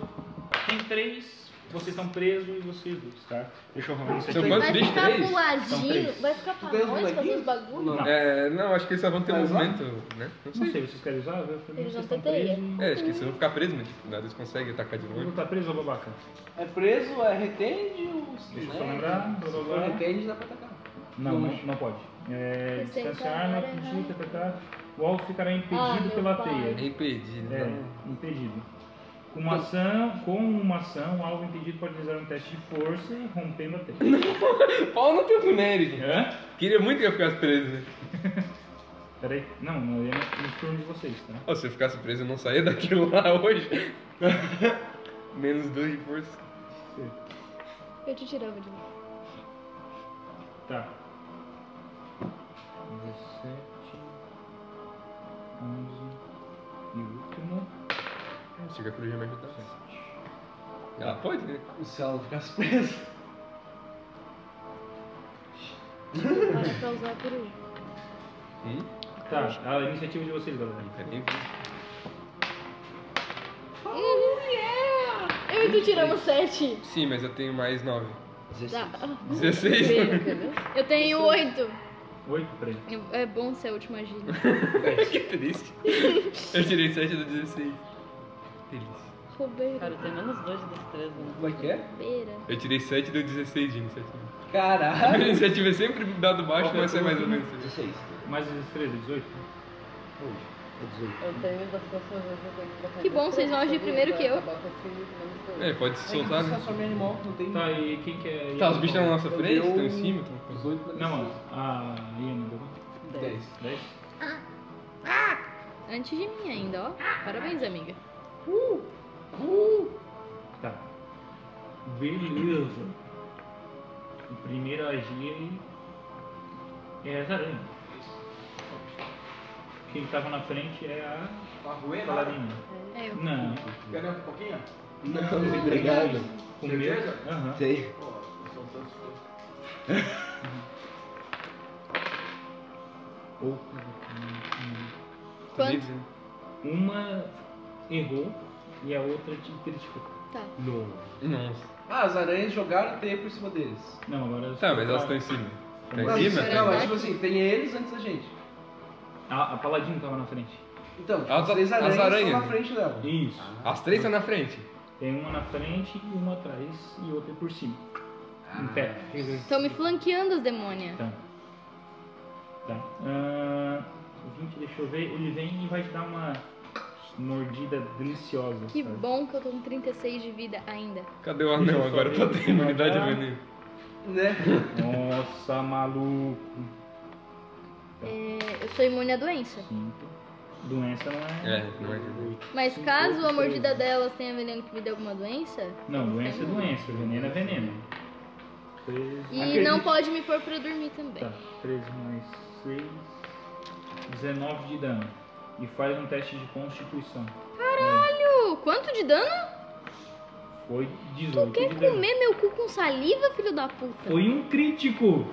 Speaker 1: Tem três. Vocês estão presos e vocês dois, tá? Deixa eu rolar isso
Speaker 3: São
Speaker 1: aqui.
Speaker 3: quantos?
Speaker 4: Vai
Speaker 3: Três,
Speaker 4: ficar
Speaker 3: três?
Speaker 4: pro
Speaker 1: São
Speaker 4: ladinho,
Speaker 1: três.
Speaker 4: vai ficar pra
Speaker 6: Tu tem os
Speaker 4: nós fazer
Speaker 6: bonequinhos?
Speaker 4: os bagulhos.
Speaker 1: Não.
Speaker 3: É, não, acho que eles só vão ter
Speaker 6: Mas lá-
Speaker 3: movimento, né? Não
Speaker 1: Não
Speaker 3: sei.
Speaker 1: sei, vocês querem usar? Eu falei,
Speaker 4: Eles
Speaker 1: vocês
Speaker 4: vão
Speaker 1: estão
Speaker 4: ter teia.
Speaker 1: presos. e-
Speaker 3: É, acho que eles vão ficar presos, mas tipo, nada, eles conseguem atacar de
Speaker 1: Eu
Speaker 3: longe.
Speaker 1: vou estar preso ou babaca?
Speaker 6: É preso, é retende ou se
Speaker 1: Deixa eu só
Speaker 6: quiser?
Speaker 1: lembrar. blá,
Speaker 6: Se
Speaker 1: blá,
Speaker 6: for
Speaker 1: blá.
Speaker 6: retende, dá pra atacar.
Speaker 1: Não, não,
Speaker 6: Longe.
Speaker 1: não pode. É,
Speaker 4: Você
Speaker 1: distância
Speaker 4: tá
Speaker 1: arma,
Speaker 4: agora
Speaker 1: fugir, atacar. O alvo ficará impedido
Speaker 4: meu
Speaker 1: pela
Speaker 4: pai.
Speaker 1: teia.
Speaker 3: É impedido, né?
Speaker 1: É,
Speaker 3: não.
Speaker 1: impedido. Com uma ação, com uma ação, o alvo impedido pode realizar um teste de força e rompendo a teia.
Speaker 3: Pau no teu Nerd, gente.
Speaker 1: Hã?
Speaker 3: Queria muito que eu ficasse preso, né?
Speaker 1: Peraí. Não, não é nos turnos de vocês, tá?
Speaker 3: Ó, se eu ficasse preso, eu não saía daquilo lá hoje. Menos dois de força.
Speaker 4: Eu te tirava de mim.
Speaker 1: Tá. 17, 11 e último,
Speaker 3: Se É, a coruja me ajudar.
Speaker 1: 7.
Speaker 3: tá Ela pode, né?
Speaker 6: Se ela não ficasse presa.
Speaker 4: Para pra usar é a peruca.
Speaker 3: Hum?
Speaker 1: Tá, a iniciativa de vocês, galera.
Speaker 3: Nunca nem vi.
Speaker 4: Uhum, yeah! Eu e tu tiramos 7.
Speaker 3: Sim, mas eu tenho mais nove.
Speaker 4: Tá.
Speaker 3: 16.
Speaker 4: Eu tenho 8.
Speaker 1: 8, peraí.
Speaker 4: É bom ser a última gíria.
Speaker 3: que triste. Eu tirei 7 do 16. Feliz.
Speaker 4: Roubeira.
Speaker 5: Cara, tem menos dois de destreza. né?
Speaker 6: Como é que é?
Speaker 4: Beira.
Speaker 3: Eu tirei 7 do 16 de iniciativa. A
Speaker 6: Caralho.
Speaker 3: iniciativa é sempre dado baixo, mas é mais ou menos. isso.
Speaker 2: 16.
Speaker 1: Mais 13, 18.
Speaker 2: É 18.
Speaker 5: Eu tenho das pessoas eu tenho botar
Speaker 4: Que bom, vocês vão agir primeiro que eu.
Speaker 5: acabar com esse menos dois.
Speaker 3: É, pode se soltar,
Speaker 6: Só
Speaker 3: né?
Speaker 6: some animal, não tem.
Speaker 1: Tá, e quem que é.
Speaker 3: Tá, os bichos estão na nossa
Speaker 6: Eu
Speaker 3: frente,
Speaker 6: dei
Speaker 3: estão
Speaker 6: um-
Speaker 3: em cima, Tá, estão...
Speaker 6: Os oito
Speaker 1: Não, mano. A Iana deu quanto?
Speaker 6: Dez.
Speaker 1: 10?
Speaker 4: Antes de mim ainda, ó. Parabéns, amiga.
Speaker 1: Tá. Beleza. O primeiro a agir aí é as aranhas. Quem tava na frente é a
Speaker 6: Tá ruim,
Speaker 1: Paladina.
Speaker 4: É eu.
Speaker 1: Não.
Speaker 6: Quer um pouquinho?
Speaker 2: Não, obrigado.
Speaker 1: Com medo.
Speaker 6: Certeza?
Speaker 1: Aham.
Speaker 2: Sei.
Speaker 4: Quanto?
Speaker 1: Uma errou e a outra te criticou.
Speaker 4: Tá.
Speaker 3: Nossa.
Speaker 6: Ah, as aranhas jogaram teia por cima deles.
Speaker 1: Não, agora. eu
Speaker 3: Tá,
Speaker 1: sou-
Speaker 3: mas elas estão em cima. Tá
Speaker 1: Mas
Speaker 3: em cima?
Speaker 4: isso
Speaker 6: Não, mas tipo assim, tem eles antes da gente.
Speaker 1: A, a Paladino tava na frente.
Speaker 6: Então, tipo,
Speaker 3: Ah,
Speaker 6: as
Speaker 3: tá-
Speaker 6: três
Speaker 3: as
Speaker 6: aranhas
Speaker 3: aranhas.
Speaker 6: estão na frente dela.
Speaker 1: Isso.
Speaker 3: As três estão na frente.
Speaker 1: Tem uma na frente, uma atrás e outra por cima. Em pé.
Speaker 4: Estão me flanqueando os demônios.
Speaker 1: Tá. Tá. Ah, o 20, deixa eu ver. Ele vem e vai te dar uma mordida deliciosa.
Speaker 4: Que
Speaker 1: sabe?
Speaker 4: bom que eu tô com 36 de vida ainda.
Speaker 3: Cadê o
Speaker 1: Deixa eu
Speaker 3: anel
Speaker 1: só
Speaker 3: agora
Speaker 1: ver
Speaker 3: pra
Speaker 1: aqui,
Speaker 3: ter imunidade
Speaker 1: tá?
Speaker 3: veneno?
Speaker 6: Né?
Speaker 1: Nossa, maluco.
Speaker 4: É, Eu sou imune à doença.
Speaker 1: Cinco. Doença não é.
Speaker 3: É, não é.
Speaker 4: Mas
Speaker 1: Cinco,
Speaker 4: caso a
Speaker 1: seis.
Speaker 4: mordida delas tenha veneno que me dê alguma doença,
Speaker 1: Não, doença é doença. Veneno é veneno. Três.
Speaker 4: e
Speaker 1: Acredite.
Speaker 4: não pode me pôr pra dormir também.
Speaker 1: Tá, 13 mais 6. 19 de dano. E faz um teste de constituição. Caralho!
Speaker 4: Pô, quanto de dano?
Speaker 1: Foi 18
Speaker 4: Tu quer
Speaker 1: de dano.
Speaker 4: comer meu cu com saliva, filho da puta?
Speaker 1: Foi um crítico!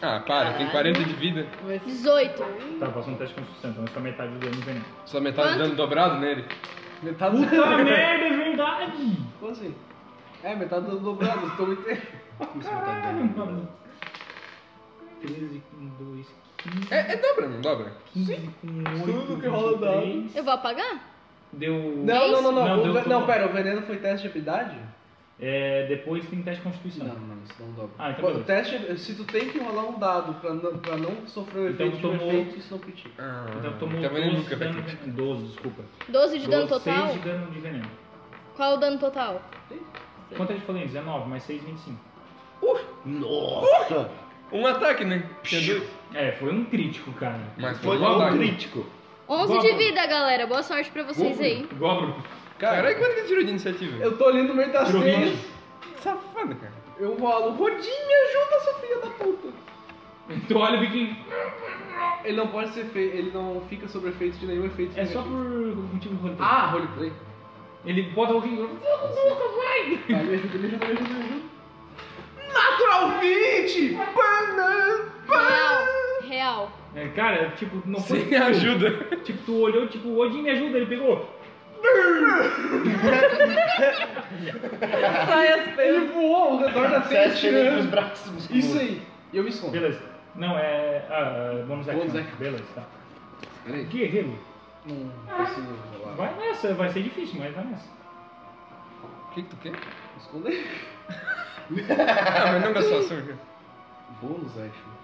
Speaker 3: Ah, para, tem 40 de vida.
Speaker 1: É.
Speaker 4: 18.
Speaker 1: Tá, passou um teste de construção, então é só metade do dano veneno.
Speaker 3: Só metade do
Speaker 4: Quanto?
Speaker 3: dano dobrado nele.
Speaker 6: Metade
Speaker 1: Puta merda, é verdade!
Speaker 6: Como assim? É, metade do dobrado, estou muito.
Speaker 2: Isso não tá
Speaker 1: Caralho,
Speaker 2: dando.
Speaker 1: mano. 13 com 2,
Speaker 3: É, é dobra, não dobra?
Speaker 1: 15 com 8,
Speaker 6: Tudo que rola dá.
Speaker 4: Eu vou apagar?
Speaker 1: Deu...
Speaker 6: Não, não, não, não.
Speaker 1: Não,
Speaker 6: o
Speaker 1: deu
Speaker 6: ve-
Speaker 1: tudo.
Speaker 6: não, pera, o veneno foi teste de habilidade?
Speaker 1: É, depois tem teste de constituição.
Speaker 6: Não, não, isso não dobra.
Speaker 1: Ah, então
Speaker 6: Pô, o
Speaker 1: beleza.
Speaker 6: teste, se tu tem que rolar um dado pra não, pra não sofrer o
Speaker 1: Então
Speaker 6: efeito de
Speaker 1: tomou-
Speaker 6: um efeito, isso não critica.
Speaker 3: Ah,
Speaker 1: Então tomou
Speaker 3: tá vendo
Speaker 1: 12
Speaker 3: nunca
Speaker 1: de
Speaker 3: vai
Speaker 1: dano né?
Speaker 3: ter.
Speaker 1: veneno. 12, desculpa.
Speaker 4: 12 de dano
Speaker 1: 12,
Speaker 4: total?
Speaker 1: 6 de dano de veneno.
Speaker 4: Qual o dano total?
Speaker 1: Quanto a gente falou em 19, mais 6, 25.
Speaker 2: Nossa!
Speaker 3: Um ataque, né? Tinha dois.
Speaker 1: É, foi um crítico, cara.
Speaker 3: Mas foi
Speaker 2: Foi
Speaker 3: um
Speaker 2: um
Speaker 3: ataque.
Speaker 2: crítico.
Speaker 4: 11 de vida, galera. Boa sorte pra vocês aí.
Speaker 1: Gobro.
Speaker 3: Caralho, quanto que ele tirou de iniciativa?
Speaker 6: Eu tô ali no meio das
Speaker 1: Tirou
Speaker 6: três,
Speaker 3: Safado, cara.
Speaker 6: eu falo, Rodinho, me ajuda, seu filho da puta.
Speaker 1: Tu Então, olha o biquinho.
Speaker 6: Ele não pode ser feio, ele não fica sobre efeito de nenhum efeito.
Speaker 1: É só
Speaker 6: negativo.
Speaker 1: por motivo do roleplay.
Speaker 6: Ah, roleplay.
Speaker 1: Ele bota um o biquinho.
Speaker 6: Tá, me ajuda, me ajuda, me ajuda, me ajuda. Natural 20! Banana!
Speaker 4: Real. Real.
Speaker 1: É, cara, tipo, não foi.
Speaker 3: Sem ajuda.
Speaker 1: Tipo, tu olhou, tipo, o Odin me ajuda, ele pegou.
Speaker 5: Saias
Speaker 6: Ele voou ao redor da
Speaker 2: Você
Speaker 6: tela.
Speaker 2: acha ele com os
Speaker 6: tirando.
Speaker 2: braços musculosos.
Speaker 6: Isso aí. E eu me escondo.
Speaker 1: Beleza. Não, é. Ah, bônus action.
Speaker 6: Bônus action.
Speaker 1: Beleza, tá.
Speaker 6: Peraí.
Speaker 1: Guerreiro.
Speaker 6: Não preciso rolar.
Speaker 1: Vai nessa, vai ser difícil, mas vai nessa.
Speaker 3: O que que tu quer?
Speaker 6: Me esconder.
Speaker 3: Ah, mas não gastou ação aqui.
Speaker 6: Bônus action.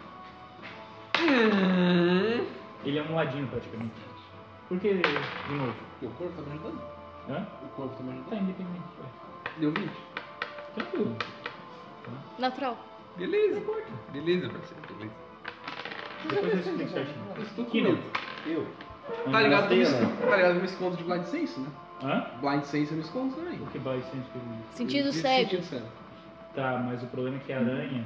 Speaker 1: Ele é um ladinho praticamente. Porque, de novo,
Speaker 6: Meu corpo tá me ajudando?
Speaker 1: né?
Speaker 6: O corpo tá me
Speaker 1: Tá
Speaker 6: ajudando?
Speaker 1: independente. vai.
Speaker 6: Deu 20.
Speaker 1: Tranquilo.
Speaker 4: Natural.
Speaker 3: Beleza. Beleza, parceiro. Beleza.
Speaker 1: Depois eu explico certinho.
Speaker 6: Eu estou com
Speaker 1: Kino.
Speaker 6: medo.
Speaker 2: Eu.
Speaker 6: Tá ligado? que Eu me
Speaker 2: Gostei,
Speaker 6: escondo, tá ligado? que Eu me escondo de Blind Sense, né?
Speaker 1: Hã?
Speaker 6: Blind Sense eu me escondo também.
Speaker 1: O que vai ser escolhido?
Speaker 4: Sentido
Speaker 6: Isso,
Speaker 4: cego.
Speaker 6: sentido cego.
Speaker 1: Tá, mas o problema é que a aranha,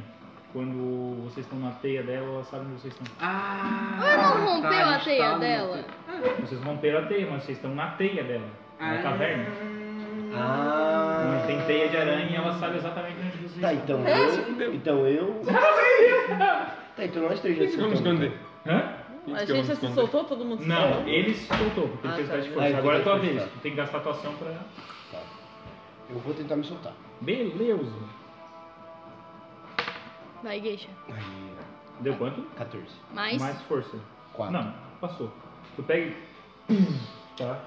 Speaker 1: quando vocês estão na teia dela, ela sabe onde vocês estão.
Speaker 6: Ah!
Speaker 4: Ela não rompeu
Speaker 6: tá,
Speaker 4: a teia
Speaker 6: tá,
Speaker 4: dela.
Speaker 1: Vocês romperam a teia, mas vocês estão na teia dela. Na
Speaker 6: Ah.
Speaker 1: caverna.
Speaker 2: Ah.
Speaker 1: Onde tem teia de aranha, ela sabe exatamente onde vocês
Speaker 2: Tá,
Speaker 1: estão.
Speaker 2: então
Speaker 4: É?
Speaker 2: eu. Então eu. Tá, então nós três já
Speaker 3: Vamos esconder.
Speaker 2: então.
Speaker 1: Hã?
Speaker 5: A gente já se soltou, todo mundo se
Speaker 1: Não,
Speaker 5: soltou?
Speaker 1: ele se soltou, porque ele
Speaker 5: Ah,
Speaker 1: fez
Speaker 5: tá.
Speaker 1: teste de
Speaker 2: Ah,
Speaker 1: força.
Speaker 2: ele
Speaker 1: Agora é
Speaker 2: fez
Speaker 1: tua
Speaker 2: teste de
Speaker 1: vez.
Speaker 2: força.
Speaker 1: Tu tem que gastar tua ação pra.
Speaker 2: Eu vou tentar me soltar.
Speaker 1: Beleza!
Speaker 4: Vai, Geisha.
Speaker 2: Aí,
Speaker 1: Deu quanto?
Speaker 2: 14.
Speaker 4: Mais.
Speaker 1: Mais força.
Speaker 2: 4.
Speaker 1: Não, passou. Tu pega e. Tá?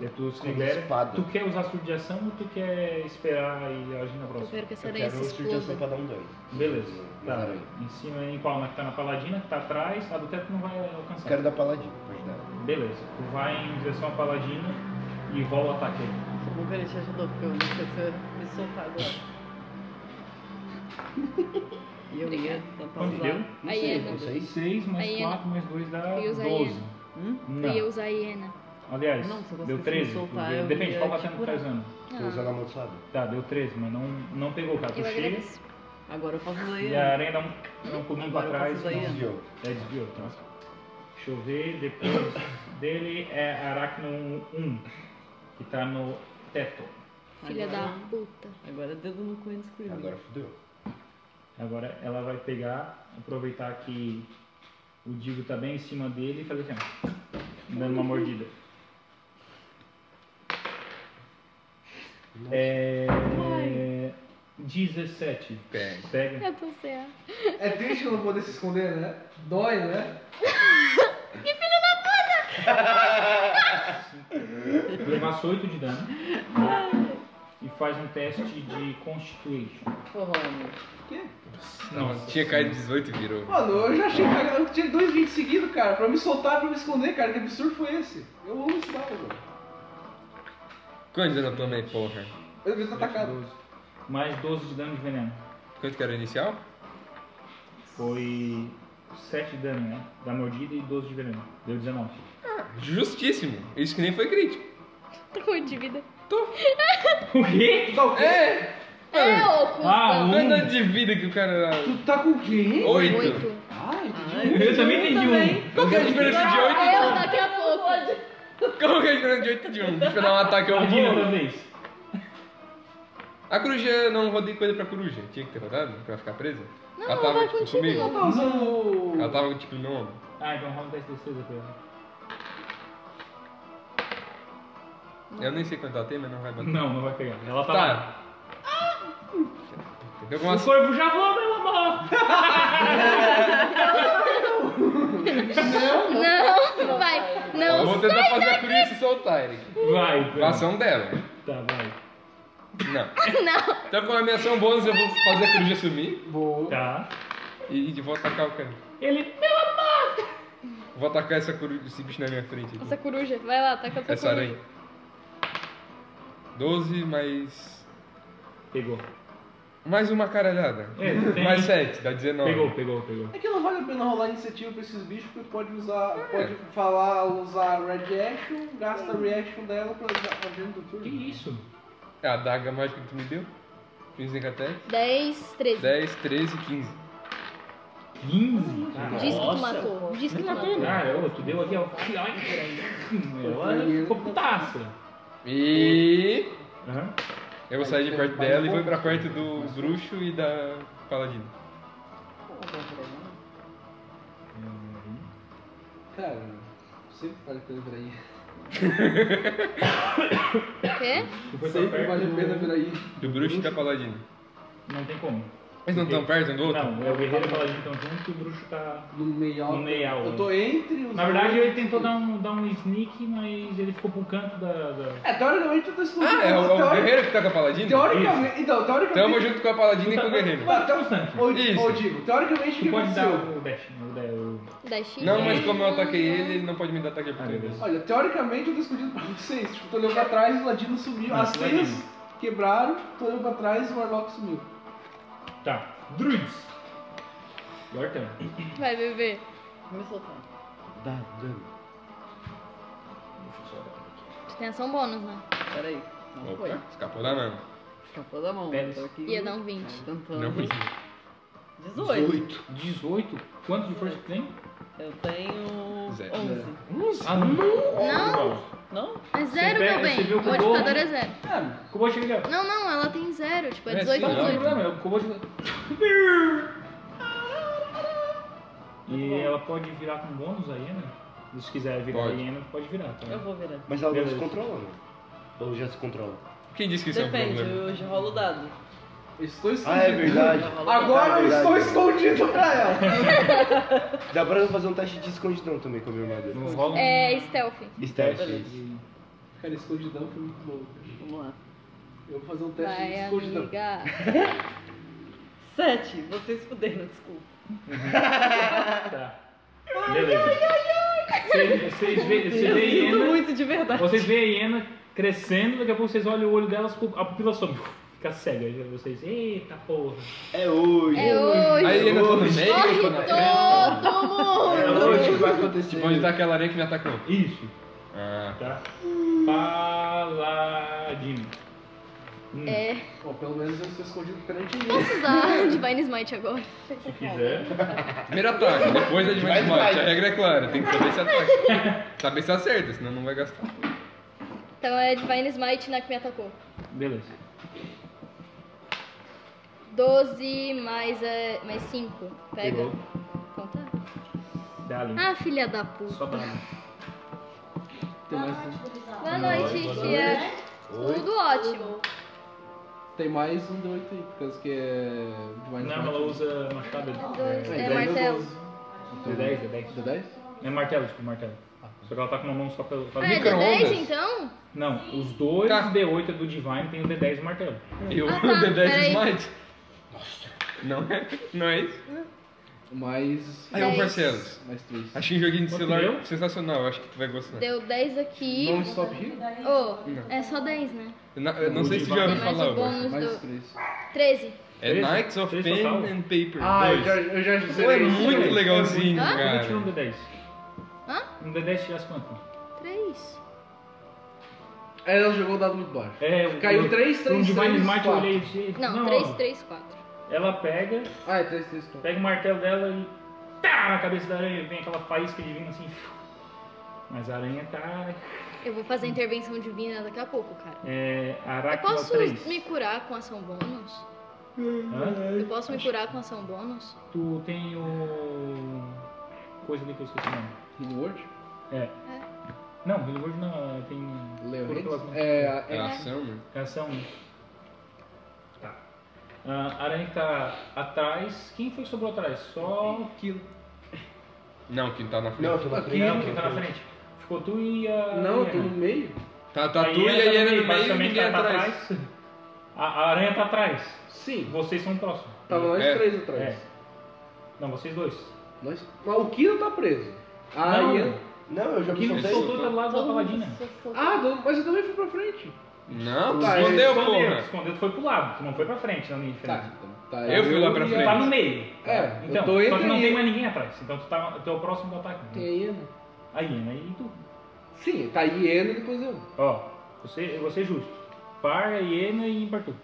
Speaker 1: E aí tu se
Speaker 2: Com
Speaker 1: libera.
Speaker 2: espada.
Speaker 1: Tu quer usar surdo de ação ou tu quer esperar e agir na
Speaker 4: Eu
Speaker 1: próxima?
Speaker 4: quero que essa
Speaker 2: Eu
Speaker 4: aranha
Speaker 2: quero
Speaker 4: se
Speaker 2: um surtiação
Speaker 4: exploda.
Speaker 2: pra dar um dano.
Speaker 1: Beleza.
Speaker 2: Na
Speaker 1: Tá.
Speaker 2: aranha.
Speaker 1: Em cima em qual? Na que tá na paladina, que tá atrás, a do teto não vai alcançar.
Speaker 2: Eu quero dar paladino pra ajudar.
Speaker 1: Beleza. Tu vai em direção à paladina e rola o ataque aí.
Speaker 5: Não. Vamos ver, ele te ajudou, porque eu não sei se eu ia me soltar agora. E eu ia tampar
Speaker 1: Quanto
Speaker 5: os
Speaker 1: deu?
Speaker 5: lábios.
Speaker 2: Não
Speaker 4: Aí
Speaker 2: sei,
Speaker 4: é,
Speaker 2: não
Speaker 4: né?
Speaker 2: sei.
Speaker 1: 6 mais
Speaker 4: Aí,
Speaker 1: 4
Speaker 5: né?
Speaker 1: mais 2 dá
Speaker 4: E usa
Speaker 1: 12.
Speaker 5: Hum?
Speaker 4: Eu ia usar a hiena.
Speaker 1: Aliás,
Speaker 5: Não, se eu
Speaker 1: deu
Speaker 5: conseguisse
Speaker 1: 13.
Speaker 5: soltar,
Speaker 1: porque
Speaker 5: eu
Speaker 1: Depende,
Speaker 5: ia
Speaker 1: qual
Speaker 5: te
Speaker 1: batendo tu tá
Speaker 5: curar.
Speaker 1: usando.
Speaker 2: Tô usando
Speaker 4: Ah,
Speaker 2: a amaldiçoada.
Speaker 1: Tá, deu 13, mas não, não pegou, cara. Tu
Speaker 4: eu
Speaker 1: chega
Speaker 4: agradeço.
Speaker 5: Agora eu posso ler.
Speaker 1: e a aranha dá um, dá um pulinho pra
Speaker 5: Agora eu
Speaker 1: trás.
Speaker 5: posso
Speaker 1: não-
Speaker 2: Tá
Speaker 5: usar hiena.
Speaker 2: Desviou.
Speaker 1: É, desviou, tá. Deixa eu ver, depois dele é Aracno 1, que tá no teto.
Speaker 4: Filha
Speaker 5: Agora-
Speaker 4: da puta.
Speaker 5: Agora é dedo no coelho escuro.
Speaker 2: Agora fudeu.
Speaker 1: Agora ela vai pegar, aproveitar que o Digo tá bem em cima dele e fazer assim, ó, dando uma mordida. É... 17.
Speaker 3: Pega.
Speaker 1: É, Pega.
Speaker 4: Eu tô sem ar.
Speaker 6: É triste não poder se esconder, né? Dói, né?
Speaker 1: Levasse 8 de dano. E faz um teste de Constitution.
Speaker 5: Porra, amor.
Speaker 1: Nossa
Speaker 3: Tinha caído 18 e virou.
Speaker 6: Mano, eu já achei que eu tinha dois 20 seguidos, cara. Pra me soltar, pra me esconder, cara. Que absurdo foi esse? Eu amo esse dado, mano.
Speaker 3: Quanto dano eu tomei, porra?
Speaker 6: Eu devia
Speaker 5: Tá
Speaker 6: ter atacado.
Speaker 1: 12. Mais 12 de dano de veneno.
Speaker 3: Quanto que era o inicial?
Speaker 1: Foi 7 de dano, né? Da mordida e 12 de veneno. Deu 19.
Speaker 3: Justíssimo. Isso que nem foi crítico.
Speaker 4: Tô com de vida.
Speaker 1: O quê?
Speaker 6: Tu tá o quê?
Speaker 3: É!
Speaker 4: É, ô,
Speaker 1: Ah,
Speaker 4: cuzão.
Speaker 1: um.
Speaker 3: Olha o dano de vida que o cara era.
Speaker 6: Tu tá com quem?
Speaker 3: Oito.
Speaker 4: Oito.
Speaker 6: Ah, entendi.
Speaker 5: Ai,
Speaker 1: Eu também
Speaker 5: eu
Speaker 1: entendi
Speaker 5: também.
Speaker 1: um.
Speaker 3: Qual que é a diferença de oito
Speaker 4: Ah,
Speaker 3: e
Speaker 4: eu daqui a pouco.
Speaker 3: um? Qual que é a diferença de oito e de um? Deixa eu dar um ataque ao
Speaker 1: Aqui outra
Speaker 3: Guilherme.
Speaker 1: vez.
Speaker 3: A coruja, não rodei coisa pra coruja. Tinha que ter rodado pra ficar presa?
Speaker 4: Não,
Speaker 3: ela
Speaker 4: vai
Speaker 3: tava tipo,
Speaker 4: contigo.
Speaker 6: Tu
Speaker 3: comigo?
Speaker 6: tá usando.
Speaker 3: Ela tava tipo no meu ombro.
Speaker 1: Ah, então rola um teste de destreza pra ela.
Speaker 3: Eu nem sei quanto ela tem, mas não vai bater.
Speaker 1: Não, não vai pegar. Ela tá. lá.
Speaker 3: Tá. Deu uma
Speaker 1: O corvo já voa, meu amor!
Speaker 4: Não, vai.
Speaker 3: Eu
Speaker 4: Não.
Speaker 3: vou tentar fazer a coruja se soltar, Eric.
Speaker 1: Vai,
Speaker 3: Com a
Speaker 1: vai.
Speaker 3: ação dela.
Speaker 1: Tá, vai.
Speaker 3: Não. Então com a minha ação bônus eu vou fazer a coruja sumir
Speaker 6: Boa.
Speaker 1: Tá.
Speaker 3: e, e vou atacar o cara.
Speaker 1: Ele.
Speaker 3: Vou atacar essa coruja, esse bicho na minha frente. aqui.
Speaker 4: Essa é coruja. Vai lá, taca a tua
Speaker 3: Essa É aranha.
Speaker 4: coruja.
Speaker 3: 12 mais
Speaker 1: Pegou.
Speaker 3: Mais uma caralhada.
Speaker 1: É, tem-
Speaker 3: Mais 7, dá 19.
Speaker 1: Pegou, pegou, pegou.
Speaker 6: É que não vale a pena rolar iniciativa pra esses bichos, porque tu pode usar.
Speaker 1: É.
Speaker 6: Pode falar, usar Red Action, gasta a reaction dela pra usar a agenda do turno.
Speaker 1: Que isso?
Speaker 3: É a daga mágica que tu me deu. 15 Necatec.
Speaker 4: 10, 13.
Speaker 3: 10, 13, 15.
Speaker 1: 15? Cara,
Speaker 4: Diz que tu
Speaker 1: nossa.
Speaker 4: matou. Diz que tu matou.
Speaker 1: Cara, ô, tu deu aqui, ó. Ela ficou putaça.
Speaker 3: E.
Speaker 1: Aham.
Speaker 3: Eu vou sair de perto dela e vou pra perto do bruxo e da paladina.
Speaker 6: Cara, sempre vale a pena virar aí.
Speaker 4: O quê?
Speaker 1: Tu foi tão
Speaker 6: Sempre
Speaker 1: perto
Speaker 6: vale a
Speaker 1: do-
Speaker 6: pena virar aí.
Speaker 3: Do bruxo e da paladina.
Speaker 1: Não tem como.
Speaker 3: Eles não estão perto um do outro?
Speaker 1: Não, é o guerreiro e o paladino estão juntos e o bruxo tá...
Speaker 6: No meial.
Speaker 1: No meial,
Speaker 6: Eu tô entre os.
Speaker 1: Na verdade,
Speaker 6: dois.
Speaker 1: ele tentou dar um, dar um sneak, mas ele ficou pro canto da... da...
Speaker 6: É, teoricamente eu tô escondido.
Speaker 3: Ah, é o, é o
Speaker 6: teori-
Speaker 3: guerreiro que tá com a paladina?
Speaker 6: Teoricamente. Então, teoricamente.
Speaker 3: Tamo junto com a paladina e com o guerreiro.
Speaker 1: Tá constante.
Speaker 6: Ou,
Speaker 3: Isso.
Speaker 6: ou digo, teoricamente o que
Speaker 1: Tu pode dar
Speaker 3: um-
Speaker 6: aconteceu?
Speaker 1: o dash, né? O da- o-
Speaker 4: 10 x.
Speaker 3: Não, mas como eu ataquei ele, ele não pode me dar ataque por
Speaker 1: Ah,
Speaker 3: ele.
Speaker 1: beleza.
Speaker 6: Olha, teoricamente eu tô escondido pra vocês. Tipo, tô olhando pra trás, o Ladino sumiu.
Speaker 1: Não,
Speaker 6: As
Speaker 1: o Ladino.
Speaker 6: teias quebraram, tô olhando pra trás, o Warlock sumiu.
Speaker 1: Tá. Druids. Agora tem.
Speaker 4: Vai, bebê.
Speaker 5: Vou me soltar.
Speaker 2: Dá dano.
Speaker 4: Tu tem ação bônus, né?
Speaker 5: Peraí. Não foi.
Speaker 3: Opa, escapou da mão.
Speaker 5: Escapou da mão.
Speaker 1: Pera.
Speaker 5: Eu tô aqui.
Speaker 4: Ia dar um 20.
Speaker 5: Tentando.
Speaker 3: Não,
Speaker 5: 18.
Speaker 1: 18? Quanto de força tu tem?
Speaker 5: Eu tenho
Speaker 3: Zero.
Speaker 5: 11.
Speaker 1: Ah, não.
Speaker 4: Não.
Speaker 5: Não?
Speaker 4: É zero,
Speaker 1: pega-
Speaker 4: meu bem.
Speaker 1: você viu
Speaker 4: O
Speaker 1: que o
Speaker 4: modificador
Speaker 1: bom-
Speaker 4: é zero.
Speaker 6: Ah,
Speaker 1: Como eu cheguei?
Speaker 4: Não, não, ela tem zero. Tipo, é
Speaker 3: É,
Speaker 4: 18
Speaker 1: Não,
Speaker 3: sim,
Speaker 1: não tem
Speaker 3: Oito.
Speaker 1: problema, eu vou jogar. E ela pode virar com bônus a hiena? Se quiser virar
Speaker 3: Pode.
Speaker 1: a hiena, pode virar, tá?
Speaker 5: Eu vou virar.
Speaker 2: Mas ela não
Speaker 1: Beleza.
Speaker 2: se controla, né? Ou já se controla?
Speaker 3: Quem disse que isso é um
Speaker 5: Depende,
Speaker 3: problema?
Speaker 5: eu já rolo o dado.
Speaker 6: Eu estou
Speaker 2: Ah,
Speaker 6: escondido.
Speaker 2: é verdade.
Speaker 5: Já rolo o dado.
Speaker 6: Agora eu
Speaker 2: Verdade.
Speaker 6: estou escondido pra ela.
Speaker 2: Dá pra eu fazer um teste de escondidão também com a minha armadura.
Speaker 1: Não rola um-
Speaker 4: É stealth.
Speaker 2: Stealth.
Speaker 5: Beleza.
Speaker 6: Cara, escondidão foi muito louco.
Speaker 5: Vamos lá.
Speaker 6: Eu vou fazer um teste de
Speaker 4: Vai,
Speaker 6: escondidão.
Speaker 4: amiga.
Speaker 5: 7. Vocês fuderam, desculpa.
Speaker 1: Tá. Beleza. Vocês- Vocês vê, você
Speaker 5: Eu
Speaker 1: vê a
Speaker 5: sinto
Speaker 3: né?
Speaker 1: hiena,
Speaker 5: muito de verdade.
Speaker 1: vocês vê a hiena crescendo, daqui a pouco vocês olham o olho dela, a pupila sobe. Fica cega. Aí vocês, eita porra.
Speaker 2: É hoje.
Speaker 4: É hoje.
Speaker 3: Aí ele tá no
Speaker 2: Hoje.
Speaker 3: meio,
Speaker 4: Corre
Speaker 3: eu tô na frente.
Speaker 4: todo
Speaker 1: É
Speaker 4: mundo!
Speaker 1: hoje.
Speaker 2: que vai acontecer.
Speaker 3: Tipo, onde tá aquela areia que me atacou?
Speaker 1: Isso.
Speaker 3: Ah,
Speaker 1: Tá? Paladino. Hum,
Speaker 4: É,
Speaker 6: Bom, pelo menos eu estou escondido perante mim.
Speaker 4: posso usar Divine Smite agora?
Speaker 1: Se quiser.
Speaker 3: primeiro ataque, depois é de mais
Speaker 2: Vai,
Speaker 3: bate.
Speaker 2: vai.
Speaker 3: A regra é clara, tem que saber se ataca. saber se acerta, senão não vai gastar.
Speaker 4: Então é Divine Smite na que me atacou.
Speaker 1: Beleza.
Speaker 4: 12 mais, é, mais 5. Pega.
Speaker 1: Pegou.
Speaker 4: Então tá.
Speaker 1: Dá ali.
Speaker 4: Ah, filha da puta.
Speaker 1: Só dá ali.
Speaker 6: Tem mais, um.
Speaker 4: Boa noite,
Speaker 1: Boa
Speaker 4: tia. Tudo ótimo.
Speaker 6: tem mais um D8 aí, por causa que é. Divine
Speaker 1: Não,
Speaker 6: Smite.
Speaker 1: ela usa machado.
Speaker 4: Dois,
Speaker 1: É,
Speaker 4: é
Speaker 6: É, dez ou
Speaker 4: martelo.
Speaker 6: doze?
Speaker 1: é 10, é 10.
Speaker 6: Deu 10?
Speaker 1: É martelo, tipo, martelo. Só que ela tá com uma mão só pelo. só-
Speaker 4: Ah, é
Speaker 3: Micro-ondas.
Speaker 4: D10 então?
Speaker 1: Não, os dois
Speaker 3: Tá.
Speaker 1: D8 é do Divine tem o D10 do martelo.
Speaker 3: Eu
Speaker 4: Ah, tá,
Speaker 3: o D10
Speaker 4: peraí.
Speaker 3: Smite. Não é? Não é isso?
Speaker 6: Mais.
Speaker 3: Aí é um
Speaker 4: Dez.
Speaker 3: Barcelos.
Speaker 6: Mais 3.
Speaker 3: Achei um joguinho de
Speaker 1: Quanto
Speaker 3: celular
Speaker 1: deu?
Speaker 3: sensacional, acho que tu vai gostar.
Speaker 4: Deu 10 aqui.
Speaker 6: Não stop here?
Speaker 4: Oh, é só 10, né?
Speaker 3: Na- eu não
Speaker 1: O
Speaker 3: sei se tu já
Speaker 1: Divine.
Speaker 4: Tem
Speaker 3: ouviu
Speaker 4: mais
Speaker 3: falar,
Speaker 4: o
Speaker 3: Barcelos.
Speaker 4: bônus
Speaker 6: é
Speaker 4: do.
Speaker 6: Mais 3.
Speaker 4: 13.
Speaker 3: É
Speaker 1: Três?
Speaker 3: Knights of
Speaker 1: Três
Speaker 3: Pen
Speaker 1: total?
Speaker 3: and Paper.
Speaker 6: Ah, eu
Speaker 3: dois.
Speaker 6: já, eu já
Speaker 3: Pô,
Speaker 6: zerei
Speaker 3: é
Speaker 6: isso,
Speaker 3: muito
Speaker 6: velho.
Speaker 3: legalzinho,
Speaker 4: Hã?
Speaker 1: Eu tiro um
Speaker 3: cara.
Speaker 1: D10.
Speaker 4: Hã?
Speaker 1: Um D10 tirasse quanto?
Speaker 4: 3.
Speaker 6: É, Ela jogou o dado muito baixo.
Speaker 1: É, o-
Speaker 6: Caiu
Speaker 1: o-
Speaker 6: 3, 3,
Speaker 1: Um
Speaker 6: 3.
Speaker 1: Divine Smite eu olhei assim, e disse,
Speaker 4: Não,
Speaker 1: ó,
Speaker 4: 3, 3, 4.
Speaker 1: Ela pega,
Speaker 6: Ah, é 3, 3, 4.
Speaker 1: pega o martelo dela e. Tá! Na cabeça da aranha vem aquela faísca divina assim. Mas a aranha tá.
Speaker 4: Eu vou fazer a intervenção divina daqui a pouco, cara.
Speaker 1: É.
Speaker 4: Eu
Speaker 1: Aracnal
Speaker 4: posso
Speaker 1: 3.
Speaker 4: Tá me curar com ação bônus?
Speaker 1: Hã?
Speaker 4: Eu posso me curar com ação bônus?
Speaker 1: Tu tem o. Coisa ali que eu esqueci o nome.
Speaker 6: Reward?
Speaker 1: Não, Holy Word não, tem. né?
Speaker 6: Leo
Speaker 1: cura pelas mãos.
Speaker 6: Hands? É,
Speaker 3: É
Speaker 6: é.
Speaker 3: ação, né?
Speaker 1: É ação. né? Tá. Ah, a aranha tá atrás. Quem foi que sobrou atrás? Só o Kilo.
Speaker 3: Não, quem tá na frente.
Speaker 2: Não, eu tô na
Speaker 6: Aqui,
Speaker 2: frente.
Speaker 1: Não, quem tá na frente. Ficou tu e
Speaker 3: Ah.
Speaker 1: a.
Speaker 6: Não, eu tô
Speaker 1: Hiena.
Speaker 6: no meio.
Speaker 3: Tá, tá
Speaker 1: A
Speaker 3: tu e a
Speaker 1: tá
Speaker 3: Iena no meio e
Speaker 1: basicamente
Speaker 3: ninguém
Speaker 1: tá pra
Speaker 3: atrás.
Speaker 1: trás. A, a aranha tá atrás.
Speaker 6: Sim.
Speaker 1: Vocês são próximos.
Speaker 6: Tava nós
Speaker 3: É.
Speaker 6: três atrás.
Speaker 1: Não, vocês dois.
Speaker 6: Nós... Mas o Kino tá preso. Ah,
Speaker 1: Não.
Speaker 6: e eu-
Speaker 2: Não, eu já um
Speaker 1: O
Speaker 2: me
Speaker 1: Kilo
Speaker 3: soltei.
Speaker 1: soltou e tá do lado da paladina.
Speaker 6: ah não, mas eu também fui pra frente.
Speaker 3: Não, tu
Speaker 6: Tá, ele
Speaker 3: escondeu,
Speaker 1: escondeu,
Speaker 3: porra.
Speaker 1: escondeu, tu foi pro lado, tu não foi pra frente, na linha de frente.
Speaker 6: Tá, então, tá,
Speaker 3: Eu fui lá pra
Speaker 6: e-
Speaker 1: Tu
Speaker 3: frente.
Speaker 1: tá no meio.
Speaker 6: É,
Speaker 1: então,
Speaker 6: eu tô
Speaker 1: só que
Speaker 6: entre
Speaker 1: não tem
Speaker 6: ele.
Speaker 1: mais ninguém atrás. Então tu tá, tu é o próximo do ataque. né?
Speaker 6: Tem a hiena.
Speaker 1: A hiena e tu.
Speaker 6: Sim, tá a hiena e depois eu.
Speaker 1: Ó, você, você é justo. Par, a hiena e ímpar tu.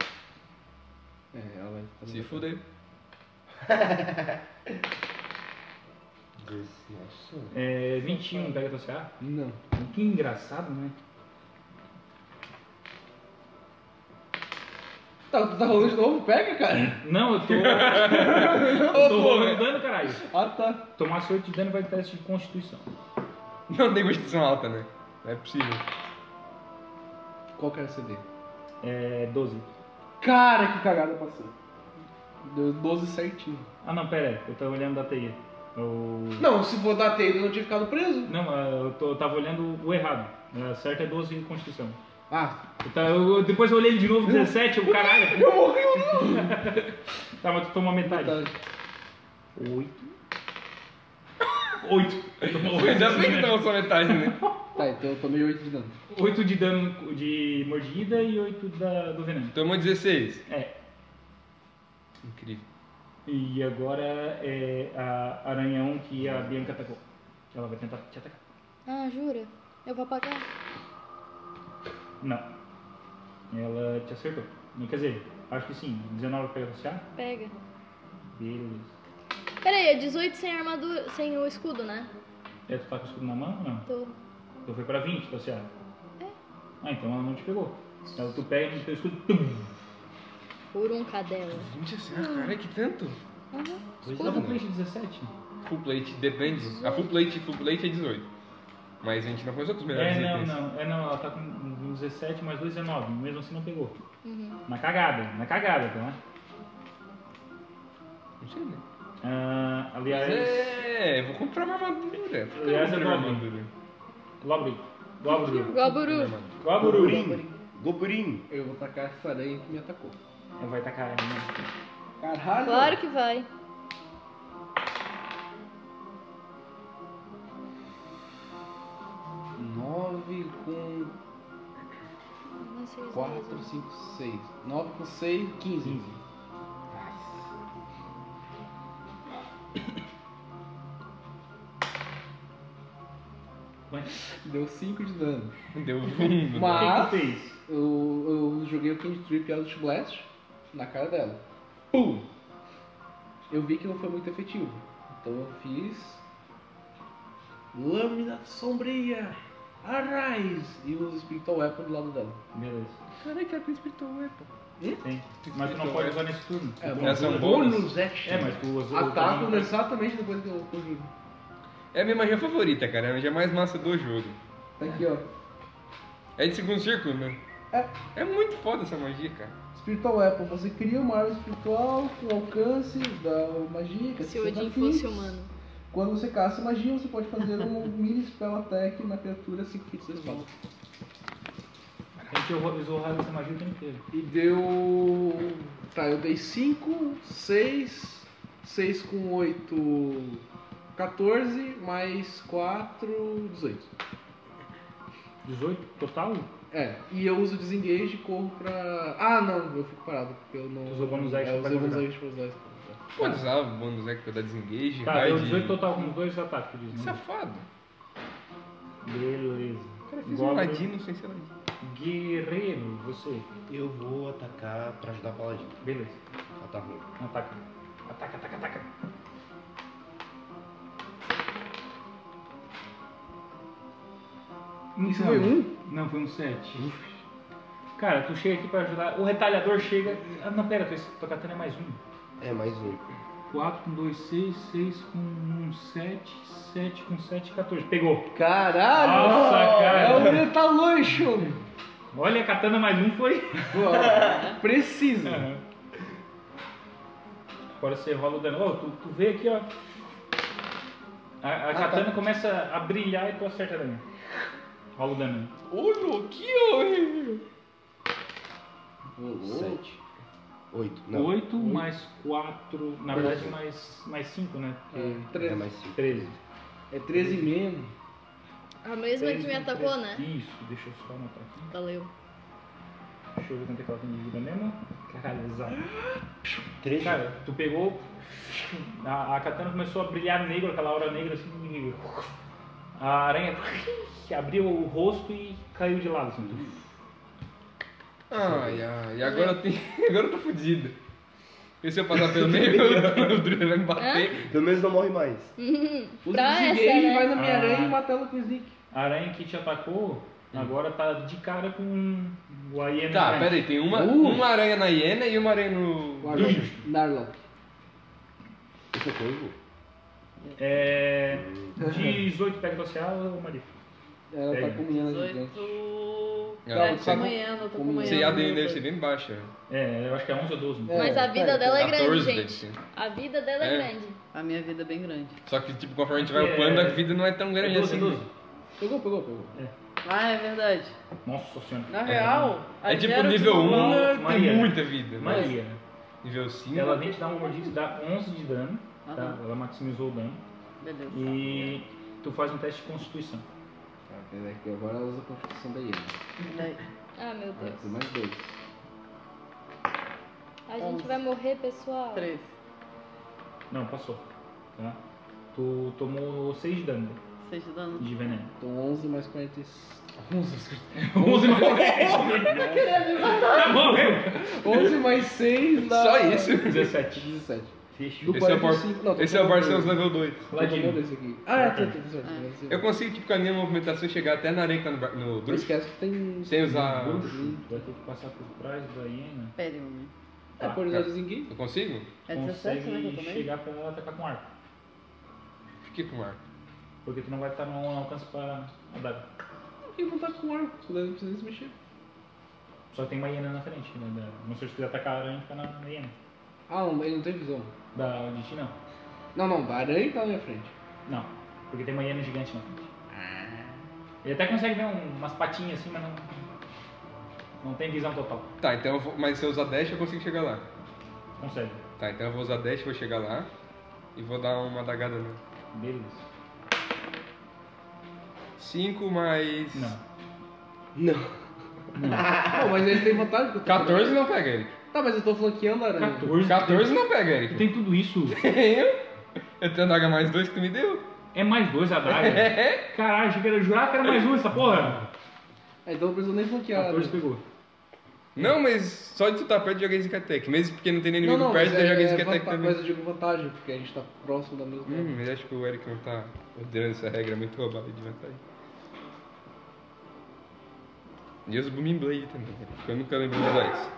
Speaker 6: É, ela vai ficar.
Speaker 3: Se fudeu.
Speaker 2: Nossa.
Speaker 1: É, 21, pega teu CA.
Speaker 6: Não.
Speaker 1: Que engraçado, né?
Speaker 6: Tá, tu tá rolando de novo? Pega, cara.
Speaker 1: Não, eu tô. eu tô
Speaker 3: Ô,
Speaker 1: rolando
Speaker 3: porra.
Speaker 1: dano, caralho.
Speaker 6: Ah, tá.
Speaker 1: Tomar 8 de dano vai ter teste de constituição.
Speaker 3: Não tem constituição alta, né? Não é possível.
Speaker 6: Qual que era o CD?
Speaker 1: É 12.
Speaker 6: Cara, que cagada eu passei. Deu 12 certinho.
Speaker 1: Ah não, pera aí, eu tava olhando da teia. Eu...
Speaker 6: Não, se for dar teia, eu não tinha ficado preso.
Speaker 1: Não, ah, eu, tô- eu tava olhando o errado. Ah, Certo é 12 de constituição.
Speaker 6: Ah,
Speaker 1: Então, eu- eu- depois eu olhei ele de novo, 17, o caralho.
Speaker 6: eu morri ou não?
Speaker 1: Tá, mas tu tomou metade.
Speaker 6: Tá.
Speaker 1: 8. 8. Tomou
Speaker 3: Ainda bem que tava só metade, né?
Speaker 6: Tá, então eu tomei 8 de dano.
Speaker 1: 8 de dano de mordida e 8 da, do veneno.
Speaker 3: Tomou 16.
Speaker 1: É.
Speaker 3: Então, Incrível.
Speaker 1: E agora é a aranhão que a Bianca atacou. Ela vai tentar te atacar.
Speaker 4: Ah, jura? Eu vou apagar.
Speaker 1: Não. Ela te acertou. Não quer dizer, acho que sim. 19 pega você. ah,
Speaker 4: Pega.
Speaker 1: Beleza.
Speaker 4: Pera aí, é 18 sem armadura, sem o escudo, né?
Speaker 1: É, tu tá com o escudo na mão ou não?
Speaker 4: Tô.
Speaker 1: Então foi pra 20, você acha? Ah, então ela não te pegou. Então tu pega no teu escudo. Tum.
Speaker 4: Por um cadela.
Speaker 3: Gente, assim, ah, cara, que tanto?
Speaker 4: Uhum.
Speaker 1: Dá um
Speaker 4: Escudo.
Speaker 1: plate 17.
Speaker 3: Full plate, depende. A full plate, full plate é 18. Mas a gente não começou com os melhores
Speaker 1: É, não,
Speaker 3: itens.
Speaker 1: não. É, não. Ela tá com um 17 mais 2, 19. Mesmo assim não pegou.
Speaker 4: Uhum.
Speaker 1: Na cagada, na cagada, tá?
Speaker 3: Não sei, né?
Speaker 1: Ah, aliás,
Speaker 3: É, vou comprar uma armadura. Por que eu
Speaker 1: Aliás,
Speaker 3: vou comprar
Speaker 1: eu
Speaker 3: uma
Speaker 1: gosto.
Speaker 3: armadura?
Speaker 1: Lobri. Lobri.
Speaker 4: Goburu.
Speaker 1: Lobrurim.
Speaker 2: Goburim.
Speaker 6: Eu vou tacar essa aranha que me atacou.
Speaker 1: Ela né? vai tacar a aranha.
Speaker 6: Caralho!
Speaker 4: Claro que vai.
Speaker 6: que... 9 com
Speaker 4: Não sei se
Speaker 6: 4, 5, 6. 9 com 6, 15.
Speaker 1: 15. Mas
Speaker 6: Deu 5 de dano.
Speaker 3: Deu um.
Speaker 1: o que
Speaker 6: Mas
Speaker 1: que fez?
Speaker 6: eu, eu joguei o King Trip Eldritch Blast na cara dela.
Speaker 1: Pum!
Speaker 6: Eu vi que não foi muito efetivo. Então eu fiz. Lâmina sombria! Arise! E uso Spiritual Weapon do lado dela.
Speaker 1: Beleza.
Speaker 3: Caraca, ela tem espiritual weapon.
Speaker 1: Tem. Mas tu não pode usar nesse turno. Então,
Speaker 6: Então, É,
Speaker 1: Tu
Speaker 6: bom.
Speaker 3: Essa é um
Speaker 1: usa-
Speaker 3: bônus?
Speaker 1: É, mas tu usou.
Speaker 6: Ataco Ah, tá, exatamente depois que eu conjuro.
Speaker 3: É a minha magia favorita, cara. É a magia mais massa do jogo.
Speaker 6: Tá aqui, ó.
Speaker 3: É de segundo círculo, né? É. É muito foda essa magia, cara.
Speaker 6: Spiritual Weapon, você cria uma arma espiritual com alcance da magia. que é
Speaker 4: Se o Odin
Speaker 6: 60
Speaker 4: fosse um
Speaker 6: feet.
Speaker 4: humano.
Speaker 6: Quando você caça magia, você pode fazer um mini spell attack na criatura 5 feet da espada.
Speaker 1: A gente usou o raio dessa magia o tempo inteiro.
Speaker 6: E deu. Tá, eu dei 5, 6, 6 com 8, 14, mais 4, 18.
Speaker 1: 18 total?
Speaker 6: É, e eu uso desengage e corro pra. Ah, não, eu fico parado, porque eu não.
Speaker 1: Tu usou bonus action
Speaker 6: é, eu
Speaker 1: pra
Speaker 6: usei bonus
Speaker 1: segurar.
Speaker 6: action pra usar isso.
Speaker 3: Quantos usar o bônus é que pra dar desengage?
Speaker 1: Tá,
Speaker 3: raio
Speaker 1: deu
Speaker 3: de- é
Speaker 1: 18 total com os dois ataques, tu
Speaker 6: é
Speaker 1: diz, né?
Speaker 3: Safado.
Speaker 1: Beleza.
Speaker 3: O cara fez um
Speaker 1: Goblin.
Speaker 3: ladino sem ser ladino.
Speaker 1: Guerreiro, você.
Speaker 2: Eu vou atacar pra ajudar a paladino.
Speaker 1: Beleza.
Speaker 2: Ela tá ruim.
Speaker 1: Ataca. Ataca, ataca, ataca.
Speaker 6: Isso foi um?
Speaker 1: Não, foi um 7. Cara, tu chega aqui pra ajudar. O retalhador chega. Ah, não, pera, tua, tua katana é mais um.
Speaker 2: É, mais um.
Speaker 1: 4 com 2, 6, 6 com 1, 7, 7 um, com 7, 14. Pegou.
Speaker 6: Caralho!
Speaker 1: Nossa, cara.
Speaker 6: É o Metalation!
Speaker 1: Olha, a katana mais um foi.
Speaker 6: Pô, Precisa!
Speaker 1: Agora você rola o dano. Ô, tu, tu vê aqui, ó. A,
Speaker 6: Ah,
Speaker 1: a
Speaker 6: tá.
Speaker 1: katana começa a brilhar e tu acerta a dano. Rola o dano.
Speaker 3: Ô, louquinho!
Speaker 2: Sete. Oito. Não.
Speaker 1: 8 mais 4, na verdade mais, mais 5, né?
Speaker 6: É,
Speaker 2: É
Speaker 6: 13.
Speaker 2: mais cinco.
Speaker 1: 13.
Speaker 6: É 13 mesmo.
Speaker 4: A mesma que me atacou, né?
Speaker 1: Isso, deixa eu só anotar aqui.
Speaker 4: Valeu.
Speaker 1: Deixa eu ver quanto é que ela tem de vida mesmo. Caralho, é exato.
Speaker 2: Três.
Speaker 1: Cara, tu pegou. A, a katana começou a brilhar negro, aquela aura negra assim. e A aranha abriu o rosto e caiu de lado. Assim.
Speaker 3: Ai, ai, agora eu tenho. Agora eu tô fudido. Porque se eu passar pelo meio, o Druida vai me bater.
Speaker 2: Pelo menos não morre mais.
Speaker 6: Usa
Speaker 4: Pra
Speaker 6: o
Speaker 4: essa,
Speaker 6: disengage,
Speaker 4: né?
Speaker 6: vai na minha aranha
Speaker 1: Ah.
Speaker 6: e mata ela com o sneak.
Speaker 1: A aranha que te atacou agora tá de cara com o né? Aiena.
Speaker 3: Tá,
Speaker 1: Knight.
Speaker 3: pera aí, tem uma,
Speaker 6: Uh.
Speaker 3: uma aranha na hiena e uma aranha no.
Speaker 6: O Arlok. Narlock.
Speaker 2: Isso é coisa?
Speaker 1: É. 18 pega social ou Maria?
Speaker 6: Ela tá
Speaker 1: Pega.
Speaker 6: com menina gigante.
Speaker 5: Dezoito.
Speaker 3: É,
Speaker 5: um. Não,
Speaker 3: você-
Speaker 5: tô comunhando, eu tô comunhando.
Speaker 3: Você a ADN deve ser bem baixa.
Speaker 1: É, eu acho que é 11 ou 12.
Speaker 6: É.
Speaker 4: Mas a vida dela é grande,
Speaker 3: 14 deve
Speaker 4: gente.
Speaker 3: ser.
Speaker 4: A vida dela é
Speaker 3: né? É.
Speaker 4: grande.
Speaker 5: A minha vida é bem grande.
Speaker 3: Só que, tipo, conforme a gente vai
Speaker 1: É.
Speaker 3: upando, a vida não é tão
Speaker 1: É
Speaker 3: grande
Speaker 1: 12,
Speaker 3: assim.
Speaker 1: 12.
Speaker 6: Pegou, pegou, pegou.
Speaker 5: Ah, é verdade.
Speaker 1: Nossa senhora.
Speaker 5: Na real, a
Speaker 3: É tipo,
Speaker 5: Jero
Speaker 3: nível
Speaker 5: de
Speaker 3: 1
Speaker 5: Mobão-
Speaker 3: né,
Speaker 1: Maria.
Speaker 3: tem muita vida. mas
Speaker 1: Maria,
Speaker 3: Nível 5.
Speaker 1: ela vem te dar uma mordida e dá 11 de dano. tá?
Speaker 5: Aham.
Speaker 1: Ela maximizou o dano.
Speaker 5: Beleza.
Speaker 1: E tu faz um teste de constituição.
Speaker 6: Tá, peraí, que agora ela usa a constituição da hiena.
Speaker 5: Daí-
Speaker 4: Ah, meu
Speaker 6: Vai
Speaker 4: Deus.
Speaker 6: ter mais dois.
Speaker 4: A gente
Speaker 5: Onze.
Speaker 4: vai morrer, pessoal.
Speaker 5: Treze.
Speaker 1: Não, passou. Tá? Tu tomou 6 de dano
Speaker 5: Seis de dano.
Speaker 1: de veneno.
Speaker 6: Então 11 mais 46.
Speaker 1: 11 morreu!
Speaker 5: Tá
Speaker 1: Morreu!
Speaker 6: 11 mais 6 dá...
Speaker 3: Só isso.
Speaker 1: 17.
Speaker 6: 17.
Speaker 1: Fechou.
Speaker 6: Do
Speaker 3: Esse é o
Speaker 6: 45, não, tô
Speaker 3: Esse é o
Speaker 6: tomando
Speaker 3: Barcelos
Speaker 6: dois.
Speaker 3: level 2.
Speaker 6: Tô tomando
Speaker 1: Ladino.
Speaker 6: esse aqui. Ah, tá, tá, tá, certo. Mas
Speaker 3: Eu
Speaker 6: Eu
Speaker 3: consigo, tipo, com a minha movimentação, chegar até na areia que tá no, bar- no
Speaker 6: não
Speaker 3: bruxo.
Speaker 6: esquece que tem...
Speaker 3: Sem usar.
Speaker 1: Bruxo, tu vai ter que passar por trás da hiena.
Speaker 5: Pera aí, um.
Speaker 6: É, por usar desengage.
Speaker 3: Eu consigo?
Speaker 5: É 17, né, que eu
Speaker 1: consegue
Speaker 5: tomei?
Speaker 1: chegar pra ela atacar com arco.
Speaker 3: Por que com arco?
Speaker 1: Porque tu não vai estar no alcance pra adaga.
Speaker 6: Por que não tá com arco? Não precisa nem se mexer.
Speaker 1: Só que tem uma hiena na frente, né? Da... Não sei se tu quiser atacar a aranha, fica na, na hiena.
Speaker 6: Ah, não, ele não tem visão.
Speaker 1: Da de ti, não.
Speaker 6: Não, não, a aranha tá na minha frente.
Speaker 1: Não, porque tem uma hiena gigante na frente. Ele até consegue ver um- umas patinhas assim, mas não. Não tem visão total.
Speaker 3: Tá, então eu vou, mas se eu usar dash, eu consigo chegar lá.
Speaker 1: Consegue.
Speaker 3: Tá, então eu vou usar dash, vou chegar lá. E vou dar uma dagada nele.
Speaker 1: Beleza.
Speaker 3: 5 mais...
Speaker 1: Não.
Speaker 6: Não, mas ele tem vantagem. porque eu tô
Speaker 3: 14 não pega ele.
Speaker 6: flanqueando. Tá, mas eu tô flanqueando a aranha.
Speaker 1: 14.
Speaker 3: 14 não pega
Speaker 1: Tu
Speaker 3: ele.
Speaker 1: tem tudo isso.
Speaker 3: Eu? Eu tenho a daga mais 2 que tu me deu.
Speaker 1: É mais dois a daga.
Speaker 3: É?
Speaker 1: Caralho, achei que era jurar que era mais um essa porra.
Speaker 6: Ah, então não precisa nem flanquear a
Speaker 1: 14
Speaker 6: aranha.
Speaker 1: pegou.
Speaker 3: Não, mas só de tu tá perto, eu joguei Zicatec. Mesmo porque não tem
Speaker 6: Não,
Speaker 3: inimigo
Speaker 6: não, mas
Speaker 3: perto, eu
Speaker 6: é,
Speaker 3: joguei
Speaker 6: é
Speaker 3: Zicatec
Speaker 6: vantagem,
Speaker 3: também.
Speaker 6: mas eu digo vantagem, porque a gente tá próximo da mesma...
Speaker 3: Hum, mas acho que o Eric não tá odeando essa regra, é muito roubada de vantagem. E os Booming Blade também, né? porque eu nunca lembro de usar isso.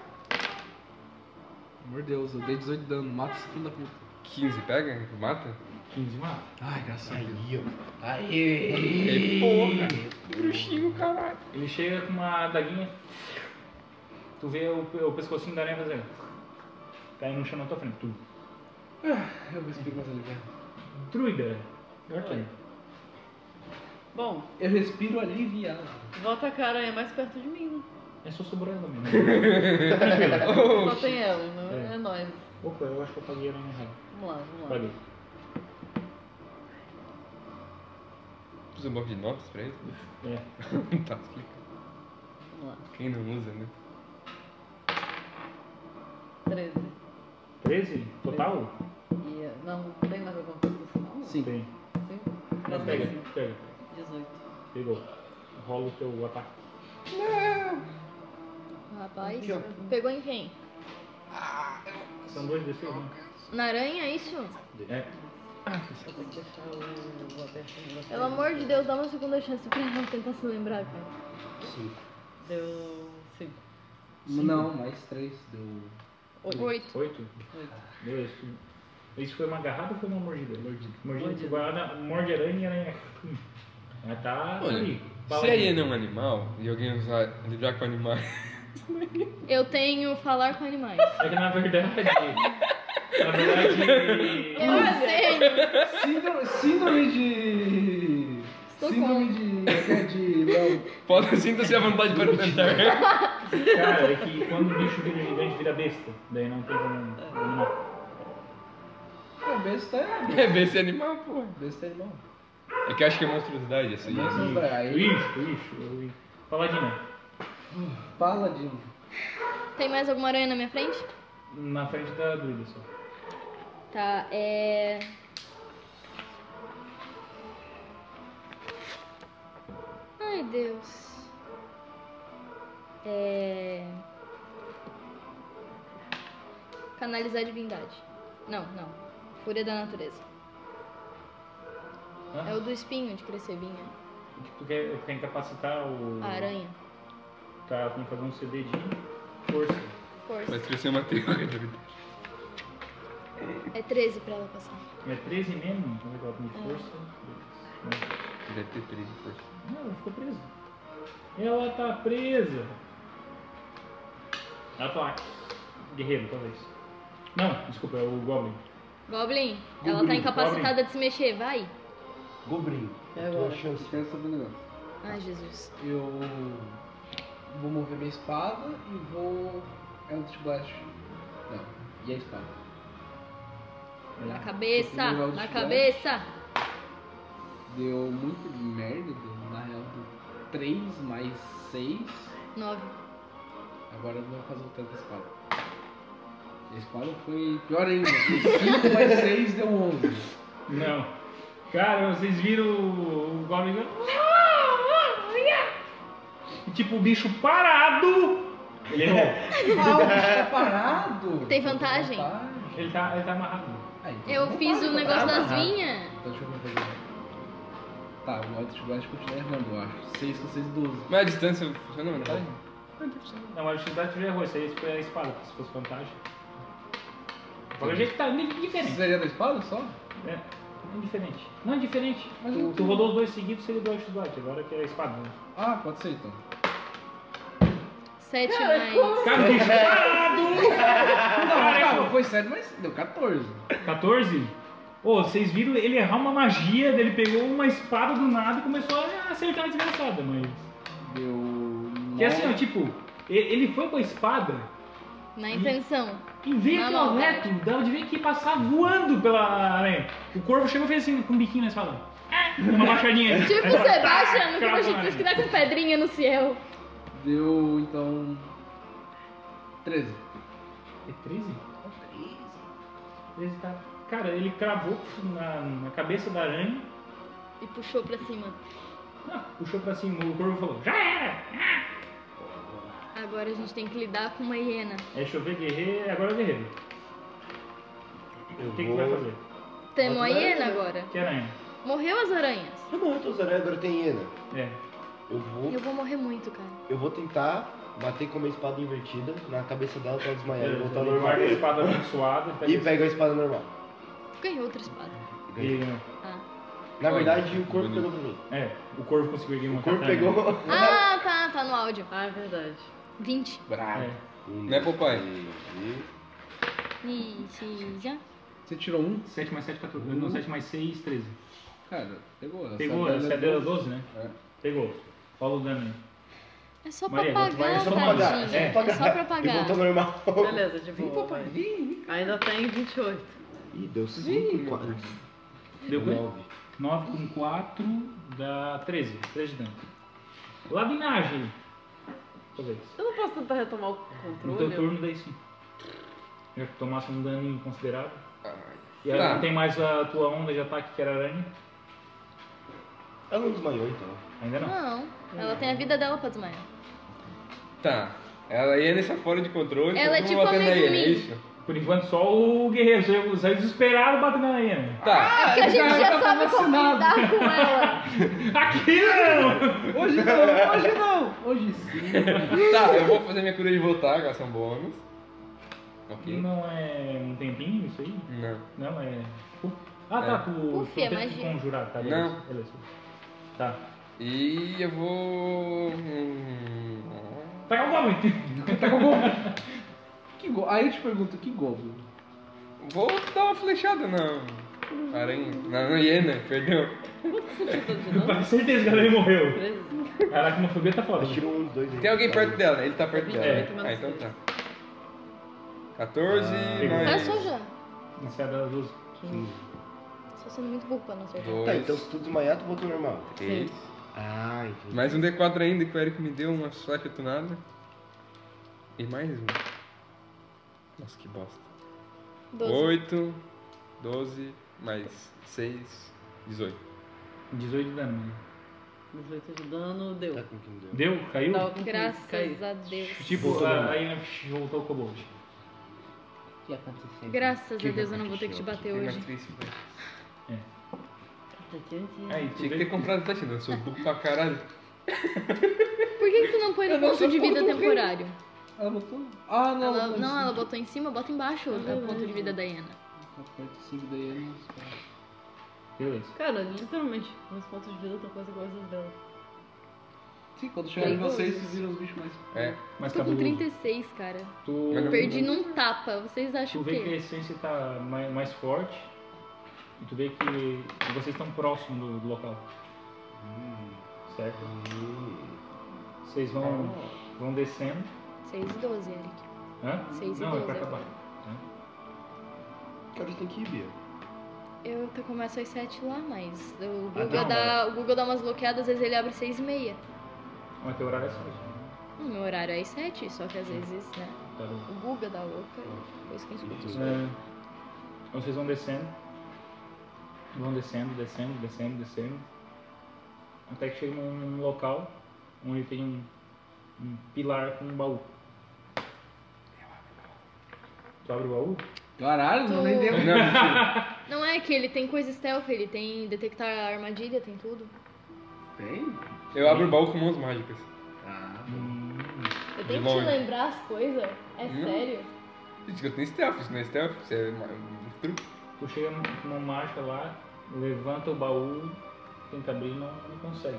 Speaker 6: Meu Deus, eu dei 18 de dano, mata esse filho da puta.
Speaker 3: 15 pega? Mata?
Speaker 1: 15 mata.
Speaker 6: Ai, graças a Deus.
Speaker 3: E aí, porra! Bruxinho, caralho!
Speaker 1: Ele chega com uma adaguinha. Tu vê o, o pescocinho da aranha fazendo. Cai no chão na tua frente. Tu.
Speaker 6: Eu vou explicar mais aliviado.
Speaker 1: Druida. É
Speaker 5: Oi. Bom,
Speaker 6: Eu respiro aliviado.
Speaker 5: volta a cara aí é mais perto de mim, né?
Speaker 1: É só sobrando mesmo.
Speaker 5: Só tem ela, né?
Speaker 1: É.
Speaker 5: É nós.
Speaker 1: Opa, eu acho que eu paguei a aranha errada.
Speaker 5: Vamos lá, vamos lá.
Speaker 1: Ah. Paguei.
Speaker 3: Usa um bloco de notas pra isso?
Speaker 1: É.
Speaker 3: tá, explica.
Speaker 5: Vamos lá.
Speaker 3: Quem não usa, né?
Speaker 5: 13.
Speaker 1: 13? Total?
Speaker 5: E, eh, não, não tem mais alguma coisa no final?
Speaker 6: Sim.
Speaker 1: Tem.
Speaker 5: Cinco?
Speaker 1: Não, pega, pega.
Speaker 5: 18.
Speaker 1: Pegou. Rola o teu ataque.
Speaker 4: Rapaz, pegou em quem?
Speaker 1: São dois desses, né?
Speaker 4: Na aranha, é isso?
Speaker 1: É.
Speaker 5: Eu tenho que deixar o aberto no negócio.
Speaker 4: Pelo amor de Deus, dá uma segunda chance pra ela tentar se lembrar, cara.
Speaker 5: Deu 5.
Speaker 6: Não, mais três deu.
Speaker 4: Oito.
Speaker 1: Oito?
Speaker 5: Oito.
Speaker 1: Beleza. Isso foi uma agarrada ou foi uma mordida? Mordida. Mordida.
Speaker 5: Mordida.
Speaker 1: Tu vai lá, na- morde aranha e a aranha. Ela tá
Speaker 3: Olha,
Speaker 1: ali.
Speaker 3: Se a hiena é um animal e alguém usar lidar com animais.
Speaker 4: Eu tenho falar com animais.
Speaker 1: É que na verdade. na verdade.
Speaker 4: Eu tenho.
Speaker 6: Síndrome, síndrome de.
Speaker 4: Estou
Speaker 6: síndrome de. é de. Não.
Speaker 3: Pode sinta-se à vontade para tentar.
Speaker 1: Cara, é que quando o bicho vira gigante, vira besta. Daí não tem como. como não.
Speaker 6: É, besta é.
Speaker 3: É bem esse animal, pô.
Speaker 6: Besta é irmão.
Speaker 3: É que eu acho que é monstruosidade
Speaker 4: É.
Speaker 3: essa hiena.
Speaker 6: Essas daí.
Speaker 1: Lixo, lixo. eu- Paladina.
Speaker 6: Paladino.
Speaker 4: Tem mais alguma aranha na minha frente?
Speaker 1: Na frente da druida só.
Speaker 4: Tá, é. Ai, Deus. É. Canalizar divindade. Não, não. Fúria da natureza.
Speaker 1: Hã?
Speaker 4: É o do espinho de crescer vinha.
Speaker 1: O que Tu quer, tem que capacitar o.
Speaker 4: A aranha.
Speaker 1: Tá, tem que fazer um CD de força.
Speaker 3: Vai
Speaker 4: Força.
Speaker 3: crescer uma teoria de vida.
Speaker 4: É 13 pra ela passar.
Speaker 1: É 13 mesmo? Vamos ver qual tem
Speaker 4: É.
Speaker 1: de força. Dois,
Speaker 3: Deve ter 13 de força.
Speaker 1: um. Não, ela ficou presa. Ela tá presa. Ela tá lá. Guerreiro, talvez. Não, desculpa, é o Goblin.
Speaker 4: Goblin, ela tá
Speaker 1: Goblin,
Speaker 4: incapacitada de se mexer, vai.
Speaker 2: Gobrinho.
Speaker 8: É
Speaker 2: É tua
Speaker 8: agora.
Speaker 2: chance.
Speaker 6: Quero saber um negócio.
Speaker 4: Ai, Jesus.
Speaker 6: Eu vou mover minha espada e vou. é Eldritch Blast. Não, e a espada. Tá.
Speaker 4: Na cabeça,
Speaker 6: Primeiro
Speaker 4: na
Speaker 6: round
Speaker 4: cabeça.
Speaker 6: Deu muito merda, deu, na real deu 3 mais 6.
Speaker 4: 9.
Speaker 6: Agora eu vou fazer o teste da espada. A espada foi pior ainda. 5 mais 6 deu 11.
Speaker 1: Não. Cara, vocês viram o, o Goblin. E, Tipo, o bicho parado. Ele errou.
Speaker 6: Ah, o bicho tá parado!
Speaker 4: Tem vantagem?
Speaker 6: Vantagem.
Speaker 1: Ele tá, ele tá amarrado.
Speaker 6: Ah, então
Speaker 4: Eu
Speaker 6: não
Speaker 4: fiz
Speaker 6: vai,
Speaker 4: o
Speaker 6: tá
Speaker 4: negócio das
Speaker 6: amarrado.
Speaker 4: vinhas.
Speaker 6: Então deixa eu fazer. Tá, o Eldritch Blast continua errando, eu acho. 6 com 6, 12.
Speaker 3: Mas a distância né? funciona, mano? Vai.
Speaker 1: Não, mas a dificuldade já é errou. Isso aí foi a espada, se fosse vantagem. Qualquer jeito tá
Speaker 6: Você
Speaker 1: indiferente.
Speaker 6: seria da espada só?
Speaker 1: É, indiferente. Não, é indiferente.
Speaker 6: Mas
Speaker 1: tu,
Speaker 6: eu-
Speaker 1: tu rodou os dois seguidos, seria dois x Agora que é a espada. né?
Speaker 6: Ah, pode ser então.
Speaker 4: 7 mais.
Speaker 1: Cara, o bicho parado!
Speaker 4: Ah,
Speaker 6: Não,
Speaker 1: Cara,
Speaker 6: calma,
Speaker 1: eu-
Speaker 6: foi 7, mas deu 14.
Speaker 1: 14? Ô, vocês viram ele errar uma magia, daí ele pegou uma espada do nada e começou a acertar a desgraçada, mas.
Speaker 6: Deu.
Speaker 1: Que assim, ó, tipo, e- ele foi com a espada
Speaker 4: Na intenção.
Speaker 1: e veio aqui
Speaker 4: Não,
Speaker 1: ao
Speaker 4: não.
Speaker 1: reto, dava de ver que ia passar voando pela aranha. O corvo chegou e fez assim, com um biquinho na espada. Uma baixadinha.
Speaker 4: É. Tipo o Sebastian no
Speaker 1: Crava
Speaker 4: Crush
Speaker 1: na
Speaker 4: diz que tá com pedrinha no céu.
Speaker 6: Deu então. 13.
Speaker 1: É 13? 13 tá. Cara, ele cravou na, na cabeça da aranha.
Speaker 4: E puxou pra cima.
Speaker 1: Ah, puxou pra cima, o corvo falou, já era!
Speaker 4: Agora a gente tem que lidar com uma hiena.
Speaker 1: É chover guerreiro, agora é guerreiro.
Speaker 2: Eu
Speaker 1: O que, que
Speaker 2: vou-
Speaker 1: vai fazer?
Speaker 4: Temos uma
Speaker 2: Outra
Speaker 4: hiena
Speaker 2: aranha.
Speaker 4: agora.
Speaker 1: Que aranha?
Speaker 4: Morreu as aranhas.
Speaker 2: Já morreu todos os aranhas, agora tem hiena.
Speaker 1: É.
Speaker 2: Eu vou,
Speaker 4: Eu vou morrer muito, cara.
Speaker 2: eu vou tentar bater com uma espada invertida na cabeça dela pra ela desmaiar e voltar ao
Speaker 1: ele
Speaker 2: tá normal.
Speaker 1: marca a espada abençoada É, pega
Speaker 2: E pega a espada normal.
Speaker 4: Ganhou outra espada.
Speaker 1: e,
Speaker 4: Ah,
Speaker 2: Na
Speaker 3: Olha,
Speaker 2: verdade, o corpo
Speaker 3: bonito.
Speaker 2: pegou pra mim.
Speaker 1: né? É, o corvo conseguiu erguer uma
Speaker 2: O corpo
Speaker 1: katana.
Speaker 2: pegou.
Speaker 4: ah tá, tá no áudio.
Speaker 5: Ah, é verdade.
Speaker 4: 20.
Speaker 1: É.
Speaker 2: Um,
Speaker 3: Né, papai?
Speaker 2: dois,
Speaker 4: Ixi, já.
Speaker 6: Você tirou um?
Speaker 1: 7 mais 7, 14. Não, 7 mais 6, 13.
Speaker 6: Cara, pegou.
Speaker 2: Tá
Speaker 6: essa
Speaker 1: Pegou,
Speaker 6: dela
Speaker 1: essa é
Speaker 6: deu-
Speaker 1: dela 12, né?
Speaker 6: É.
Speaker 1: Pegou. Rola o dano aí.
Speaker 4: É só
Speaker 1: Maria,
Speaker 4: pra
Speaker 1: quanto mais-
Speaker 4: pagar,
Speaker 1: é só pra pagar,
Speaker 4: tadinho.
Speaker 1: é.
Speaker 4: É só pra
Speaker 2: É. E
Speaker 4: pagar.
Speaker 2: voltou ao normal.
Speaker 5: Beleza, de
Speaker 6: Vem,
Speaker 5: boa.
Speaker 6: papai,
Speaker 5: vai.
Speaker 6: vem.
Speaker 5: Ainda tá em 28.
Speaker 2: Ih, deu 5, 4,
Speaker 1: Deu quanto?
Speaker 2: 9.
Speaker 1: 9 com 4 dá 13. 13 de dano. Labinagem. Talvez.
Speaker 5: Eu não posso tentar retomar o
Speaker 1: No teu
Speaker 5: controle.
Speaker 1: turno, daí sim. Já que tomasse um dano considerável. E
Speaker 3: Tá.
Speaker 1: ela não tem mais a tua onda de ataque que era aranha?
Speaker 2: Ela não desmaiou então.
Speaker 1: Ainda não.
Speaker 4: Não, ela tem a vida dela pra desmaiar.
Speaker 3: Tá. Ela ia nessa fora de controle.
Speaker 4: Ela é
Speaker 3: todo
Speaker 4: tipo
Speaker 3: mundo batendo
Speaker 4: a
Speaker 3: na hiena,
Speaker 4: Megumin.
Speaker 3: é isso?
Speaker 1: Por enquanto, só o guerreiro. saiu- Saiu desesperado batendo na aranha.
Speaker 3: Tá.
Speaker 4: Porque a gente
Speaker 6: cara
Speaker 4: já
Speaker 6: tá
Speaker 4: sabe como
Speaker 6: vacinado.
Speaker 4: lidar com ela.
Speaker 1: Aqui né? não!
Speaker 6: Hoje não, hoje não. Hoje sim.
Speaker 3: Tá, eu vou fazer minha cura de voltar, gastar um bônus. Ok.
Speaker 1: Não é um tempinho isso aí?
Speaker 3: Não.
Speaker 1: Não, é. Uf. Ah, tá,
Speaker 3: É.
Speaker 1: tu.
Speaker 4: Uf,
Speaker 1: tu
Speaker 4: é
Speaker 1: tenta
Speaker 4: magia.
Speaker 1: conjurar, tá?
Speaker 3: Não.
Speaker 1: Beleza. Tá.
Speaker 3: E eu vou. hum,
Speaker 1: Tá calma,
Speaker 6: tá com goblin. Que go... Aí eu te pergunto, que goblin?
Speaker 3: Vou dar uma flechada na. Aranha. Na, na hiena, perdeu.
Speaker 1: Com certeza que a aranha morreu.
Speaker 5: Beleza.
Speaker 1: Caraca, uma fobia tá foda.
Speaker 2: Ela tirou uns dois aí.
Speaker 3: Tem alguém perto dela, ele tá perto dela.
Speaker 1: É.
Speaker 3: né? Ah, então tá. 14
Speaker 1: pegou.
Speaker 3: mais.
Speaker 4: Passou Tá já.
Speaker 1: Não sei a das duas.
Speaker 4: Estou sendo muito burro pra não
Speaker 2: Tá,
Speaker 4: acertar.
Speaker 3: Dois.
Speaker 2: então se tu desmaiar, tu volta ao normal.
Speaker 3: três.
Speaker 2: Ah, entendi.
Speaker 3: Mais um D4 ainda que o Eric me deu, uma flecha tunada. E mais um. Nossa, que bosta.
Speaker 4: Doze.
Speaker 3: 8, 12, mais 6, 18.
Speaker 1: 18 de dano.
Speaker 5: 18 de dano, deu.
Speaker 2: Tá com quem deu.
Speaker 1: Deu? Caiu?
Speaker 5: Tava com
Speaker 4: Graças
Speaker 5: caiu.
Speaker 4: a Deus.
Speaker 1: Tipo, a- aí voltou o Kobold.
Speaker 8: O que aconteceu?
Speaker 4: Graças
Speaker 2: Que
Speaker 4: a Deus eu não vou ter que te
Speaker 2: aconteceu?
Speaker 4: bater
Speaker 3: Tem mais
Speaker 4: hoje.
Speaker 3: 3 flechas.
Speaker 5: Tá
Speaker 1: Aí,
Speaker 3: Tinha que ter comprado flecha, né? Eu sou burro pra caralho.
Speaker 4: Por que, que tu não põe no ponto de vida temporário?
Speaker 6: Ela botou. Ah, não.
Speaker 4: Ela,
Speaker 6: mas-
Speaker 4: não, ela botou em cima, bota embaixo
Speaker 5: É
Speaker 4: o ponto
Speaker 5: verdade.
Speaker 4: de vida da Iena.
Speaker 6: Tá perto de cinco daí, eu não sei.
Speaker 1: Beleza.
Speaker 5: Cara, literalmente, meus pontos de vida estão quase iguais aos dela.
Speaker 6: Sim, quando chegar em
Speaker 4: Perigoso.
Speaker 6: vocês, vocês viram os bichos mais.
Speaker 3: É.
Speaker 1: Mas tá
Speaker 4: Tô com
Speaker 1: cabuloso.
Speaker 4: 36, cara.
Speaker 1: Tu,
Speaker 3: Eu
Speaker 4: Perdi num tapa. Vocês
Speaker 1: tu
Speaker 4: acham o
Speaker 1: vê que a
Speaker 4: quê?
Speaker 1: essência tá mais, mais forte. E tu vê que vocês estão próximos do, do local. Certo?
Speaker 2: Hum.
Speaker 1: Vocês vão,
Speaker 3: Ah.
Speaker 1: vão descendo.
Speaker 4: 6 e 12, Eric.
Speaker 1: Hã?
Speaker 4: Seis e
Speaker 1: Não, é pra
Speaker 4: doze
Speaker 1: acabar.
Speaker 4: agora.
Speaker 1: tá?
Speaker 2: Que horas tem que ir, Bia?
Speaker 4: Eu te- começo às 7 lá, mas o
Speaker 3: tá
Speaker 1: Ah,
Speaker 4: Google,
Speaker 1: não,
Speaker 4: dá, o Google dá umas bloqueadas, às vezes ele abre 6 e meia.
Speaker 1: Mas teu horário é certo.
Speaker 4: O meu horário é às 7, só que às vezes, né?
Speaker 1: Tá bom.
Speaker 4: O Guga da louca, depois quem escuta os outros.
Speaker 1: É, vocês vão descendo. Vão descendo, descendo, descendo, descendo. Até que chega num, num local onde tem um, um pilar com um baú. Tu abre o baú?
Speaker 6: Caralho, não nem
Speaker 4: Tô-
Speaker 6: deu.
Speaker 3: Não, mentira.
Speaker 4: Não é que ele tem coisa stealth, ele tem detectar armadilha, tem tudo.
Speaker 6: Tem?
Speaker 3: Eu abro o baú com mãos mágicas.
Speaker 6: Ah.
Speaker 1: Hum.
Speaker 4: Eu
Speaker 3: De
Speaker 4: tenho que te
Speaker 3: longe.
Speaker 4: lembrar as coisas? É
Speaker 3: Hum.
Speaker 4: sério?
Speaker 3: Gente, eu tenho stealth, isso não é stealth, isso é ma- um truque.
Speaker 1: Tu chega num- numa marcha lá, levanta o baú, tenta abrir não, não consegue.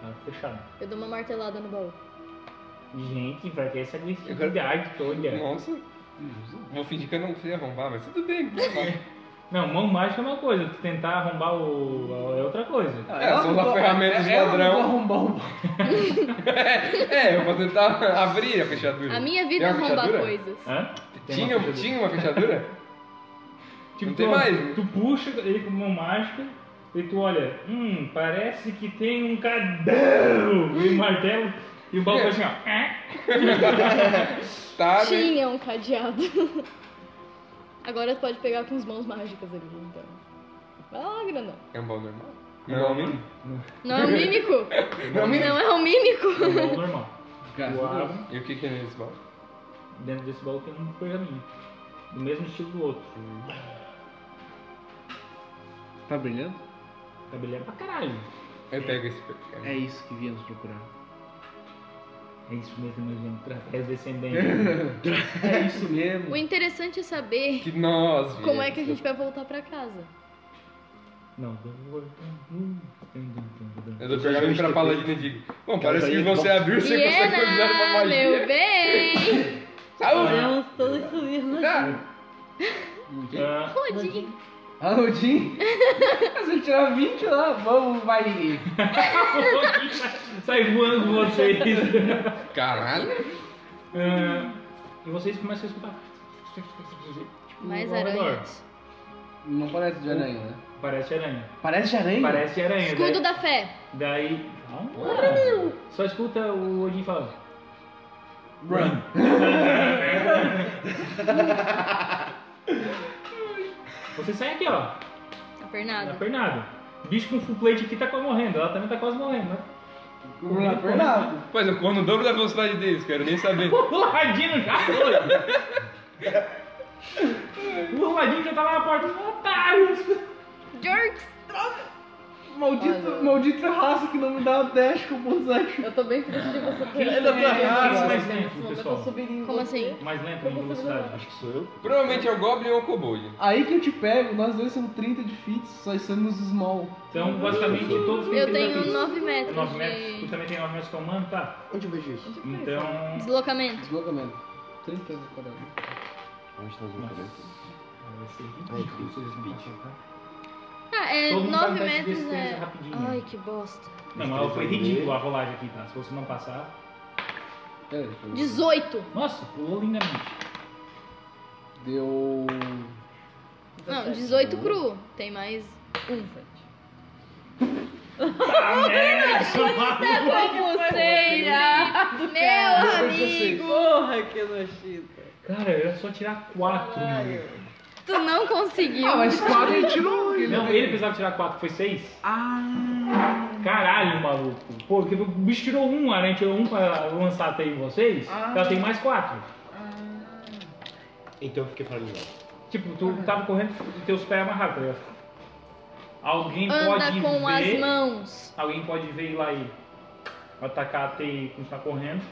Speaker 1: Tá fechado.
Speaker 4: Eu dou uma martelada no baú.
Speaker 1: Gente, vai ter essa agressividade toda.
Speaker 3: Nossa. Vou fingir que eu não sei arrombar, mas tudo bem. vou arrombar.
Speaker 1: Não, mão mágica é uma coisa, tu tentar arrombar o. é outra coisa.
Speaker 6: Ah,
Speaker 3: É, são as ferramentas de ladrão.
Speaker 6: um
Speaker 3: é, eu vou tentar abrir a fechadura.
Speaker 4: A minha
Speaker 3: Hum. Tem
Speaker 4: vida é
Speaker 3: uma
Speaker 4: arrombar
Speaker 3: fechadura?
Speaker 4: coisas.
Speaker 1: Hã? Tem uma
Speaker 3: Tinha,
Speaker 1: fechadura.
Speaker 3: tinha uma fechadura?
Speaker 1: Tipo,
Speaker 3: Não tem
Speaker 1: tu,
Speaker 3: mais.
Speaker 1: tu puxa ele com mão mágica e tu olha, hum, parece que tem um cadão e um martelo e o baú faz assim, ó. "Ah".
Speaker 3: tá, né?
Speaker 4: Tinha um cadeado. Agora tu pode pegar com as mãos mágicas ali, então. Vai lá, grandão.
Speaker 3: É um baú normal? Não, é um mini?
Speaker 4: Não é um mímico?
Speaker 3: Não é um mini?
Speaker 4: Não é um mímico?
Speaker 1: É um baú normal.
Speaker 3: é
Speaker 6: Graças
Speaker 1: Tu
Speaker 6: a Deus.
Speaker 1: abre,
Speaker 3: E o que que é nesse baú?
Speaker 1: dentro desse baú tem um pergaminho. Do mesmo estilo do outro.
Speaker 6: Tá brilhando?
Speaker 1: Tá brilhando pra caralho.
Speaker 3: Eu pego esse pergaminho.
Speaker 6: É isso que viemos procurar.
Speaker 1: É isso mesmo, meu gente. Através descendente.
Speaker 6: É isso mesmo.
Speaker 4: O interessante é saber
Speaker 3: Que nós,
Speaker 4: como é que a
Speaker 3: viemos.
Speaker 4: gente vai voltar pra casa.
Speaker 1: Não, eu vou- hum, tum, tum, tum, tum.
Speaker 3: Eu dou pergaminho pra paladina e digo, bom, parece que
Speaker 2: aí,
Speaker 3: você abriu, você consegue coordenar uma
Speaker 4: Iena, meu
Speaker 3: magia.
Speaker 4: bem!
Speaker 3: Saúde!
Speaker 5: Podemos todos subir no
Speaker 3: Ah,
Speaker 1: Ah,
Speaker 4: Rodinho.
Speaker 6: Ah, o Jim? Mas ele tirar 20 lá, vamos, vai.
Speaker 1: Sai voando vocês.
Speaker 3: Caralho!
Speaker 1: Ah, e vocês começam a escutar. Tipo,
Speaker 4: Mais
Speaker 1: ao redor.
Speaker 4: aranhas.
Speaker 6: Não parece de aranha, né?
Speaker 1: Parece aranha.
Speaker 6: Parece de aranha?
Speaker 1: Parece aranha.
Speaker 4: Escudo
Speaker 1: daí,
Speaker 4: da fé.
Speaker 1: daí. Calma. Só escuta o Odin falando.
Speaker 6: Run.
Speaker 1: Você sai aqui, ó.
Speaker 4: A
Speaker 1: Na
Speaker 4: pernada.
Speaker 1: pernada. O bicho com full plate aqui tá quase morrendo. Ela também tá quase morrendo, né?
Speaker 6: Run, Fernando.
Speaker 3: Pois eu corro no dobro da velocidade deles, quero nem saber.
Speaker 1: O ladino já tá foi. o ladino já tá lá na porta. Otários!
Speaker 4: Jorks!
Speaker 6: Maldito,
Speaker 5: Olha.
Speaker 6: maldita raça que não me dá o dash com o Bonsai.
Speaker 5: Eu tô bem triste de você ter
Speaker 6: Ainda tá errado,
Speaker 1: mas tem,
Speaker 5: Nesse momento
Speaker 1: pessoal.
Speaker 5: eu subiria em
Speaker 4: Como
Speaker 5: você.
Speaker 4: assim?
Speaker 1: Mais lento em velocidade.
Speaker 2: Acho que sou eu.
Speaker 3: Provavelmente é o Goblin ou o Kobold.
Speaker 6: Aí que eu te pego, nós dois somos 30 de fits, só estamos small.
Speaker 1: Então, basicamente, todos têm
Speaker 4: Eu
Speaker 1: 30
Speaker 4: tenho
Speaker 1: fits.
Speaker 4: 9 metros,
Speaker 1: 9 metros. Tu
Speaker 4: de
Speaker 1: também tem 9 metros comando, tá?
Speaker 2: Onde eu vejo isso?
Speaker 1: Então.
Speaker 4: deslocamento.
Speaker 6: Deslocamento. 30 de cada.
Speaker 2: Onde está o documento?
Speaker 4: Ah, é
Speaker 1: Tá, Todo mundo vai me
Speaker 4: 9
Speaker 1: dar esse
Speaker 4: metros
Speaker 1: destreza
Speaker 4: é.
Speaker 1: rapidinho. né?
Speaker 4: Ai, que bosta.
Speaker 1: Não, mas foi ridículo a rolagem aqui, tá? Se você não passar.
Speaker 6: Pera aí, deixa eu ver.
Speaker 4: 18.
Speaker 1: Nossa, pulou lindamente.
Speaker 6: Deu.
Speaker 4: Não, 18 cru. Tem mais.
Speaker 1: Ah, merda!
Speaker 4: Como será?
Speaker 5: errado, cara.
Speaker 4: É Meu amigo,
Speaker 5: Porra, que nojento.
Speaker 1: Cara, era só tirar quatro. mano.
Speaker 4: tu não conseguiu.
Speaker 6: Ah, mas quatro ele tirou. Ele
Speaker 1: Não, ele precisava tirar quatro, foi seis.
Speaker 6: Ah!
Speaker 1: Caralho, maluco. Pô, porque o bicho tirou um, a aranha tirou um pra lançar até em vocês,
Speaker 4: Ah.
Speaker 1: ela tem mais quatro.
Speaker 2: Então eu fiquei paralisado.
Speaker 1: Tipo, tu tava correndo e teus pés amarrados, tá ligado? Alguém pode
Speaker 4: Anda com
Speaker 1: ver.
Speaker 4: as mãos.
Speaker 1: Alguém pode ver ir lá e atacar até e continuar tá correndo.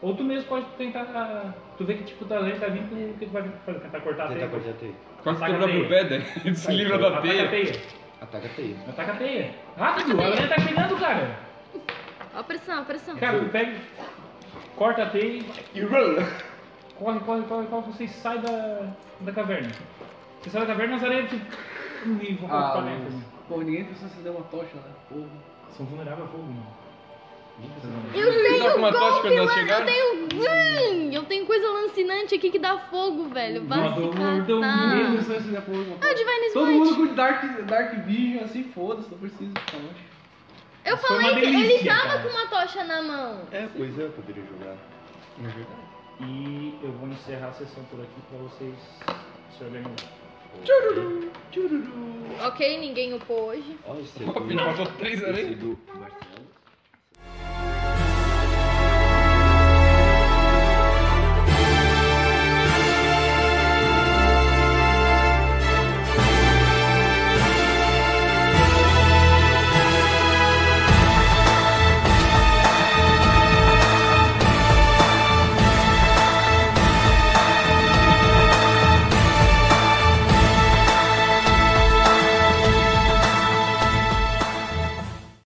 Speaker 1: Ou tu mesmo pode tentar. ah, Tu vê que tipo da lente tá vindo, o que tu vai fazer? Tentar cortar a
Speaker 2: Tenta
Speaker 1: teia?
Speaker 2: cortar a teia.
Speaker 3: Quase
Speaker 1: Ataca
Speaker 3: quebrar
Speaker 1: a teia.
Speaker 3: pro pé, né? Ele se livra da
Speaker 1: Ataca a
Speaker 3: teia.
Speaker 1: teia.
Speaker 2: Ataca a teia.
Speaker 1: Ataca a teia. Rápido, a lente tá chegando, cara.
Speaker 4: Ó a pressão, ó a pressão.
Speaker 1: Cara, tu pega, corta a teia e vai.
Speaker 2: E run!
Speaker 1: corre, corre, corre, corre, vocês saem da, da caverna. Vocês saem da caverna, as areias tipo, e vão
Speaker 6: Ah,
Speaker 1: pra dentro.
Speaker 6: mas- Pô, ninguém precisa acender uma tocha, né? Porra.
Speaker 1: São vulneráveis a um fogo, mano.
Speaker 4: Eu
Speaker 3: Tá
Speaker 4: tenho
Speaker 3: com uma tocha
Speaker 4: golpe,
Speaker 3: quando
Speaker 4: mano.
Speaker 3: elas
Speaker 4: Eu
Speaker 3: chegaram?
Speaker 4: tenho. Hum, eu tenho coisa lancinante aqui que dá fogo, velho. Vai se
Speaker 1: Voador, dou
Speaker 4: catar.
Speaker 6: Ninguém precisa acender porra uma
Speaker 4: Ah,
Speaker 6: tocha.
Speaker 4: Divine
Speaker 6: Todo
Speaker 4: Smite.
Speaker 6: mundo com Dark, Dark Vision, assim, foda-se, não tá precisa de tocha.
Speaker 4: Eu
Speaker 1: Foi uma
Speaker 4: falei que ele
Speaker 1: delícia,
Speaker 4: tava
Speaker 1: cara.
Speaker 4: com uma tocha na mão.
Speaker 2: É, pois é, eu poderia jogar.
Speaker 3: é
Speaker 1: E eu vou encerrar a sessão por aqui pra vocês se organizarem.
Speaker 4: Ok, ninguém upou hoje.
Speaker 2: Olha, esse
Speaker 3: Pô, Afinal, matou três aranhas.
Speaker 2: é do...